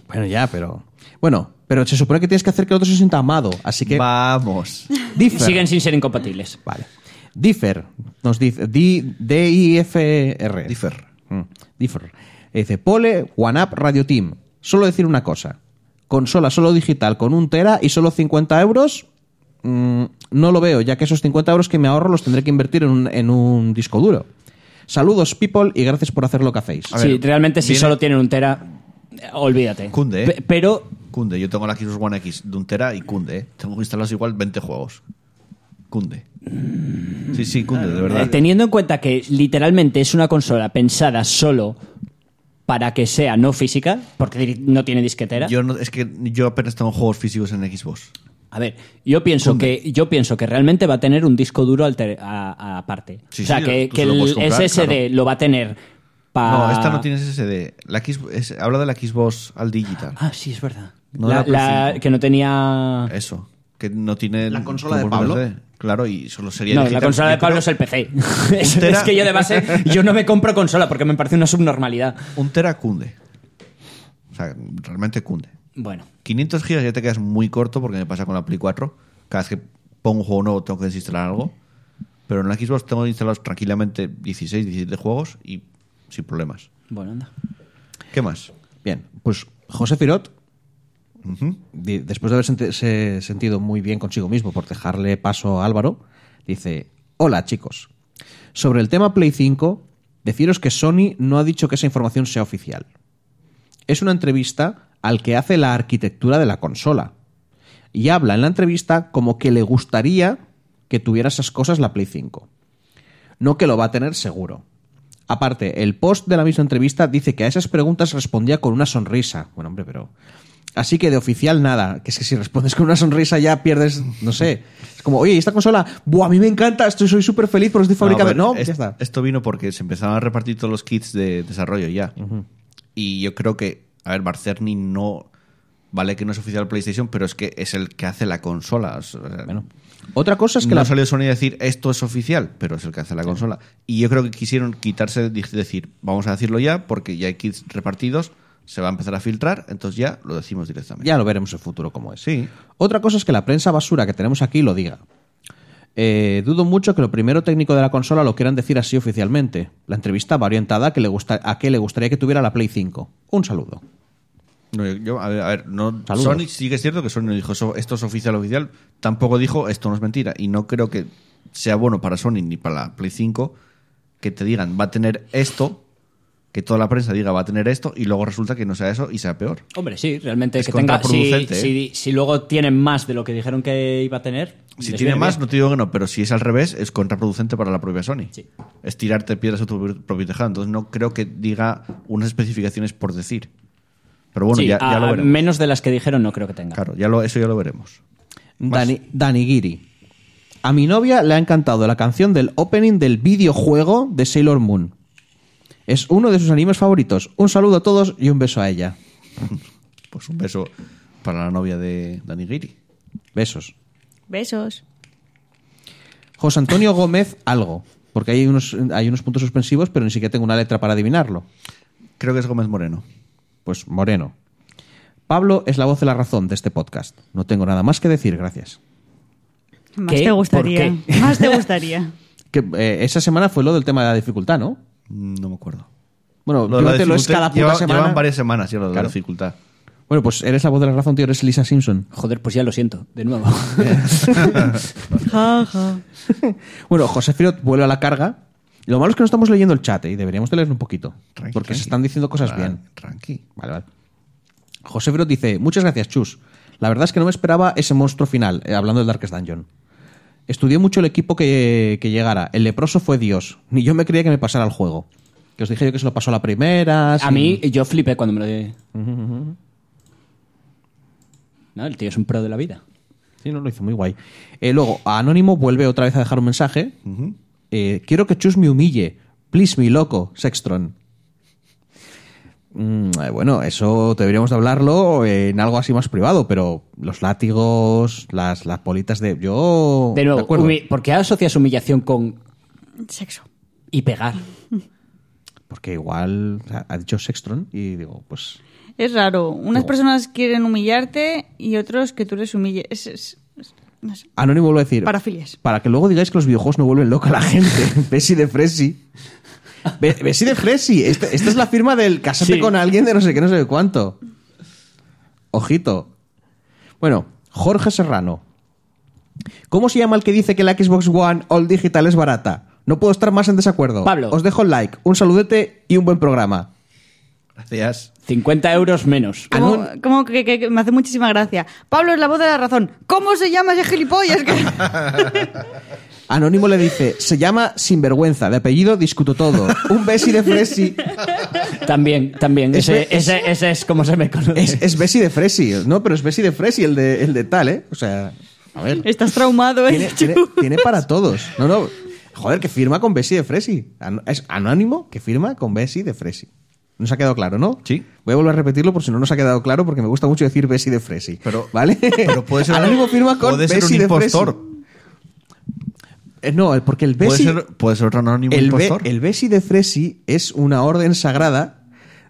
C: Bueno, ya, pero. Bueno, pero se supone que tienes que hacer que el otro se sienta amado, así que.
A: Vamos.
C: Differ.
D: Siguen sin ser incompatibles.
C: Vale. Differ nos dice. D- E D-I-F-R.
A: Differ.
C: Mm, Differ. Eh, Dice: Pole, One Up, Radio Team. Solo decir una cosa: consola solo digital con un Tera y solo 50 euros. mm, no lo veo, ya que esos 50 euros que me ahorro los tendré que invertir en un, en un disco duro. Saludos, people, y gracias por hacer lo que hacéis.
A: A ver,
D: sí, realmente si
A: viene-
D: solo tienen un tera, eh, olvídate.
A: Cunde, eh.
D: Pe- Pero
A: Cunde, yo tengo la Xbox One X de un tera y cunde, ¿eh? Tengo instalados igual 20 juegos. Cunde. Sí, sí, cunde, de
D: eh,
A: verdad.
D: teniendo en cuenta que literalmente es una consola pensada solo para que sea no física, porque dir- no tiene disquetera.
A: Yo no- es que yo apenas tengo juegos físicos en Xbox.
D: A ver, yo pienso que yo pienso que realmente va a tener un disco duro alter- a- a- aparte.
A: Sí,
D: o sea,
A: sí,
D: que,
A: tú
D: que
A: se lo
D: el
A: puedes comprar,
D: SSD
A: claro.
D: lo va a tener para...
A: No, esta no tiene SSD. La Xbox, es- habla de la Xbox al digital.
D: Ah, sí, es verdad.
A: No
D: La-
A: de la Play Eh,
D: la-
A: 5.
D: que no tenía...
A: Eso. Que no tiene.
C: ¿La consola de
A: como
C: Pablo?
A: SSD. Claro, y solo sería.
D: No, la
A: digital.
D: consola de
A: Yo
D: Pablo
A: creo-
D: es el PC. es,
A: Un tera-
D: es que yo de base, yo no me compro consola porque me parece una subnormalidad.
A: Un tera cunde. O sea, realmente cunde.
D: Bueno,
A: 500 gigas ya te quedas muy corto porque me pasa con la Play 4. Cada vez que pongo un juego nuevo tengo que desinstalar algo. Pero en la Xbox tengo instalados tranquilamente 16, 17 juegos y sin problemas.
D: bueno, anda.
A: ¿Qué más?
C: Bien, pues José Firot,
A: Ujú.
C: di- después de haberse ente- se- sentido muy bien consigo mismo por dejarle paso a Álvaro, dice, hola chicos, sobre el tema Play 5, deciros que Sony no ha dicho que esa información sea oficial. Es una entrevista al que hace la arquitectura de la consola. Y habla en la entrevista como que le gustaría que tuviera esas cosas la Play 5. No que lo va a tener seguro. Aparte, el post de la misma entrevista dice que a esas preguntas respondía con una sonrisa. Bueno, hombre, pero... Así que de oficial nada, que es que si respondes con una sonrisa ya pierdes, no sé. Es como, oye, ¿y esta consola? Buah, a mí me encanta, estoy, soy súper feliz porque estoy fabricando...
A: No,
C: No,
A: a ver,
C: ya
A: es-
C: está.
A: Esto vino porque se empezaron a repartir todos los kits de desarrollo ya. Y yo creo que, a ver, Barcerni no. Vale que no es oficial PlayStation, pero es que es el que hace la consola. O sea,
C: Bueno. Otra cosa es que
A: no
C: la...
A: salió Sony a decir esto es oficial, pero es el que hace la consola. Y yo creo que quisieron quitarse, de decir, vamos a decirlo ya, porque ya hay kits repartidos, se va a empezar a filtrar, entonces ya lo decimos directamente.
C: Ya lo veremos en el futuro cómo es.
A: Sí.
C: Otra cosa es que la prensa basura que tenemos aquí lo diga. Eh, dudo mucho que lo primero técnico de la consola lo quieran decir así oficialmente. La entrevista va orientada a que le, gusta, a que le gustaría que tuviera la Play 5. Un saludo.
A: No, yo- yo- a ver, a ver, no,
C: Saludos.
A: Sony sí que es cierto que Sony no dijo "Eso- esto es oficial, oficial, tampoco dijo esto no es mentira. Y no creo que sea bueno para Sony ni para la Play 5 que te digan va a tener esto, que toda la prensa diga va a tener esto, y luego resulta que no sea eso y sea peor.
D: Hombre, sí, realmente
A: Es
D: que tenga... Si,
A: contraproducente, ¿eh?
D: si- si luego tienen más de lo que dijeron que iba a tener...
A: Si
D: les
A: tiene
D: viene
A: más,
D: bien.
A: no te digo que no, pero si es al revés, es contraproducente para la propia Sony.
D: Sí.
A: Es tirarte piedras a tu propio- propio tejado. Entonces no creo que diga unas especificaciones por decir. Pero bueno,
D: Sí, ah,
A: ya, ya
D: a-
A: lo
D: a
A: veremos.
D: menos de las que dijeron no creo que tenga.
A: Claro, ya lo, eso ya lo veremos.
C: Dani, Dani Giri. A mi novia le ha encantado la canción del opening del videojuego de Sailor Moon. Es uno de sus animes favoritos. Un saludo a todos y un beso a ella.
A: Pues un beso para la novia de Dani Giri.
C: Besos.
B: Besos.
C: José Antonio Gómez algo. Porque hay unos, hay unos puntos suspensivos, pero ni siquiera tengo una letra para adivinarlo.
A: Creo que es Gómez Moreno.
C: Pues Moreno. Pablo es la voz de la razón de este podcast. No tengo nada más que decir, gracias.
B: Más
D: ¿Qué?
B: te
D: ¿Por
B: gustaría.
D: qué?
B: Más te gustaría.
C: Que, eh, esa semana fue lo del tema de la dificultad, ¿no?
A: Mm, No me acuerdo.
C: Bueno,
A: de la
C: Clote lo es
A: dificultad
C: cada puta
A: lleva-
C: semana.
A: Llevan varias semanas ya lo de
C: Claro.
A: la dificultad.
C: Bueno, pues eres la voz de la razón, tío, eres Lisa Simpson.
D: Joder, pues ya lo siento, de nuevo.
B: Ja, ja.
C: Bueno, José Firot vuelve a la carga. Lo malo es que no estamos leyendo el chat ¿eh? y deberíamos de leerlo un poquito.
A: Tranqui,
C: porque
A: tranqui.
C: se
A: Ah,
C: están diciendo cosas
A: Tran-
C: bien.
A: Tranqui.
C: Vale, vale. José Firot dice, muchas gracias, Chus. La verdad es que no me esperaba ese monstruo final, eh, hablando del Darkest Dungeon. Estudié mucho el equipo que, que llegara. El leproso fue Dios. Ni yo me creía que me pasara el juego. Que os dije yo que se lo pasó a la primera.
D: A
C: sin-
D: mí, yo flipé cuando me lo di. No, el tío es un pro de la vida.
C: Sí, no, lo hizo muy guay. Eh, luego, Anónimo vuelve otra vez a dejar un mensaje. Eh, quiero que Chus me humille. Please, mi loco, Sextron. Mm, eh, bueno, eso deberíamos de hablarlo en algo así más privado, pero los látigos, las, las politas de...
A: Oh,
C: Yo...
D: De
C: ¿de
D: nuevo,
C: acuerdo?
D: humi- ¿por qué asocias humillación con
B: Sexo.
D: y pegar?
C: Porque igual o sea, ha dicho Sextron y digo, pues...
B: Es raro. Unas personas quieren humillarte y otros que tú les humilles. Es- es- es- no sé.
C: Anónimo vuelve a decir...
B: Parafilias.
C: Para que luego digáis que los videojuegos no vuelven loca a la gente. Bessie de Fresi. Be- Bessie de Fresi. Este- esta es la firma del casate
D: Sí.
C: con alguien de no sé qué, no sé cuánto. Ojito. Bueno, Jorge Serrano. ¿Cómo se llama el que dice que la Xbox One All Digital es barata? No puedo estar más en desacuerdo.
D: Pablo.
C: Os dejo el like, un saludete y un buen programa.
A: Gracias.
D: 50 euros menos.
A: Ah,
B: Como, como que, que- que me hace muchísima gracia. Pablo es la voz de la razón. ¿Cómo se llama ese gilipollas? Que-
C: Anónimo le dice, se llama Sinvergüenza, de apellido discuto todo. Un Bessie de Fresi.
D: También, también.
C: Es-
D: Ese, ese, ese es como se me conoce.
C: Es, es Bessie de Fresi, ¿no? Pero es Bessie de Fresi el de, el de tal, ¿eh? O sea, a ver.
B: Estás traumado, ¿eh?
C: Tiene, tiene- tiene para todos. No, no. Joder, que firma con Bessie de Fresi. An- Es anónimo que firma con Bessie de Fresi. Nos ha quedado claro, ¿no?
A: Sí.
C: Voy a volver a repetirlo por si no nos ha quedado claro, porque me gusta mucho decir Bessie de Fresi.
A: Pero-
C: ¿Vale?
A: Pero puede ser,
C: Anónimo firma con
A: puede ser
C: Bessie
A: un
C: de Fresi.
A: impostor.
C: Eh, no, porque el
A: Puede
C: Bessie.
A: ser, puede ser otro anónimo
C: el, Be-
A: impostor.
C: el Besi de Fresi es una orden sagrada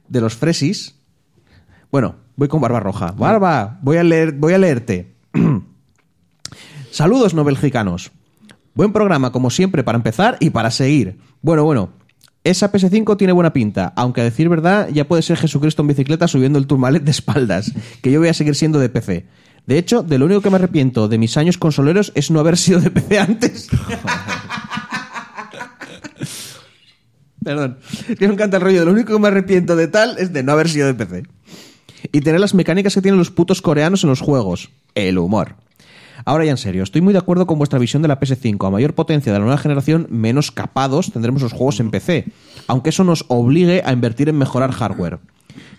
C: de los Fresis. Bueno, voy con Barba Roja. Barba, voy a, leer, voy a leerte. Saludos, no belgicanos. Buen programa, como siempre, para empezar y para seguir. Bueno, bueno. Esa PS5 tiene buena pinta, aunque a decir verdad ya puede ser Jesucristo en bicicleta subiendo el turmalet de espaldas, que yo voy a seguir siendo de PC. De hecho, de lo único que me arrepiento de mis años consoleros es no haber sido de PC antes. Perdón. Es que me encanta el rollo. de Lo único que me arrepiento de tal es de no haber sido de PC. Y tener las mecánicas que tienen los putos coreanos en los juegos. El humor. Ahora ya en serio, estoy muy de acuerdo con vuestra visión de la PS5. A mayor potencia de la nueva generación, menos capados tendremos los juegos en PC. Aunque eso nos obligue a invertir en mejorar hardware.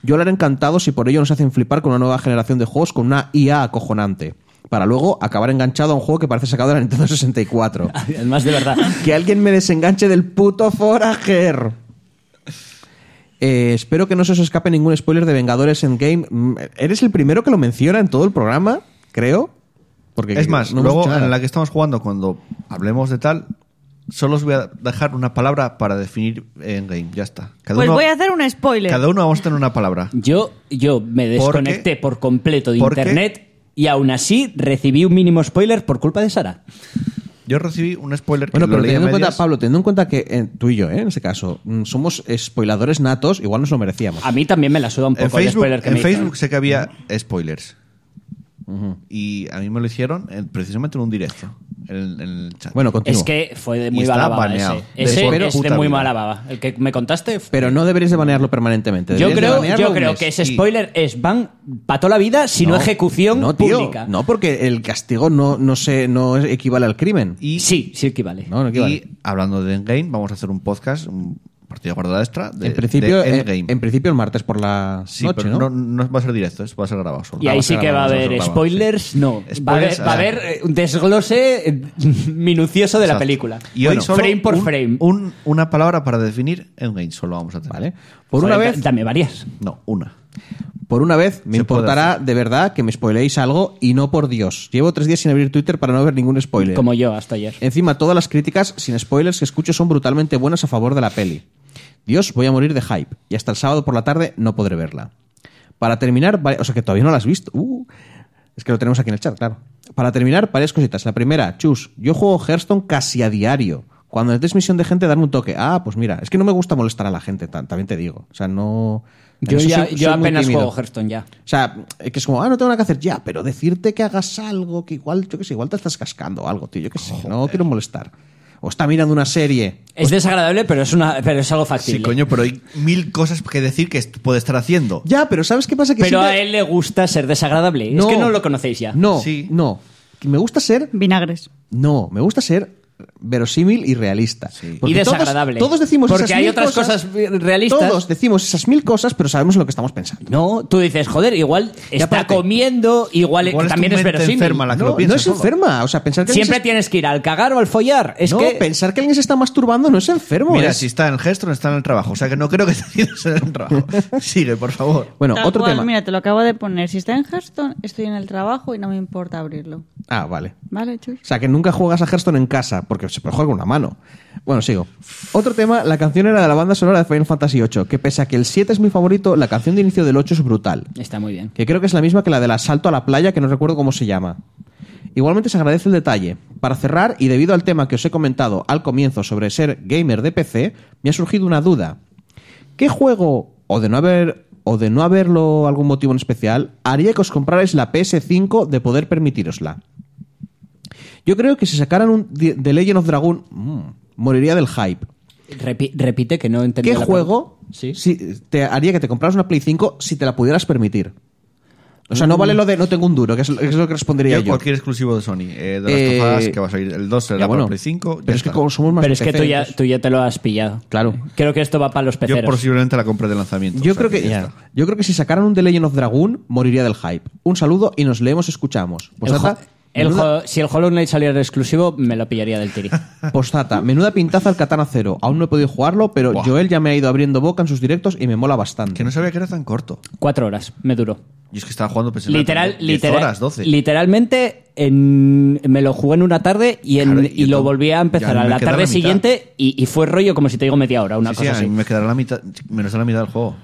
C: Yo lo haré encantado si por ello nos hacen flipar con una nueva generación de juegos con una IA acojonante. Para luego acabar enganchado a un juego que parece sacado de la Nintendo 64.
D: Además, de verdad.
C: Que alguien me desenganche del puto Forager. Eh, espero que no se os escape ningún spoiler de Vengadores Endgame. Mm, Eres el primero que lo menciona en todo el programa, creo. Porque
A: es más,
C: no hemos
A: luego
C: dicho nada.
A: en la que estamos jugando, cuando hablemos de tal, solo os voy a dejar una palabra para definir Endgame. Ya está. Cada
B: Pues
A: uno-
B: voy a hacer un spoiler.
A: Cada uno vamos a tener una palabra.
D: Yo, yo me
A: Porque-
D: desconecté por completo de
A: porque-
D: internet y aún así recibí un mínimo spoiler por culpa de Sara.
A: Yo recibí un spoiler que
C: Bueno,
A: lo
C: pero
A: leí a
C: teniendo en cuenta,
A: medias.
C: Pablo, teniendo en cuenta que eh, tú y yo, eh, en este caso, mm, somos spoiladores natos, igual nos lo merecíamos.
D: A mí también me la suda un poco
A: en Facebook,
D: el spoiler que
A: en
D: me hizo.
A: Facebook sé que había spoilers. Y a mí me lo hicieron en- precisamente en un directo, en, en el chat.
C: Bueno, continúo.
D: Es que fue de
A: Y
D: muy
A: está
D: mala baba
A: baneado.
D: ese. Ese
A: Pero-
D: es de
A: puta
D: muy
A: vida.
D: mala baba. El que me contaste... fue-
C: Pero no deberéis de banearlo permanentemente.
D: yo
C: deberéis de
D: creo,
C: banearlo
D: yo
C: un
D: creo
C: mes.
D: que ese
A: y-
D: spoiler es van para toda la vida, sino ejecución
C: no, tío,
D: pública.
C: No, porque el castigo no, no, se, no es- equivale al crimen.
A: y,
D: Sí, sí equivale.
C: No, no equivale.
A: y hablando de Endgame, vamos a hacer un podcast, un partido guardado extra de,
C: en principio,
A: de
C: eh,
A: Endgame.
C: En, principio el martes por la
A: sí,
C: noche,
A: pero
C: ¿no?
A: ¿no? no va a ser directo, es- va a ser grabado solo.
D: Y ahí sí que va a
A: Vamos a
D: haber
A: grabar,
D: spoilers,
A: sí.
D: no. va a
A: Spoilers,
D: haber, va a
A: ah.
D: haber, eh, un desglose eh, minucioso de la
A: Exacto.
D: película.
A: Y hoy
D: Bueno,
A: solo
D: frame por
A: un-
D: frame.
A: un- una palabra para definir Endgame, solo vamos a tener.
C: Vale. Por
D: Joder,
C: una vez,
D: da- Dame varias.
A: No, una.
C: por una vez me
A: Se puede
C: importará de verdad que me spoileéis algo y no por Dios. Llevo tres días sin abrir Twitter para no ver ningún spoiler.
D: Como yo hasta ayer.
C: Encima, todas las críticas sin spoilers que escucho son brutalmente buenas a favor de la peli. Dios, voy a morir de hype y hasta el sábado por la tarde no podré verla. Para terminar, va- o sea que todavía no la has visto. Uh, es que lo tenemos aquí en el chat, claro. Para terminar, varias cositas. La primera, chus, yo juego Hearthstone casi a diario. Cuando estés misión de gente, darme un toque. Ah, pues mira, es que no me gusta molestar a la gente, tan- también te digo. O sea, no. en
D: Yo,
C: eso
D: ya-
C: soy-
D: yo
C: soy muy
D: apenas
C: tímido.
D: juego Hearthstone ya.
C: O sea, eh, que es como, ah, no tengo nada que hacer ya, pero decirte que hagas algo que igual, yo qué sé, igual te estás cascando o algo, tío, yo qué sé, no quiero molestar. O está mirando una serie.
D: Es desagradable, pero es, una, pero es algo factible.
A: Sí, coño, pero hay mil cosas que decir que est- puede estar haciendo.
C: Ya, pero ¿sabes qué pasa? Que
D: Pero
C: siempre-
D: a él le gusta ser desagradable. Es que no lo conocéis ya.
C: No,
A: Sí.
C: no. Que Me gusta ser,
B: Vinagres.
C: no, me gusta ser verosímil y realista.
D: y
C: Porque todos-
D: desagradable.
C: Todos, decimos
D: Porque
C: esas
D: hay
C: mil
D: otras cosas, realistas.
C: Todos decimos esas mil cosas, pero sabemos lo que estamos pensando.
D: No, tú dices, joder, igual está
C: aparte-
D: comiendo, igual,
A: Igual es tu
D: también es
A: mente
D: verosímil.
A: enferma la que
C: No,
A: lo piensa
C: no es
A: todo.
C: enferma, o sea, pensar que alguien
D: Siempre
C: se-
D: tienes que ir al cagar o al follar. Es
C: No,
D: que
C: pensar que alguien se está masturbando no es enfermo.
A: Mira,
C: es-
A: si está en el gesto, no está en el trabajo. O sea que no creo que esté haciendo eso en el trabajo. Sigue, por favor.
C: Bueno,
B: Tal
C: otro
B: cual,
C: tema.
B: Mira, te lo acabo de poner. Si está en Hearthstone, estoy en el trabajo y no me importa abrirlo.
C: Ah, vale.
B: ¿Vale, Chus?
C: O sea, que nunca juegas a Hearthstone en casa, porque se puede jugar con una mano. Bueno, sigo. Otro tema, la canción era de la banda sonora de Final Fantasy VIII, que pese a que el 7 es mi favorito, la canción de inicio del 8 es brutal.
D: está muy bien.
C: Que creo que es la misma que la del asalto a la playa, que no recuerdo cómo se llama. Igualmente se agradece el detalle. Para cerrar, y debido al tema que os he comentado al comienzo sobre ser gamer de PC, me ha surgido una duda. ¿Qué juego, o de no haber o de no haberlo algún motivo en especial, haría que os comprarais la PS5 de poder permitirosla? Yo creo que si sacaran un The The Legend of Dragon, mm, moriría del hype.
D: Repi- repite que no entendí.
C: ¿Qué
D: la
C: juego
D: pregunta. Sí.
C: si- te haría que te compraras una Play 5 si te la pudieras permitir? O sea, no vale lo de no tengo un duro, que es, que es lo que respondería yo.
A: Yo, cualquier exclusivo de Sony. eh, de las
C: Eh,
A: tofadas que va a salir el 2
C: Ya,
A: será
C: bueno,
A: para Play 5. ya
C: pero es que
A: está.
C: como somos más
D: Pero es que tú ya,
C: peceros-
D: tú ya te lo has pillado.
C: Claro.
D: Creo que esto va para los
A: Yo
D: peceros.
A: posiblemente la compré de lanzamiento.
C: Yo
A: o sea
C: creo que,
A: ya
C: ya.
A: está.
C: yo creo que si sacaran un The Legend of Dragoon, moriría del hype. Un saludo y nos leemos, escuchamos.
D: El
C: Postdata,
D: jo- el
C: menuda,
D: jo- si el Hollow Knight saliera exclusivo, me lo pillaría del tiri.
C: postdata, menuda pintaza al Katana Cero. Aún no he podido jugarlo, pero
A: Buah.
C: Joel ya me ha ido abriendo boca en sus directos y me mola bastante.
A: Que no sabía que era tan corto.
D: Cuatro horas, me duró.
A: Yo es que estaba jugando pensando.
D: Literal,
A: 10
D: literal,
A: horas, 12.
D: literalmente en- me lo jugué en una tarde y, en-
A: Claro,
D: y
A: yo
D: lo
A: tam-
D: volví a
A: yo a
D: empezar
A: mí
D: a
A: me
D: la
A: queda la
D: tarde
A: mitad.
D: siguiente y, y fue rollo como si te digo media hora, una
A: Sí, sí,
D: cosa
A: a mí
D: así.
A: me quedará la mitad, menos de la mitad del juego.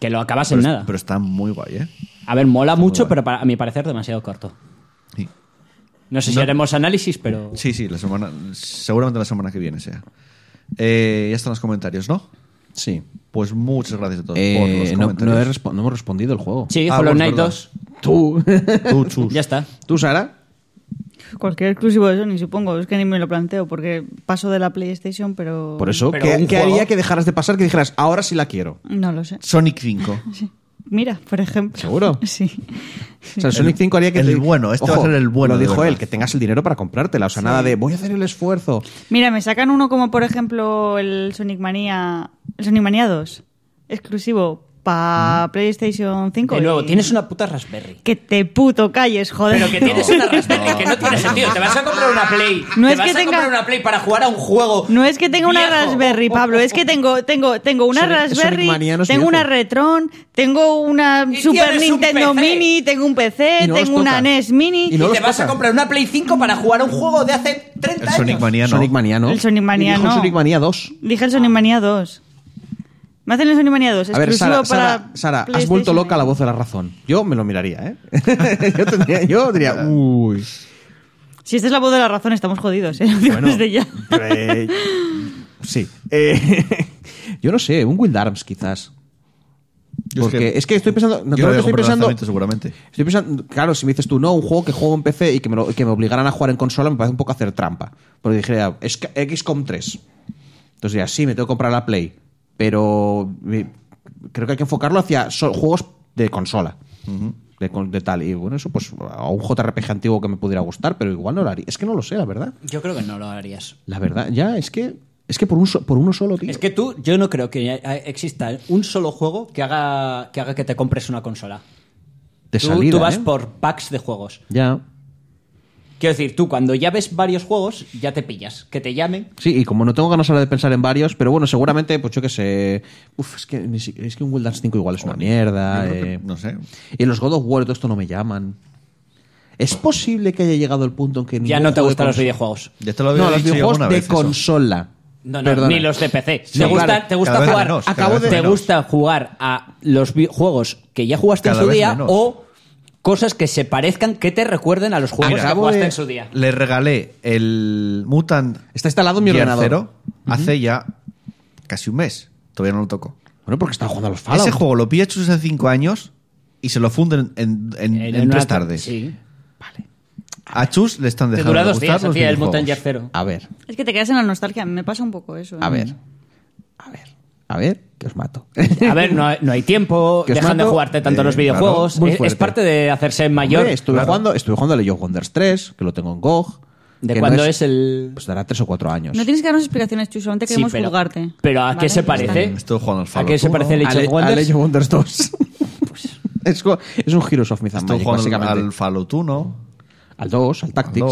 D: Que lo acabas
A: Pero,
D: en
A: es-
D: nada.
A: pero está muy guay, ¿eh?
D: a ver, mola mucho, pero para, a mi parecer demasiado corto.
A: Sí.
D: No sé si
A: No-
D: haremos análisis, pero...
A: Sí, sí, la semana, seguramente la semana que viene sea. Eh, ya están los comentarios, ¿no?
C: Sí.
A: Pues muchas gracias a todos por los
C: Eh, no,
A: comentarios.
C: no he respo- no hemos respondido el juego.
D: Sí,
A: Ah,
D: Hollow
A: bueno,
D: Knight
A: verdad.
D: 2.
C: Tú.
A: Tú, chus.
D: Ya está.
C: ¿Tú, Sara?
B: Cualquier exclusivo de Sony, supongo. Es que ni me lo planteo porque paso de la PlayStation, pero.
C: Por eso,
D: Pero
C: ¿qué,
D: un
C: qué
D: juego-
C: haría que dejaras de pasar que dijeras, ahora sí la quiero?
B: No lo sé.
A: Sonic 5.
B: Sí. Mira, por ejemplo.
C: ¿Seguro?
B: Sí.
C: O sea, el Sonic 5 haría que...
A: el
C: te-
A: bueno, este
C: Ojo,
A: va a ser el bueno,
C: Lo
A: de
C: dijo
A: verdad.
C: él, que tengas el dinero para comprártela. O sea, nada de voy a hacer el esfuerzo.
B: Mira, me sacan uno como por ejemplo el Sonic Mania. El Sonic Mania 2. Exclusivo
C: Mm.
B: para PlayStation 5.
D: De nuevo,
B: y-
D: tienes una puta Raspberry.
B: Que te puto calles, joder.
D: Pero que tienes una Raspberry que no tiene sentido. Te vas a comprar una Play.
B: No
D: te
B: es
D: vas
B: que
D: a
B: tenga-
D: comprar una Play para jugar a un juego.
B: No es que tenga una
D: viejo.
B: Raspberry, Pablo, es que tengo, tengo, tengo una
C: Sonic-
B: Raspberry,
C: Sonic Mania no es
B: tengo
C: viejo.
B: una Retron, tengo una
D: Y
B: Super
D: tienes un
B: Nintendo
D: PC.
B: Mini, tengo un
C: Y
B: PC,
C: no los
B: tengo una
C: tocas.
B: NES Mini.
C: Y no
D: y
C: los
D: te vas a
C: tocan.
D: comprar una Play 5 para jugar a un juego de hace 30
A: El
D: años.
A: Sonic Mania no.
C: Sonic Mania no.
B: El Sonic Mania
C: Y dijo
B: no.
C: Sonic Mania 2.
B: Dije el Sonic Mania 2. Me hacen el Sonic Mania 2,
C: Ah. A ver,
B: exclusivo
C: Sara,
B: para
C: Sara, Sara, has
B: PlayStation.
C: vuelto loca la voz de la razón. Yo me lo miraría, ¿eh? yo, tendría- yo diría, "Uh, uy.
B: Si esta es la voz de la razón, estamos jodidos, ¿eh? Lo digo desde ya.
C: pero, eh, sí. Eh, yo no sé, un Wild Arms quizás.
A: Yo es
C: Porque
A: que-
C: es que estoy pensando...
A: Yo lo voy a
C: naturalmente estoy
A: comprar
C: pensando
A: lanzamiento seguramente.
C: Estoy pensando, claro, si me dices tú, no, un juego que juego en PC y que me, lo- que me obligaran a jugar en consola, me parece un poco hacer trampa. Porque dijera, es que XCOM 3. Entonces diría, sí, me tengo que comprar la Play. Pero me- creo que hay que enfocarlo hacia so- juegos de consola. de, con- de tal. Y bueno, eso, pues, a un JRPG antiguo que me pudiera gustar, pero igual no lo haría. Es que no lo sé, la verdad.
D: Yo creo que no lo harías.
C: La verdad, ya, es que. Es que por, un so- por uno solo, tío.
D: Es que tú, yo no creo que exista un solo juego que haga que, haga que te compres una consola.
C: de
D: tú,
C: salida,
D: tú vas
C: ¿eh?
D: por packs de juegos.
C: Ya.
D: Quiero decir, tú cuando ya ves varios juegos, ya te pillas. Que te llamen.
C: Sí, y como no tengo ganas ahora de pensar en varios, pero bueno, seguramente, pues yo que sé. Uf, es que, ni si- es que un Wild Dance 5 igual es una mierda.
A: Yo creo que-
C: eh.
A: no sé.
C: Y los God of War, todo esto no me llaman. Es posible que haya llegado el punto en que.
D: Ya
C: ningún
D: no te
C: juego de
D: gustan los
C: consola-
D: videojuegos.
A: Ya te lo había
C: No, los
A: dicho yo
C: videojuegos
A: alguna
C: de
A: vez eso.
C: consola.
D: No, no,
C: Perdona.
D: ni los de PC.
A: Sí,
D: te
A: claro.
D: gusta, te gusta
A: Cada vez
D: jugar,
A: menos,
C: cada vez
D: te
A: menos.
D: gusta jugar a los vi- juegos que ya jugaste
A: Cada
D: en su
A: vez
D: día
A: menos.
D: o cosas que se parezcan que te recuerden a los juegos que
C: Acabo
D: jugaste
C: de-
D: en su día.
A: Le regalé el Mutant
C: Está instalado en mi
A: Year
C: ordenador.
A: Zero hace ya casi un mes. Todavía no lo toco.
C: Bueno, porque estaba jugando a los Fallout.
A: Ese juego lo pilla Chus hace 5 años y se lo funden en, en- en
D: una-
A: tres tardes.
D: Eh, Sí.
A: A Chus le están
D: Te
A: dejando
D: dura
A: de
D: dos
A: gustar
D: días,
A: los
D: hacía el
A: videojuegos.
D: Mutant Year Zero.
C: A ver,
B: Es que te quedas en la nostalgia. Me pasa un poco eso. ¿eh?
C: a ver, a ver, a ver, que os mato.
D: A ver, no, hay- no hay tiempo,
C: Que os
D: dejan de
C: mato,
D: jugarte tanto
A: eh,
D: los
A: claro,
D: videojuegos.
C: muy
D: Es- es,
C: fuerte.
D: parte de hacerse mayor.
C: Hombre, estuve,
A: claro.
C: jugando, estuve jugando a League of Wonders 3, que lo tengo en GOG.
D: ¿De
C: que
D: cuándo es el-
C: Pues dará 3 o 4 años.
B: No tienes que darnos explicaciones, Chuso. Solamente
D: Sí,
B: queremos
D: pero-
B: juzgarte.
D: pero ¿a qué se
B: Ya está.
D: parece?
A: Mm, Estoy jugando al
D: ¿A
A: Fallout
D: qué se
A: 1,
D: parece el
C: A
D: Age
C: Le-
D: of Wonders?
C: a League of Wonders 2. es, co- es un Heroes of Myth and
A: Estoy
C: Magic,
A: jugando
C: básicamente.
A: al Fallout 1,
C: Al 2, al
A: al
C: Tactics, al,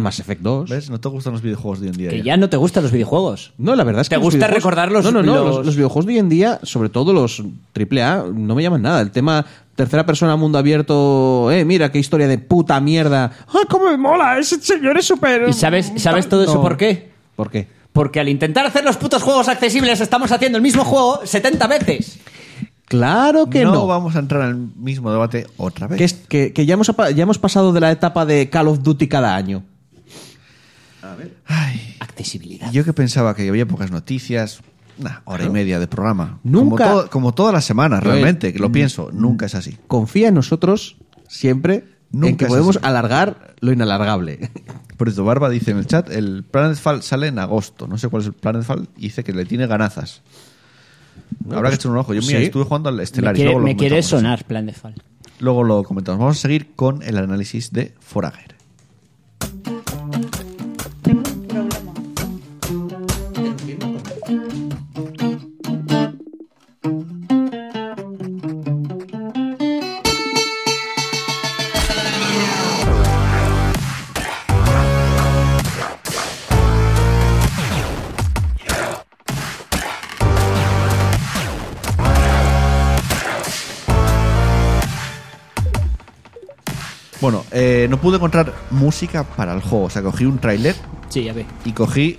A: 2.
C: Mass Effect 2.
A: ¿Ves? No te gustan los videojuegos de hoy en día.
D: Que ya no te gustan los videojuegos.
C: No, la verdad es que.
D: ¿Te
C: los
D: gusta
C: videojuegos-
D: recordar los-
C: No, no, no. Los...
D: los-
C: los videojuegos de hoy en día, sobre todo los AAA, no me llaman nada. El tema tercera persona, mundo abierto. Eh, mira qué historia de puta mierda. ¡Ay, cómo me mola! Ese señor es súper.
D: ¿Y sabes, sabes todo eso
C: No.
D: por qué?
C: ¿Por qué?
D: Porque al intentar hacer los putos juegos accesibles estamos haciendo el mismo juego 70 veces.
C: Claro que no.
A: no, vamos a entrar al mismo debate otra vez.
C: Que, es- que- que ya, hemos, apa- ya hemos pasado de la etapa de Call of Duty cada año.
A: Ay,
D: Accesibilidad.
A: yo que pensaba que había pocas noticias. Una hora y media de programa.
C: Nunca-
A: Como, todo- como todas las semanas,
C: Joel,
A: realmente,
D: Mm.
A: que lo pienso. Nunca es así.
C: Confía en nosotros siempre en
A: Nunca
C: que
A: es
C: podemos
A: así.
C: alargar lo inalargable.
A: Por eso, Barba dice en el chat, el Planet Fall sale en agosto. No sé cuál es el Planet Fall. y Dice que le tiene ganazas. Habrá que echar un ojo. Yo, mira,
C: sí.
A: estuve jugando al
D: pues, Me
A: Stellaris.
D: quiere,
A: luego lo
D: me quiere
A: comentamos.
D: sonar plan de fal.
A: Luego lo comentamos. Vamos a seguir con el análisis de Forager. Bueno, eh, no pude encontrar música para el juego. O sea, cogí un tráiler
D: Sí, a ver.
A: y cogí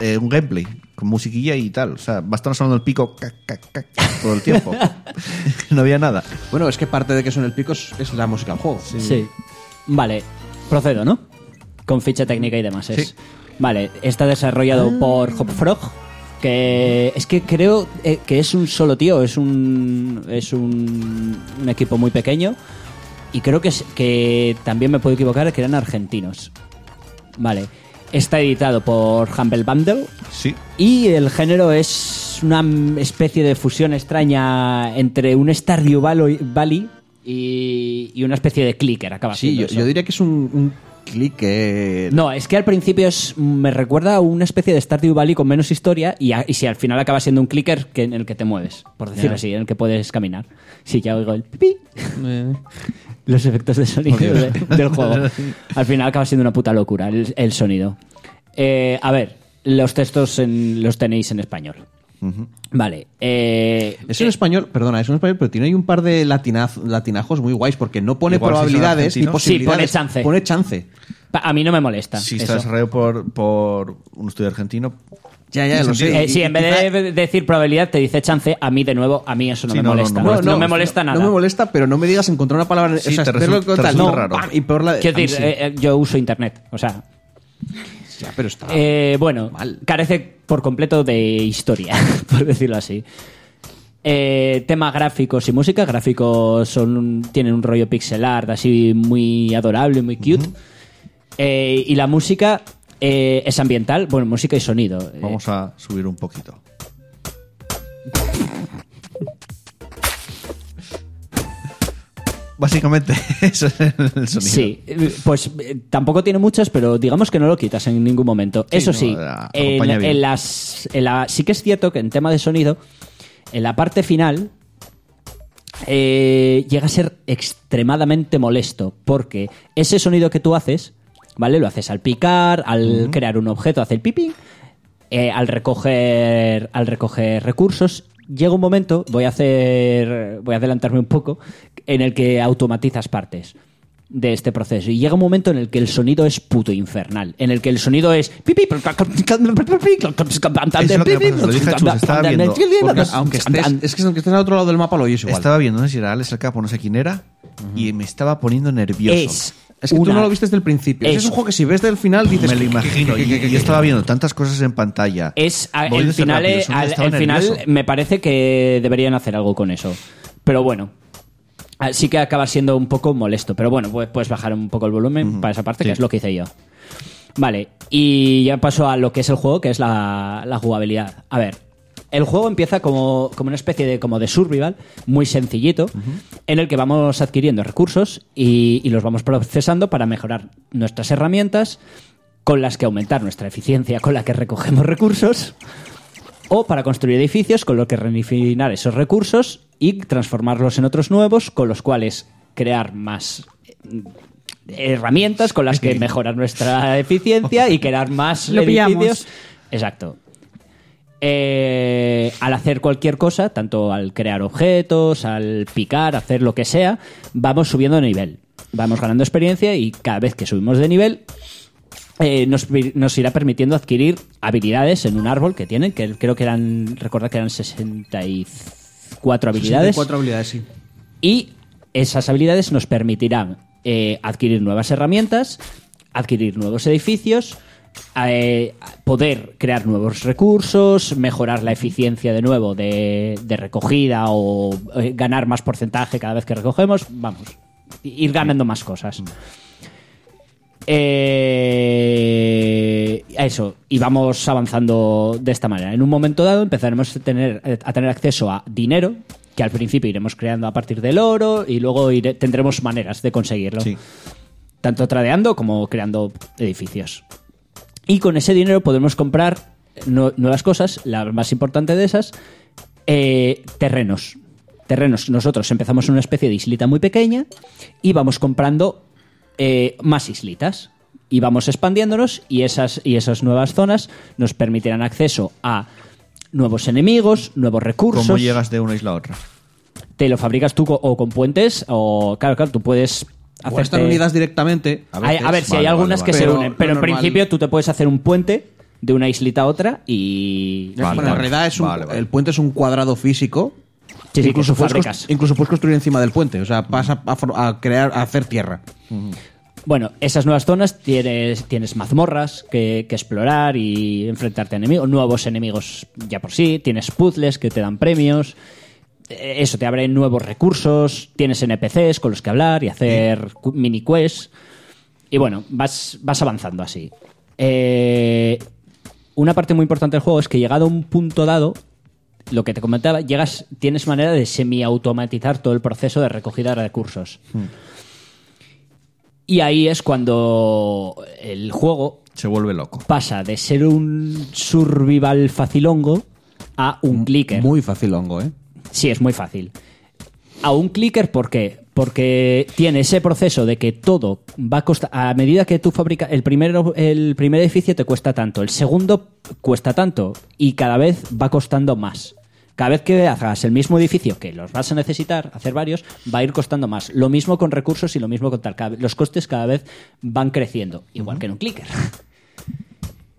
A: eh, un gameplay con musiquilla y tal. O sea, va a estar sonando el pico ca, ca, ca, ca, todo el tiempo. no había nada.
C: Bueno, es que parte de que son el pico es, es la música del juego.
D: Sí. Vale, procedo, ¿no? Con ficha técnica y demás. Es.
A: Sí.
D: Vale, está desarrollado por Hopfrog. Que es que creo eh, que es un solo tío, es un es un, un equipo muy pequeño. Y creo que, es- que también me puedo equivocar, que eran argentinos. Vale, está editado por Humble Bundle.
A: Sí.
D: Y el género es una m- especie de fusión extraña entre un Stardew Valo- Valley y, y una especie de clicker. Acaba
C: Sí,
D: siendo
C: yo,
D: eso.
C: yo diría que es un, un clic que...
D: No, es que al principio es, me recuerda a una especie de Stardew Valley con menos historia y, a- y si al final acaba siendo un clicker que, en el que te mueves, por decirlo así, en el que puedes caminar. Sí, ya oigo el pipí. Los efectos de sonido de- del juego. Al final acaba siendo una puta locura el, el sonido. Eh, a ver, los textos en- los tenéis en español. Vale. eh,
C: Es en español, perdona, es en español, pero tiene ahí un par de latinaz- latinajos muy guays porque no pone
A: Igual si son
C: probabilidades ni
A: argentinos.
D: Sí, pone
C: posibilidades.
D: chance.
C: Pone chance.
D: pa- a mí no me molesta.
A: Sí,
D: eso.
A: está desarrollado por, por un estudio argentino.
C: Ya, ya,
A: Tiene
C: lo
A: sentido.
C: sé.
D: Eh, sí, en vez de decir probabilidad te dice chance, a mí de nuevo, a mí eso no
A: Sí,
D: me
A: no, no,
D: molesta.
A: no molesta.
D: No, no me
A: No,
D: molesta nada.
C: No me molesta, pero no me digas encontrar una palabra...
A: Sí,
C: o sea,
A: te
C: verlo
A: resulta- te
C: con tal-
A: resulta
C: no,
A: raro.
C: pam, y peor la...
D: Quiero
C: a mí
D: decir,
C: sí.
D: eh, eh, yo uso internet, o sea.
C: Ya, pero está...
D: eh, bueno,
C: Ah, mal.
D: carece por completo de historia, por decirlo así. Eh, tema gráficos y música. Gráficos son un- tienen un rollo pixel art así muy adorable, muy cute. Eh, y la música eh, es ambiental, bueno, música y sonido. Eh,
A: Vamos a subir un poquito. Básicamente, eso es el sonido.
D: Sí, eh, pues eh, tampoco tiene muchas, pero digamos que no lo quitas en ningún momento. Eso
A: no,
D: sí,
A: eh, acompaña
D: en,
A: bien.
D: en las, en la- sí que es cierto que en tema de sonido, en la parte final eh, llega a ser extremadamente molesto, porque ese sonido que tú haces, ¿vale? Lo haces al picar, al crear un objeto, hace el pipí, eh, al recoger al recoger recursos llega un momento voy a hacer voy a adelantarme un poco en el que automatizas partes de este proceso. Y llega un momento en el que el sonido es puto infernal, en el que el sonido es...
A: lo que me pasa, lo dije a Chus, estaba viendo,
C: Porque aunque estés, es que aunque estés al otro lado del mapa lo oyes igual.
A: Estaba viendo, no sé si era Alex el Capo, no sé quién era, y me estaba poniendo nervioso.
D: Es,
C: Es que tú
D: una-
C: no lo viste desde el principio. Ese
D: es-
C: Es un juego que si ves del final dices...
A: me lo imagino. y, y yo estaba viendo tantas cosas en pantalla.
D: Es a- el
A: Moviéndose
D: final,
A: rápido,
D: eh,
A: solo
D: al-
A: estaba
D: el final
A: nervioso.
D: me parece que deberían hacer algo con eso. Pero bueno. Así que acaba siendo un poco molesto. Pero bueno, pues puedes bajar un poco el volumen para esa parte,
A: sí.
D: que es lo que hice yo. Vale, y ya paso a lo que es el juego, que es la, la jugabilidad. A ver, el juego empieza como, como una especie de, como de survival, muy sencillito, en el que vamos adquiriendo recursos y, y los vamos procesando para mejorar nuestras herramientas, con las que aumentar nuestra eficiencia, con la que recogemos recursos, o para construir edificios, con lo que refinar esos recursos y transformarlos en otros nuevos, con los cuales crear más mm, herramientas con las que mejorar nuestra eficiencia y crear más
B: Lo
D: edificios.
B: pillamos.
D: Exacto. Eh, al hacer cualquier cosa, tanto al crear objetos, al picar, hacer lo que sea, vamos subiendo de nivel. Vamos ganando experiencia y cada vez que subimos de nivel, eh, nos, vi- nos irá permitiendo adquirir habilidades en un árbol que tienen, que creo que eran, recordad que eran 64 habilidades.
C: Cuatro habilidades, sí.
D: Y esas habilidades nos permitirán eh, adquirir nuevas herramientas, adquirir nuevos edificios, eh, poder crear nuevos recursos, mejorar la eficiencia de nuevo de, de recogida o eh, ganar más porcentaje cada vez que recogemos. Vamos, ir ganando más cosas. Eh, eso, y vamos avanzando de esta manera. En un momento dado empezaremos a tener, eh, a tener acceso a dinero, que al principio iremos creando a partir del oro y luego ire- tendremos maneras de conseguirlo.
A: Sí.
D: Tanto tradeando como creando edificios. Y con ese dinero podemos comprar nu- nuevas cosas, la más importante de esas, eh, terrenos. Terrenos. Nosotros empezamos en una especie de islita muy pequeña y vamos comprando eh, más islitas. Y vamos expandiéndonos y esas, y esas nuevas zonas nos permitirán acceso a nuevos enemigos, nuevos recursos
A: ¿Cómo llegas de una isla a otra?
D: te lo fabricas tú co- o con puentes o claro, claro, tú puedes
C: O
D: hacer
C: están unidas directamente.
D: A, veces,
C: veces.
D: ver si hay
A: vale,
D: algunas
A: vale,
D: que
C: vale.
D: se
C: Pero
D: unen, pero
C: lo
D: en
C: normal-
D: principio tú te puedes hacer un puente de una islita a otra y
A: Vale,
C: bueno, en
A: vale.
C: realidad es un,
A: Vale, vale.
C: el puente es un cuadrado físico.
D: Sí, sí, que tú
C: puedes,
D: fabricas.
C: cons- incluso puedes construir encima del puente. O sea, vas a, a for- a crear, a hacer tierra.
D: Bueno, esas nuevas zonas tienes, tienes mazmorras que, que explorar y enfrentarte a enemigos, nuevos enemigos ya por sí, tienes puzzles que te dan premios, eh, eso te abre nuevos recursos, tienes NPCs con los que hablar y hacer cu- mini quests. Y bueno, vas, vas avanzando así. Eh, una parte muy importante del juego es que llegado a un punto dado, lo que te comentaba, llegas, tienes manera de semiautomatizar todo el proceso de recogida de recursos. Y ahí es cuando el juego
A: Se vuelve loco.
D: pasa de ser un survival facilongo a un
C: Mm,
D: clicker.
C: Muy fácil hongo, ¿eh?
D: Sí, es muy fácil. A un clicker, ¿por qué? Porque tiene ese proceso de que todo va a costar. A medida que tú fabricas. El primer, el primer edificio te cuesta tanto, el segundo cuesta tanto, y cada vez va costando más. Cada vez que hagas el mismo edificio, que los vas a necesitar, hacer varios, va a ir costando más. Lo mismo con recursos y lo mismo con tal. Cada- Los costes cada vez van creciendo, igual que en un clicker.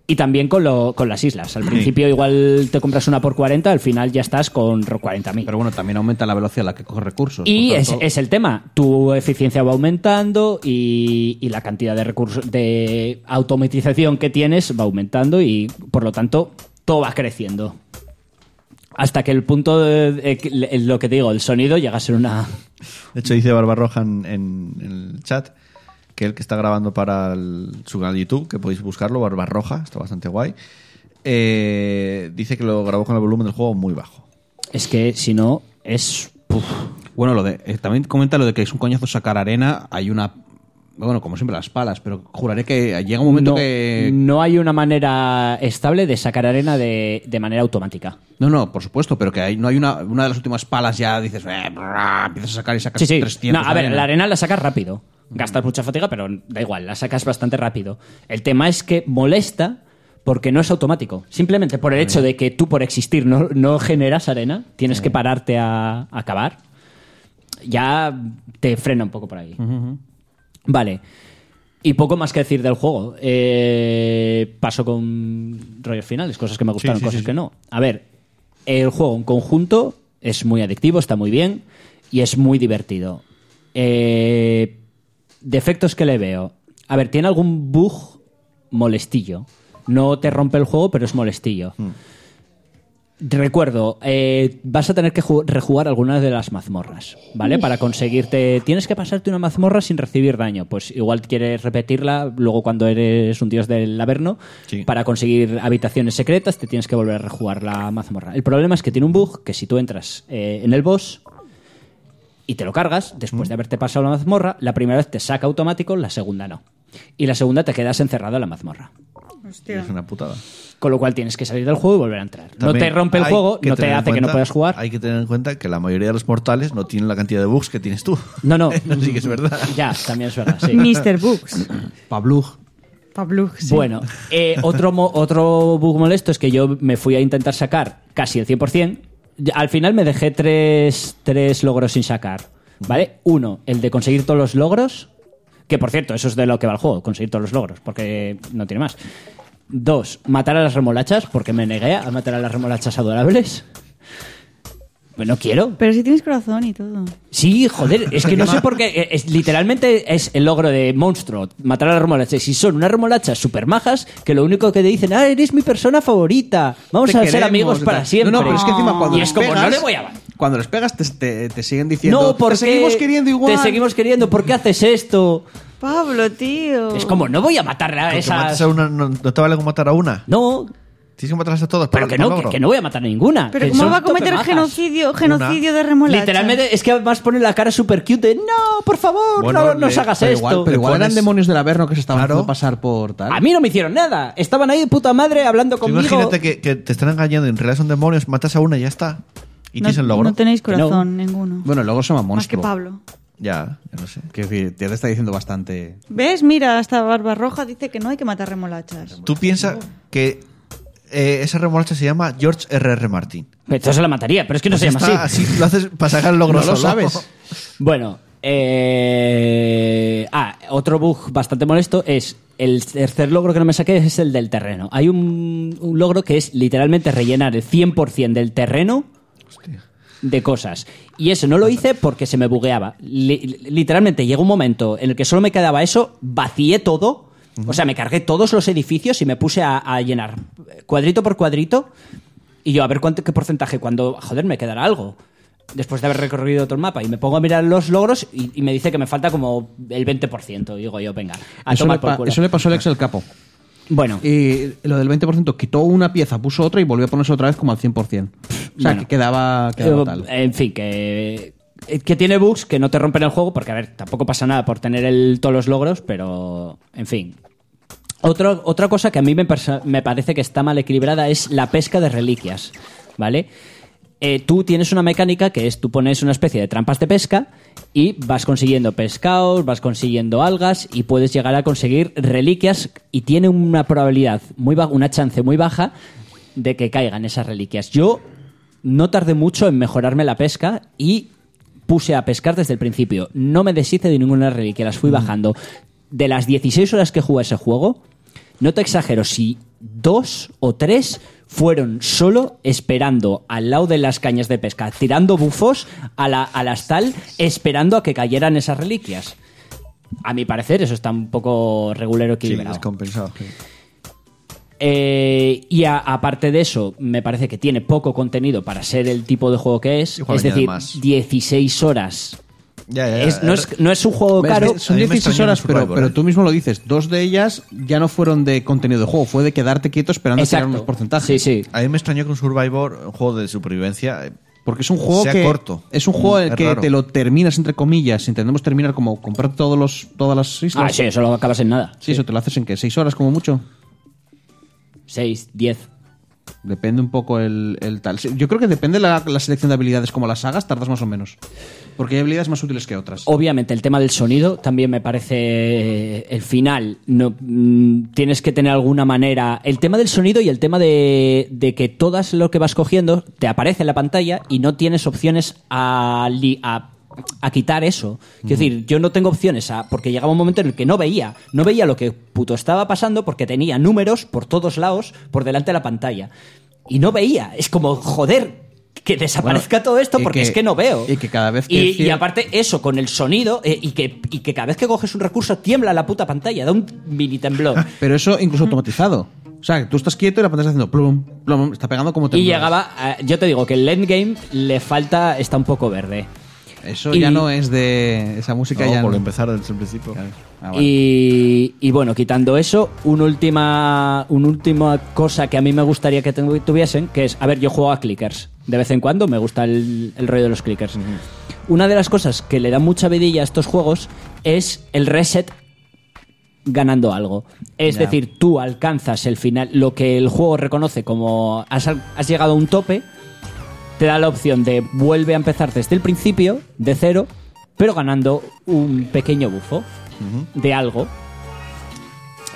D: Y también con, lo- con las islas. Al principio igual te compras una por 40, al final ya estás con 40.000.
C: Pero bueno, también aumenta la velocidad a la que coge recursos.
D: Y
C: Por
D: es,
C: tanto,
D: es el tema. Tu eficiencia va aumentando y, y la cantidad de recursos de automatización que tienes va aumentando y por lo tanto todo va creciendo. Hasta que el punto, de- de- que le- lo que te digo, el sonido llega a ser una.
A: De hecho, dice Barbarroja en, en- en el chat que el que está grabando para el- su canal de YouTube, que podéis buscarlo, Barbarroja, está bastante guay, eh, dice que lo grabó con el volumen del juego muy bajo.
D: Es que si no, es. puf.
C: Bueno, lo de, eh, también comenta lo de que es un coñazo sacar arena. Hay una. Bueno, como siempre, las palas, pero juraré que llega un momento
D: no,
C: que.
D: no hay una manera estable de sacar arena de, de manera automática.
C: No, no, por supuesto, pero que hay, no hay una, una de las últimas palas ya dices, "Eh, brrr", empiezas a sacar y sacas
D: Sí, sí.
C: 300.
D: No, a ver,
C: arena.
D: la arena la sacas rápido. Gastas mucha fatiga, pero da igual, la sacas bastante rápido. El tema es que molesta porque no es automático. Simplemente por el hecho de que tú, por existir, no, no generas arena, tienes que
C: Mm.
D: pararte a, a acabar, ya te frena un poco por ahí. Vale. Y poco más que decir del juego. Eh, paso con rollos finales, cosas que me gustaron,
A: sí,
D: cosas
A: sí,
D: que
A: sí.
D: no. A ver, el juego en conjunto es muy adictivo, está muy bien y es muy divertido. Eh, defectos que le veo. A ver, tiene algún bug molestillo. No te rompe el juego, pero es molestillo.
A: Mm.
D: Recuerdo, eh, vas a tener que ju- rejugar algunas de las mazmorras, ¿vale? Para conseguirte... Tienes que pasarte una mazmorra sin recibir daño. Pues igual quieres repetirla luego cuando eres un dios del Averno.
A: Sí.
D: Para conseguir habitaciones secretas te tienes que volver a rejugar la mazmorra. El problema es que tiene un bug que si tú entras eh, en el boss y te lo cargas, después de haberte pasado la mazmorra, la primera vez te saca automático, la segunda no. Y la segunda te quedas encerrado en la mazmorra.
B: Hostia.
A: Es una putada.
D: Con lo cual tienes que salir del juego y volver a entrar.
A: También
D: no te rompe el
A: hay
D: juego,
A: que
D: no te
A: tener en
D: hace que no
A: cuenta-
D: puedas jugar.
A: Hay que tener en cuenta que la mayoría de los mortales no tienen la cantidad de bugs que tienes tú.
D: No, no.
A: Así que es verdad.
D: Ya, también es verdad, sí.
B: Mr. Books.
C: Pablug.
B: Pablo, sí.
D: Bueno, eh, otro, mo- otro bug molesto es que yo me fui a intentar sacar casi el 100%. Ya- Al final me dejé tres, tres logros sin sacar, ¿vale? Uno, el de conseguir todos los logros, que por cierto, eso es de lo que va el juego, conseguir todos los logros, porque no tiene más. Dos, matar a las remolachas, porque me negué a matar a las remolachas adorables. Pues no quiero,
B: Pero si tienes corazón y todo.
D: Sí, joder, es que no sé por qué. eh, es- literalmente es el logro de monstruo, matar a las remolachas. Y son unas remolachas super majas que lo único que te dicen, ah, eres mi persona favorita. Vamos
C: Te
D: a ser
C: queremos,
D: amigos
C: y
D: para
C: tal.
D: siempre.
C: No, no, pero es que encima cuando
D: y
C: les
D: es como,
C: pegas,
D: no le voy a dar.
C: Cuando les pegas te, te- te siguen diciendo.
D: No, porque
C: te seguimos queriendo igual.
D: Te seguimos queriendo, ¿por qué haces esto?
B: Pablo, tío.
D: Es como, no voy a matar a
A: Con que mates
D: esas.
A: a una, no, no te vale con matar a una.
D: No,
A: Tienes que matarlas a todas.
D: pero
A: por-
D: que
A: por
D: no, que,
A: logro.
D: que no voy a matar a ninguna.
B: Pero
D: que
B: ¿cómo
D: son
B: va a cometer
D: topemajas.
B: genocidio, genocidio de remolacha?
D: Literalmente, es que además pone la cara super cute de, no, por favor,
A: Bueno,
D: no nos
A: le-
D: hagas
C: Pero
D: esto.
C: igual, pero
A: Le
C: igual eran
A: pones-
C: demonios del Averno que se estaban
A: Claro.
C: haciendo pasar por tal.
D: A mí no me hicieron nada. Estaban ahí de puta madre hablando
A: Tú
D: conmigo.
A: Imagínate que, que te están engañando y en realidad son demonios, matas a una y ya está. Y
B: no,
A: tienes el logro.
B: no tenéis
D: Que no.
B: corazón ninguno.
C: Bueno, luego se llama
B: Más que
C: monstruo.
B: Pablo.
A: Ya, ya no sé.
C: Que en fin, ya te está diciendo bastante.
B: ¿Ves? Mira, hasta Barbarroja dice que no hay que matar remolachas.
A: Tú piensas que eh, esa remolacha se llama George R.R. Martin.
D: Entonces la mataría, pero es que no se
A: Pues Ya
D: llama así.
A: está, así lo haces para sacar el logro
C: No lo
A: solo.
C: sabes.
D: Bueno, eh, ah, otro bug bastante molesto es el tercer logro que no me saqué es el del terreno. Hay un, un logro que es literalmente rellenar el 100% del terreno de cosas. Y eso no lo hice porque se me bugueaba. Li- literalmente llegó un momento en el que solo me quedaba eso, vacié todo. O sea, me cargué todos los edificios y me puse a, a llenar eh, cuadrito por cuadrito. Y yo, a ver cuánto, qué porcentaje, cuando, joder, me quedará algo. Después de haber recorrido todo el mapa. Y me pongo a mirar los logros y, y me dice que me falta como el 20%. Digo yo, venga, a
C: Eso le,
D: tomar
C: pa-
D: por culo.
C: eso le pasó a Alex el capo.
D: Bueno,
C: Y lo del 20% quitó una pieza, puso otra y volvió a ponerse otra vez como al 100%. O sea,
D: Bueno.
C: que quedaba, quedaba
D: Eh,
C: tal.
D: En fin, que, eh, que tiene bugs que no te rompen el juego, porque a ver, tampoco pasa nada por tener el, todos los logros, pero en fin. Otro- otra cosa que a mí me, persa- me parece que está mal equilibrada es la pesca de reliquias, ¿vale? Eh, tú tienes una mecánica que es tú pones una especie de trampas de pesca y vas consiguiendo pescados, vas consiguiendo algas y puedes llegar a conseguir reliquias y tiene una probabilidad muy baja, una chance muy baja de que caigan esas reliquias. Yo no tardé mucho en mejorarme la pesca y puse a pescar desde el principio. No me deshice de ninguna reliquia, las
A: Mm.
D: fui bajando. De las 16 horas que jugué ese juego, no te exagero, si dos o tres fueron solo esperando al lado de las cañas de pesca, tirando bufos a la, a la stal, esperando a que cayeran esas reliquias. A mi parecer, eso está un poco regulero
A: Sí,
D: equilibrado.
A: descompensado.
D: Eh, y a- aparte de eso, me parece que tiene poco contenido para ser el tipo de juego que es.
A: Igual
D: es
A: añade
D: decir,
A: más.
D: 16 horas.
A: Ya, ya, ya.
D: Es- no, es, no es un juego
C: Ves,
D: caro.
C: ves, son
A: A mí me
C: 16
A: extrañó
C: horas,
A: el
C: pero,
A: Survivor,
C: pero
A: eh.
C: tú mismo lo dices. Dos de ellas ya no fueron de contenido de juego, fue de quedarte quieto esperando a tirar
D: Exacto.
C: unos porcentajes.
D: Sí, sí.
A: A mí me extrañó que un Survivor, un juego de supervivencia, eh,
C: Porque es un juego
A: Sea
C: que
A: corto.
C: es un juego en el
A: Es
C: que
A: raro.
C: te lo terminas entre comillas, intentamos terminar como comprar todos los todas las islas.
D: Ah, sí, eso lo acabas en nada.
C: Sí, eso te lo haces en que seis horas como mucho.
D: 6, 10.
C: Depende un poco el, el tal. Sí, Yo creo que depende la, la selección de habilidades como las sagas, tardas más o menos. Porque hay habilidades más útiles que otras.
D: Obviamente, el tema del sonido también me parece eh, el final. No, mm, tienes que tener alguna manera. El tema del sonido y el tema de, de que todas lo que vas cogiendo te aparece en la pantalla y no tienes opciones a, li- a a quitar eso. Quiero decir, yo no tengo opciones a- porque llegaba un momento en el que no veía, no veía lo que puto estaba pasando porque tenía números por todos lados por delante de la pantalla. Y no veía, es como joder que desaparezca
C: Bueno,
D: todo esto
C: y
D: porque
C: que-
D: es que no veo.
C: y que cada vez que
D: Y-
C: cier-
D: y aparte eso con el sonido eh, y que y que cada vez que coges un recurso tiembla la puta pantalla, da un mini temblor.
C: Pero eso incluso automatizado. O sea, que tú estás quieto y la pantalla está haciendo plum, plum, está pegando como
D: Y
C: temblores.
D: llegaba, a- yo te digo que el endgame le falta, está un poco verde.
C: Eso
D: y-
C: ya no es de esa música
A: No,
C: ya.
A: por
C: no-
A: empezar desde el principio.
C: Ah, bueno.
D: Y, y bueno, quitando eso, una última, una última cosa que a mí me gustaría que tu- tuviesen, que es, a ver, yo juego a clickers. De vez en cuando me gusta el, el rollo de los clickers. Una de las cosas que le da mucha vidilla a estos juegos es el reset ganando algo. Es
C: Ya.
D: decir, tú alcanzas el final, lo que el juego reconoce como has, al- has llegado a un tope, te da la opción de vuelve a empezar desde el principio, de cero, pero ganando un pequeño bufo de algo.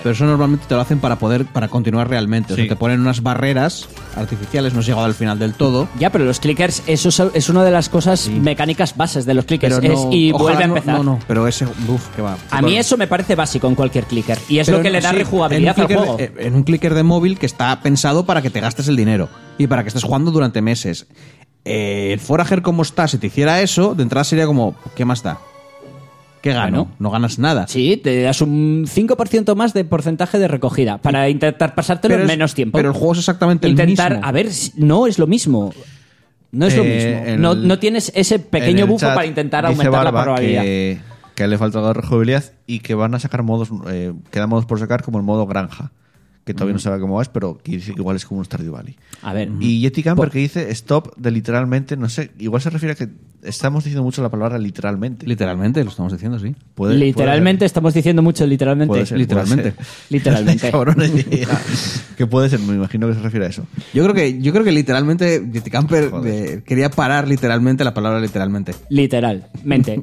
C: Pero eso normalmente te lo hacen para poder para continuar realmente. O sea,
A: Sí.
C: te ponen unas barreras artificiales, no has llegado al final del todo.
D: Ya, pero los clickers, eso es, es una de las cosas mecánicas bases de los clickers.
C: Pero
D: es-
C: no-
D: y
C: ojalá
D: vuelve a
C: no-
D: empezar.
C: No, no, pero ese buf que va.
D: A mí eso me parece básico en cualquier clicker. Y es
C: Pero
D: lo que
C: no,
D: le da
C: sí,
D: rejugabilidad
C: en un
D: al
C: clicker eh,
D: juego.
C: de- en un clicker de móvil que está pensado para que te gastes el dinero y para que estés jugando durante meses. Eh, el Forager como está, si te hiciera eso, de entrada sería como, ¿qué más da? ¿Qué gano?
D: Bueno.
C: no ganas nada.
D: Sí, te das un 5% más de porcentaje de recogida para intentar pasártelo en
C: es-
D: menos tiempo.
C: Pero el juego es exactamente
D: intentar,
C: el mismo.
D: a ver, si- no es lo mismo. No es lo
A: Eh,
D: mismo.
A: en
D: no,
A: el-
D: no tienes ese
A: En
D: pequeño
A: el
D: bufo
A: chat
D: para intentar
A: dice
D: aumentar la
A: Barba
D: probabilidad.
A: Que, que le falta la rejugabilidad y que van a sacar modos, eh, quedan modos por sacar como el modo granja, que todavía no se sabe cómo es, pero que dice que igual es como un Stardew Valley.
D: A ver.
A: Y Yeti Camper
D: Mm. Por-
A: que dice stop de literalmente, no sé, igual se refiere a que estamos diciendo mucho la palabra literalmente.
C: Literalmente, lo estamos diciendo, sí.
A: Puede-
D: literalmente
A: puede-
D: estamos diciendo mucho literalmente.
A: puede ser,
C: literalmente.
A: puede ser.
D: Literalmente. Ah.
A: Cabrones, ya. que puede ser, me imagino que se refiere a eso.
C: Yo creo que, yo creo que literalmente, Yeti Camper
A: Joder.
C: eh, quería parar literalmente la palabra literalmente.
D: Literalmente.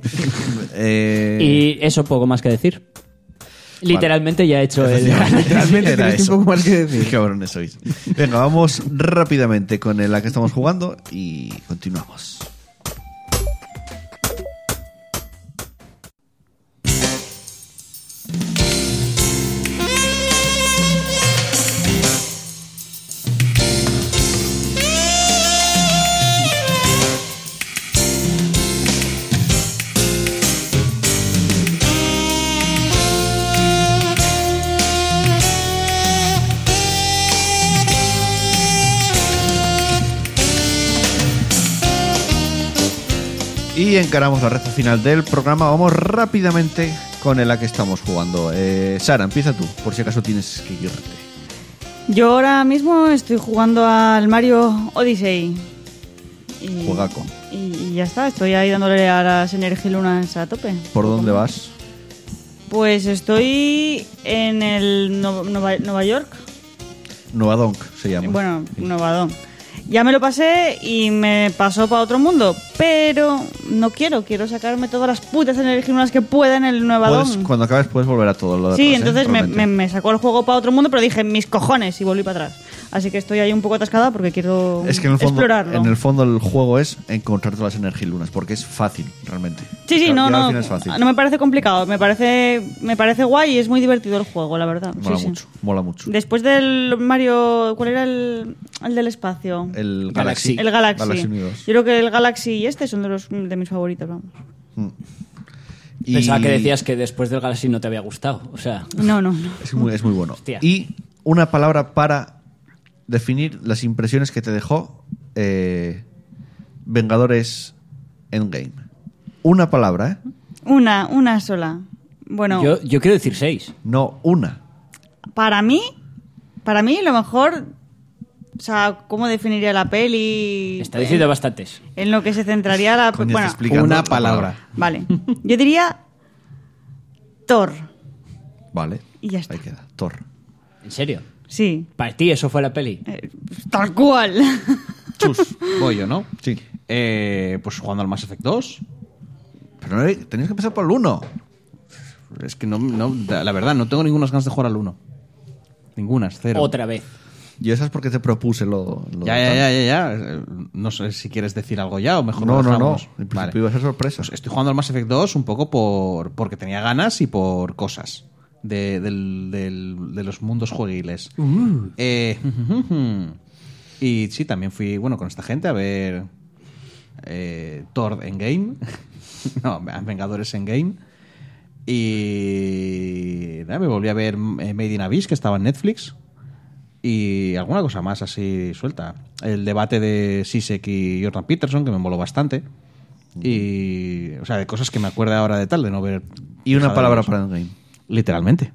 A: Eh,
D: y eso poco más que decir. Literalmente ya he hecho el...
C: Literalmente
A: Era
C: tienes
A: eso.
C: un poco más que decir.
A: Qué cabrones sois. Venga, vamos rápidamente con la que estamos jugando y continuamos. Y encaramos la recta final del programa. Vamos rápidamente con la que estamos jugando. Eh, Sara, empieza tú, por si acaso tienes que irte.
B: Yo ahora mismo estoy jugando al Mario Odyssey. Y,
A: Juegaco.
B: Y, y ya está, estoy ahí dándole a las energilunas a tope.
A: ¿Por dónde vas?
B: Pues estoy en el No- Nueva, Nueva York.
A: Nueva Donk se llama.
B: Bueno, Nueva Dom. Ya me lo pasé y me pasó para otro mundo, pero no quiero, quiero sacarme todas las putas energilunas que pueda en el Nueva
A: Puedes-
B: Dom.
A: cuando acabes puedes volver a todo lo de
B: Sí,
A: atrás, ¿eh?
B: entonces me,
A: Realmente.
B: me- me sacó el juego para otro mundo, pero dije, mis cojones, y volví para atrás. Así que estoy ahí un poco atascada porque quiero
A: Es que en el, fondo,
B: explorarlo.
A: en el fondo el juego es encontrar todas las energilunas, porque es fácil, realmente.
B: sí, sí,
A: Claro, llegar
B: no,
A: al
B: no,
A: final es fácil.
B: no me parece complicado, me parece, me parece guay y es muy divertido el juego, la verdad. Sí,
A: Mola
B: sí.
A: mucho, mola mucho.
B: Después del Mario, ¿cuál era el, el del espacio?
A: El Galaxy.
D: Galaxy.
B: El Galaxy.
A: Galaxy
B: Yo
A: Unidos.
B: creo que el Galaxy y este son de los de mis favoritos, vamos.
A: Y-
D: Pensaba que decías que después del Galaxy no te había gustado. O sea,
B: No, no, no.
A: Es muy, es muy bueno.
D: Hostia.
A: Y una palabra para definir las impresiones que te dejó eh, Vengadores Endgame. Una palabra, ¿eh?
B: Una, una sola. Bueno,
D: yo, yo quiero decir seis.
A: No, una.
B: para mí, para mí lo mejor, o sea, ¿cómo definiría la peli?
D: Está diciendo bastantes.
B: En lo que se centraría la...
A: Coño,
B: bueno,
A: te explicando
C: una
A: la
C: palabra.
B: vale. Yo diría Thor.
A: Vale.
B: Y ya está.
A: Ahí queda. Thor.
D: ¿En serio?
B: Sí.
D: Para ti eso fue la peli.
B: Eh, tal cual.
A: Chus.
C: Voy yo, ¿no?
A: Sí.
C: Eh, pues jugando al Mass Effect 2.
A: Pero no, eh, tenías que empezar por el uno.
C: Es que no, no- la verdad, no tengo ninguna ganas de jugar al 1. Ningunas, cero.
D: Otra vez.
A: Yo esas porque te propuse lo. lo
C: Ya,
A: de
C: ya,
A: tal.
C: ya, ya, ya. Eh, No sé si quieres decir algo ya o mejor
A: No,
C: lo
A: no, no.
C: dejamos.
A: En principio
C: Vale.
A: iba a ser sorpresa.
C: Pues estoy jugando al Mass Effect 2 un poco por, porque tenía ganas y por cosas de, del- del- de los mundos jueguiles. Eh, y sí, también fui, bueno, con esta gente a ver eh, Thor en Game. no, Vengadores en Game. Y nada, me volví a ver eh, Made in Abyss, que estaba en Netflix. Y alguna cosa más así suelta. El debate de Sisek y Jordan Peterson, que me moló bastante. Y, o sea, de cosas que me acuerdo ahora de tal, de no ver.
A: Y una
C: dejar de
A: palabra
C: verlos.
A: para Endgame.
C: Literalmente.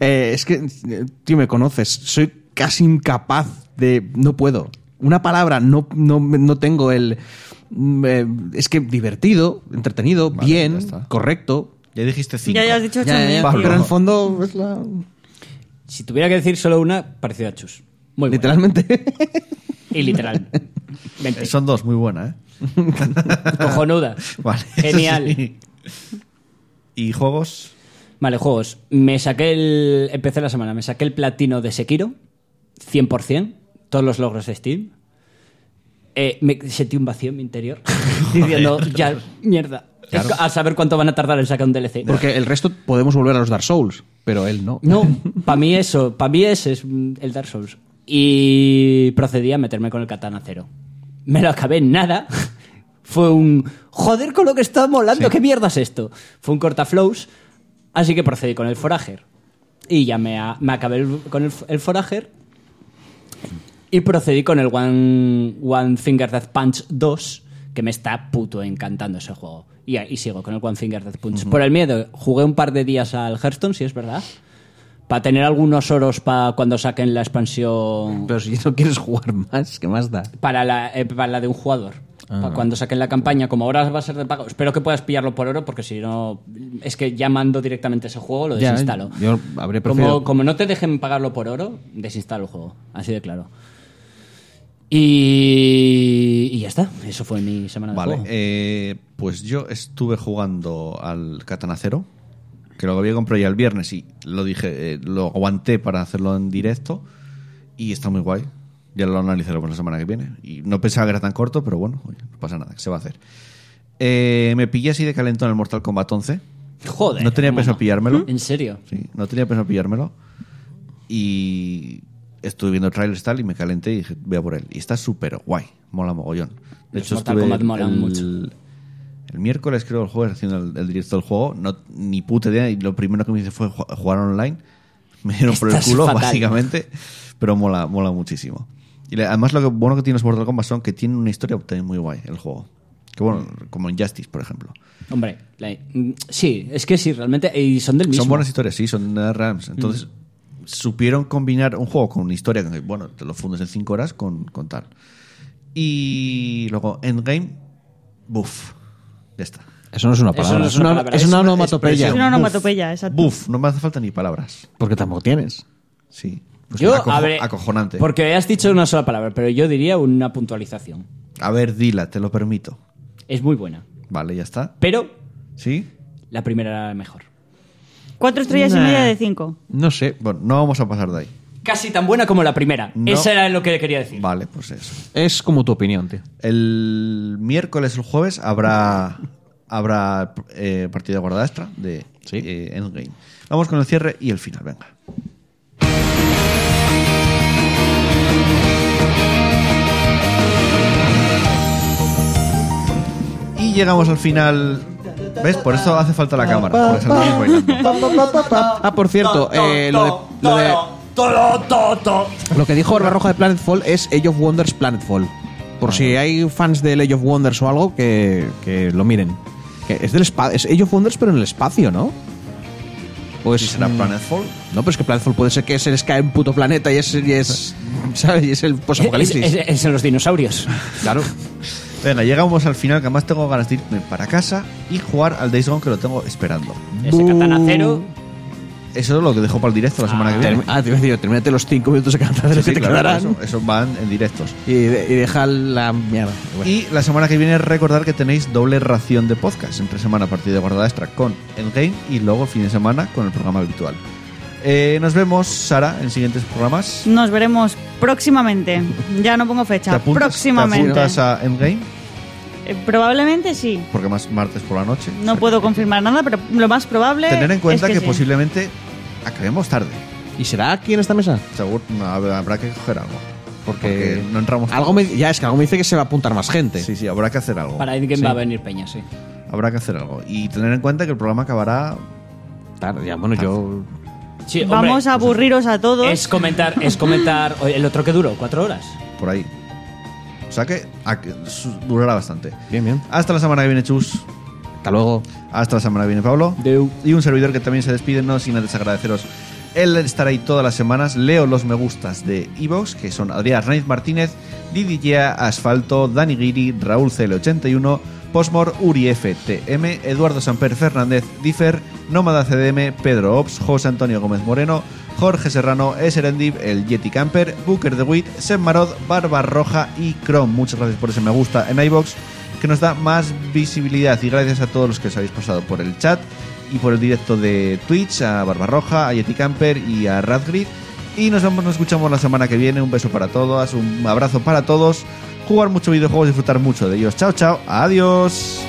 C: Eh, es que, eh, tío, me conoces. Soy casi incapaz de. No puedo. Una palabra, no, no, no tengo el. mm, eh, es que divertido, entretenido,
A: Vale, ya
C: bien,
A: está.
C: correcto.
A: Ya dijiste cinco.
B: Ya, ya has dicho ocho
C: Ya, ya,
B: mil,
C: ya,
B: tío.
C: pero en el fondo es la-
D: Si tuviera que decir solo una, parecida a Chus. Muy buena.
C: Literalmente.
D: Y literal. Vente.
A: Eh, Son dos, muy buena, ¿eh?
D: Cojonuda.
A: Vale.
D: Genial.
A: eso sí. ¿Y juegos?
D: Vale, juegos. Me saqué el. Empecé la semana, me saqué el platino de Sekiro. 100%. Todos los logros de Steam. Eh, me sentí un vacío en mi interior. diciendo, ya, mierda.
A: Claro.
D: Es- A saber cuánto van a tardar en sacar un DLC.
C: Porque el resto podemos volver a los Dark Souls, pero él no.
D: No, para mí eso, para mí ese es mm, el Dark Souls. Y procedí a meterme con el Katana Cero. Me lo acabé en nada. Fue un joder con lo que está molando, qué mierda es esto. Fue un cortaflows, así que procedí con el Forager. Y ya me, a- me acabé el- con el, el Forager. Y procedí con el One, One Finger Death Punch 2, que me está puto encantando ese juego. Y, y sigo con el One Finger Death Punch. Por el miedo, jugué un par de días al Hearthstone, si es verdad. Para tener algunos oros para cuando saquen la expansión.
C: Pero si no quieres jugar más, ¿qué más da?
D: Para la, eh, para la de un jugador.
C: Ah.
D: Para cuando saquen la campaña, como ahora va a ser de pago. Espero que puedas pillarlo por oro, porque si no. Es que ya mando directamente ese juego, lo
C: Ya,
D: desinstalo.
C: yo habría preferido-
D: eh, como, como no te dejen pagarlo por oro, desinstalo el juego. Así de claro. Y. Y ya está. Eso fue mi semana de
A: Vale,
D: juego.
A: eh, pues yo estuve jugando al Katana Zero, que lo había comprado ya el viernes y lo dije, eh, lo aguanté para hacerlo en directo y está muy guay. Ya lo analizaremos la semana que viene. Y no pensaba que era tan corto, pero bueno, oye, no pasa nada, que se va a hacer. Eh, me pillé así de calentón el Mortal Kombat 11.
D: Joder.
A: no tenía pensado
D: mono.
A: pillármelo.
D: ¿En serio?
A: Sí, no tenía pensado pillármelo. Y estuve viendo trailers tal y me calenté y dije, voy a por él. Y está súper guay, mola mogollón. De
D: Los Mortal Kombat molan mucho.
A: El miércoles creo el jueves haciendo el, el directo del juego, no, ni puta idea, y lo primero que me hice fue ju- jugar online. Me dieron por el
D: Estás
A: culo,
D: fatal.
A: básicamente, pero mola, mola muchísimo. Y le- además lo que, bueno que tiene los Mortal Kombat son que tienen una historia también muy guay el juego. Que bueno, como Injustice, por ejemplo.
D: Hombre. la- mm, sí, es que sí, realmente. Y son del mismo.
A: Son buenas historias, sí, son de Rams. Entonces, supieron combinar un juego con una historia que, bueno, te lo fundes en 5 horas con, con tal. Y luego, Endgame, buff. Ya está.
C: Eso no es una
D: Eso
C: palabra.
D: no es
C: es, una,
D: una palabra,
C: es
D: es
C: una
A: una
C: onomatopeya.
B: Es
A: expresión.
B: una onomatopeya, exacto.
A: Buff, no me hace falta ni palabras.
C: Porque tampoco tienes.
A: Sí. Pues
D: Yo
A: aco-
D: habré-
A: Acojonante.
D: Porque has dicho una sola palabra, pero yo diría una puntualización.
A: A ver, dila, te lo permito.
D: Es muy buena.
A: Vale, ya está.
D: Pero
A: ¿Sí?
D: la primera era la mejor.
B: Cuatro estrellas y
C: Nah.
B: media de cinco.
C: No sé.
A: Bueno, no vamos a pasar de ahí.
D: Casi tan buena como la primera.
A: No.
D: Eso era lo que quería decir.
A: Vale, pues eso.
C: Es como tu opinión, tío.
A: El miércoles, el jueves, habrá, habrá eh, partida guardada extra de
C: Sí.
A: eh, Endgame. Vamos con el cierre y el final, venga. Y llegamos al final. ¿Ves? Por eso hace falta la cámara. Porque saltamos bailando.
C: Ah, por cierto, eh, lo, de, lo de- lo que dijo Barbarroja de Planetfall es Age of Wonders Planetfall. Por si hay fans del Age of Wonders o algo, que, que lo miren. Que es, del espa- es Age of Wonders, pero en el espacio, ¿no? O es,
A: ¿Y será
C: mm,
A: Planetfall?
C: No, pero es que Planetfall puede ser que se les cae un puto planeta y es, y es, ¿sabes? Y es el
D: Es,
C: posapocalipsis.
D: es- es en los dinosaurios.
A: Claro. Venga, llegamos al final, que además tengo ganas de irme para casa y jugar al Days Gone, que lo tengo esperando.
D: Ese katana cero.
A: Eso es lo que dejo para el directo la semana que viene.
C: Termi- Ah, te iba a decir, termínate los cinco minutos de cantar de
A: Sí,
C: los
A: sí,
C: que te
A: claro,
C: quedarán.
A: eso, eso van en directos.
C: Y, de- y deja la mierda. Bueno.
A: Y la semana que viene recordar que tenéis doble ración de podcast entre semana a partir de guardada extra con Endgame y luego fin de semana con el programa habitual. Eh, nos vemos, Sara, en siguientes programas.
B: Nos veremos próximamente. Ya no pongo fecha. próximamente.
A: ¿Te apuntas a Endgame?
B: Eh, probablemente sí.
A: Porque más martes por la noche. O
B: No
A: sea,
B: puedo confirmar nada, pero lo más probable.
A: Tener en cuenta
B: es
A: que,
B: sí.
A: posiblemente acabemos tarde.
C: ¿Y será aquí en esta mesa?
A: Seguro, no, habrá habrá que coger algo. Porque,
C: Porque
A: no entramos.
C: Algo me- ya, es que algo me dice que se va a apuntar más gente.
A: Sí, sí, habrá que hacer algo.
D: Para Endgame
C: Sí.
D: va a venir Peña, sí.
A: Habrá que hacer algo. Y tener en cuenta que el programa acabará.
C: Tarde, ya, bueno, yo.
D: Sí, hombre, pues,
B: Vamos a aburriros a todos.
D: Es comentar, es comentar oye, el otro que duró, cuatro horas.
A: por ahí. O sea que a- que su- durará bastante.
C: Bien, bien.
A: Hasta la semana que viene, Chus.
C: Hasta luego.
A: Hasta la semana que viene, Pablo.
D: Deu.
A: Y un servidor que también se despide, no sin antes agradeceros el estar ahí todas las semanas. Leo los me gustas de Evox, que son Adrián Arnaiz Martínez, Didillea, Asfalto, Dani Guiri, Raúl CL81, Posmor, Uri FTM, Eduardo Samper Fernández, Difer, Nómada CDM, Pedro Ops, José Antonio Gómez Moreno, Jorge Serrano, Eserendib, el Yeti Camper, Booker de Witt, Sem Marod, Barba Roja y Chrome. Muchas gracias por ese me gusta en iVox que nos da más visibilidad y gracias a todos los que os habéis pasado por el chat y por el directo de Twitch, a Barbarroja, a Yeti Camper y a Radgrid. Y nos vemos, nos escuchamos la semana que viene. Un beso para todas, un abrazo para todos. Jugar mucho videojuegos, disfrutar mucho de ellos. Chao, chao, adiós.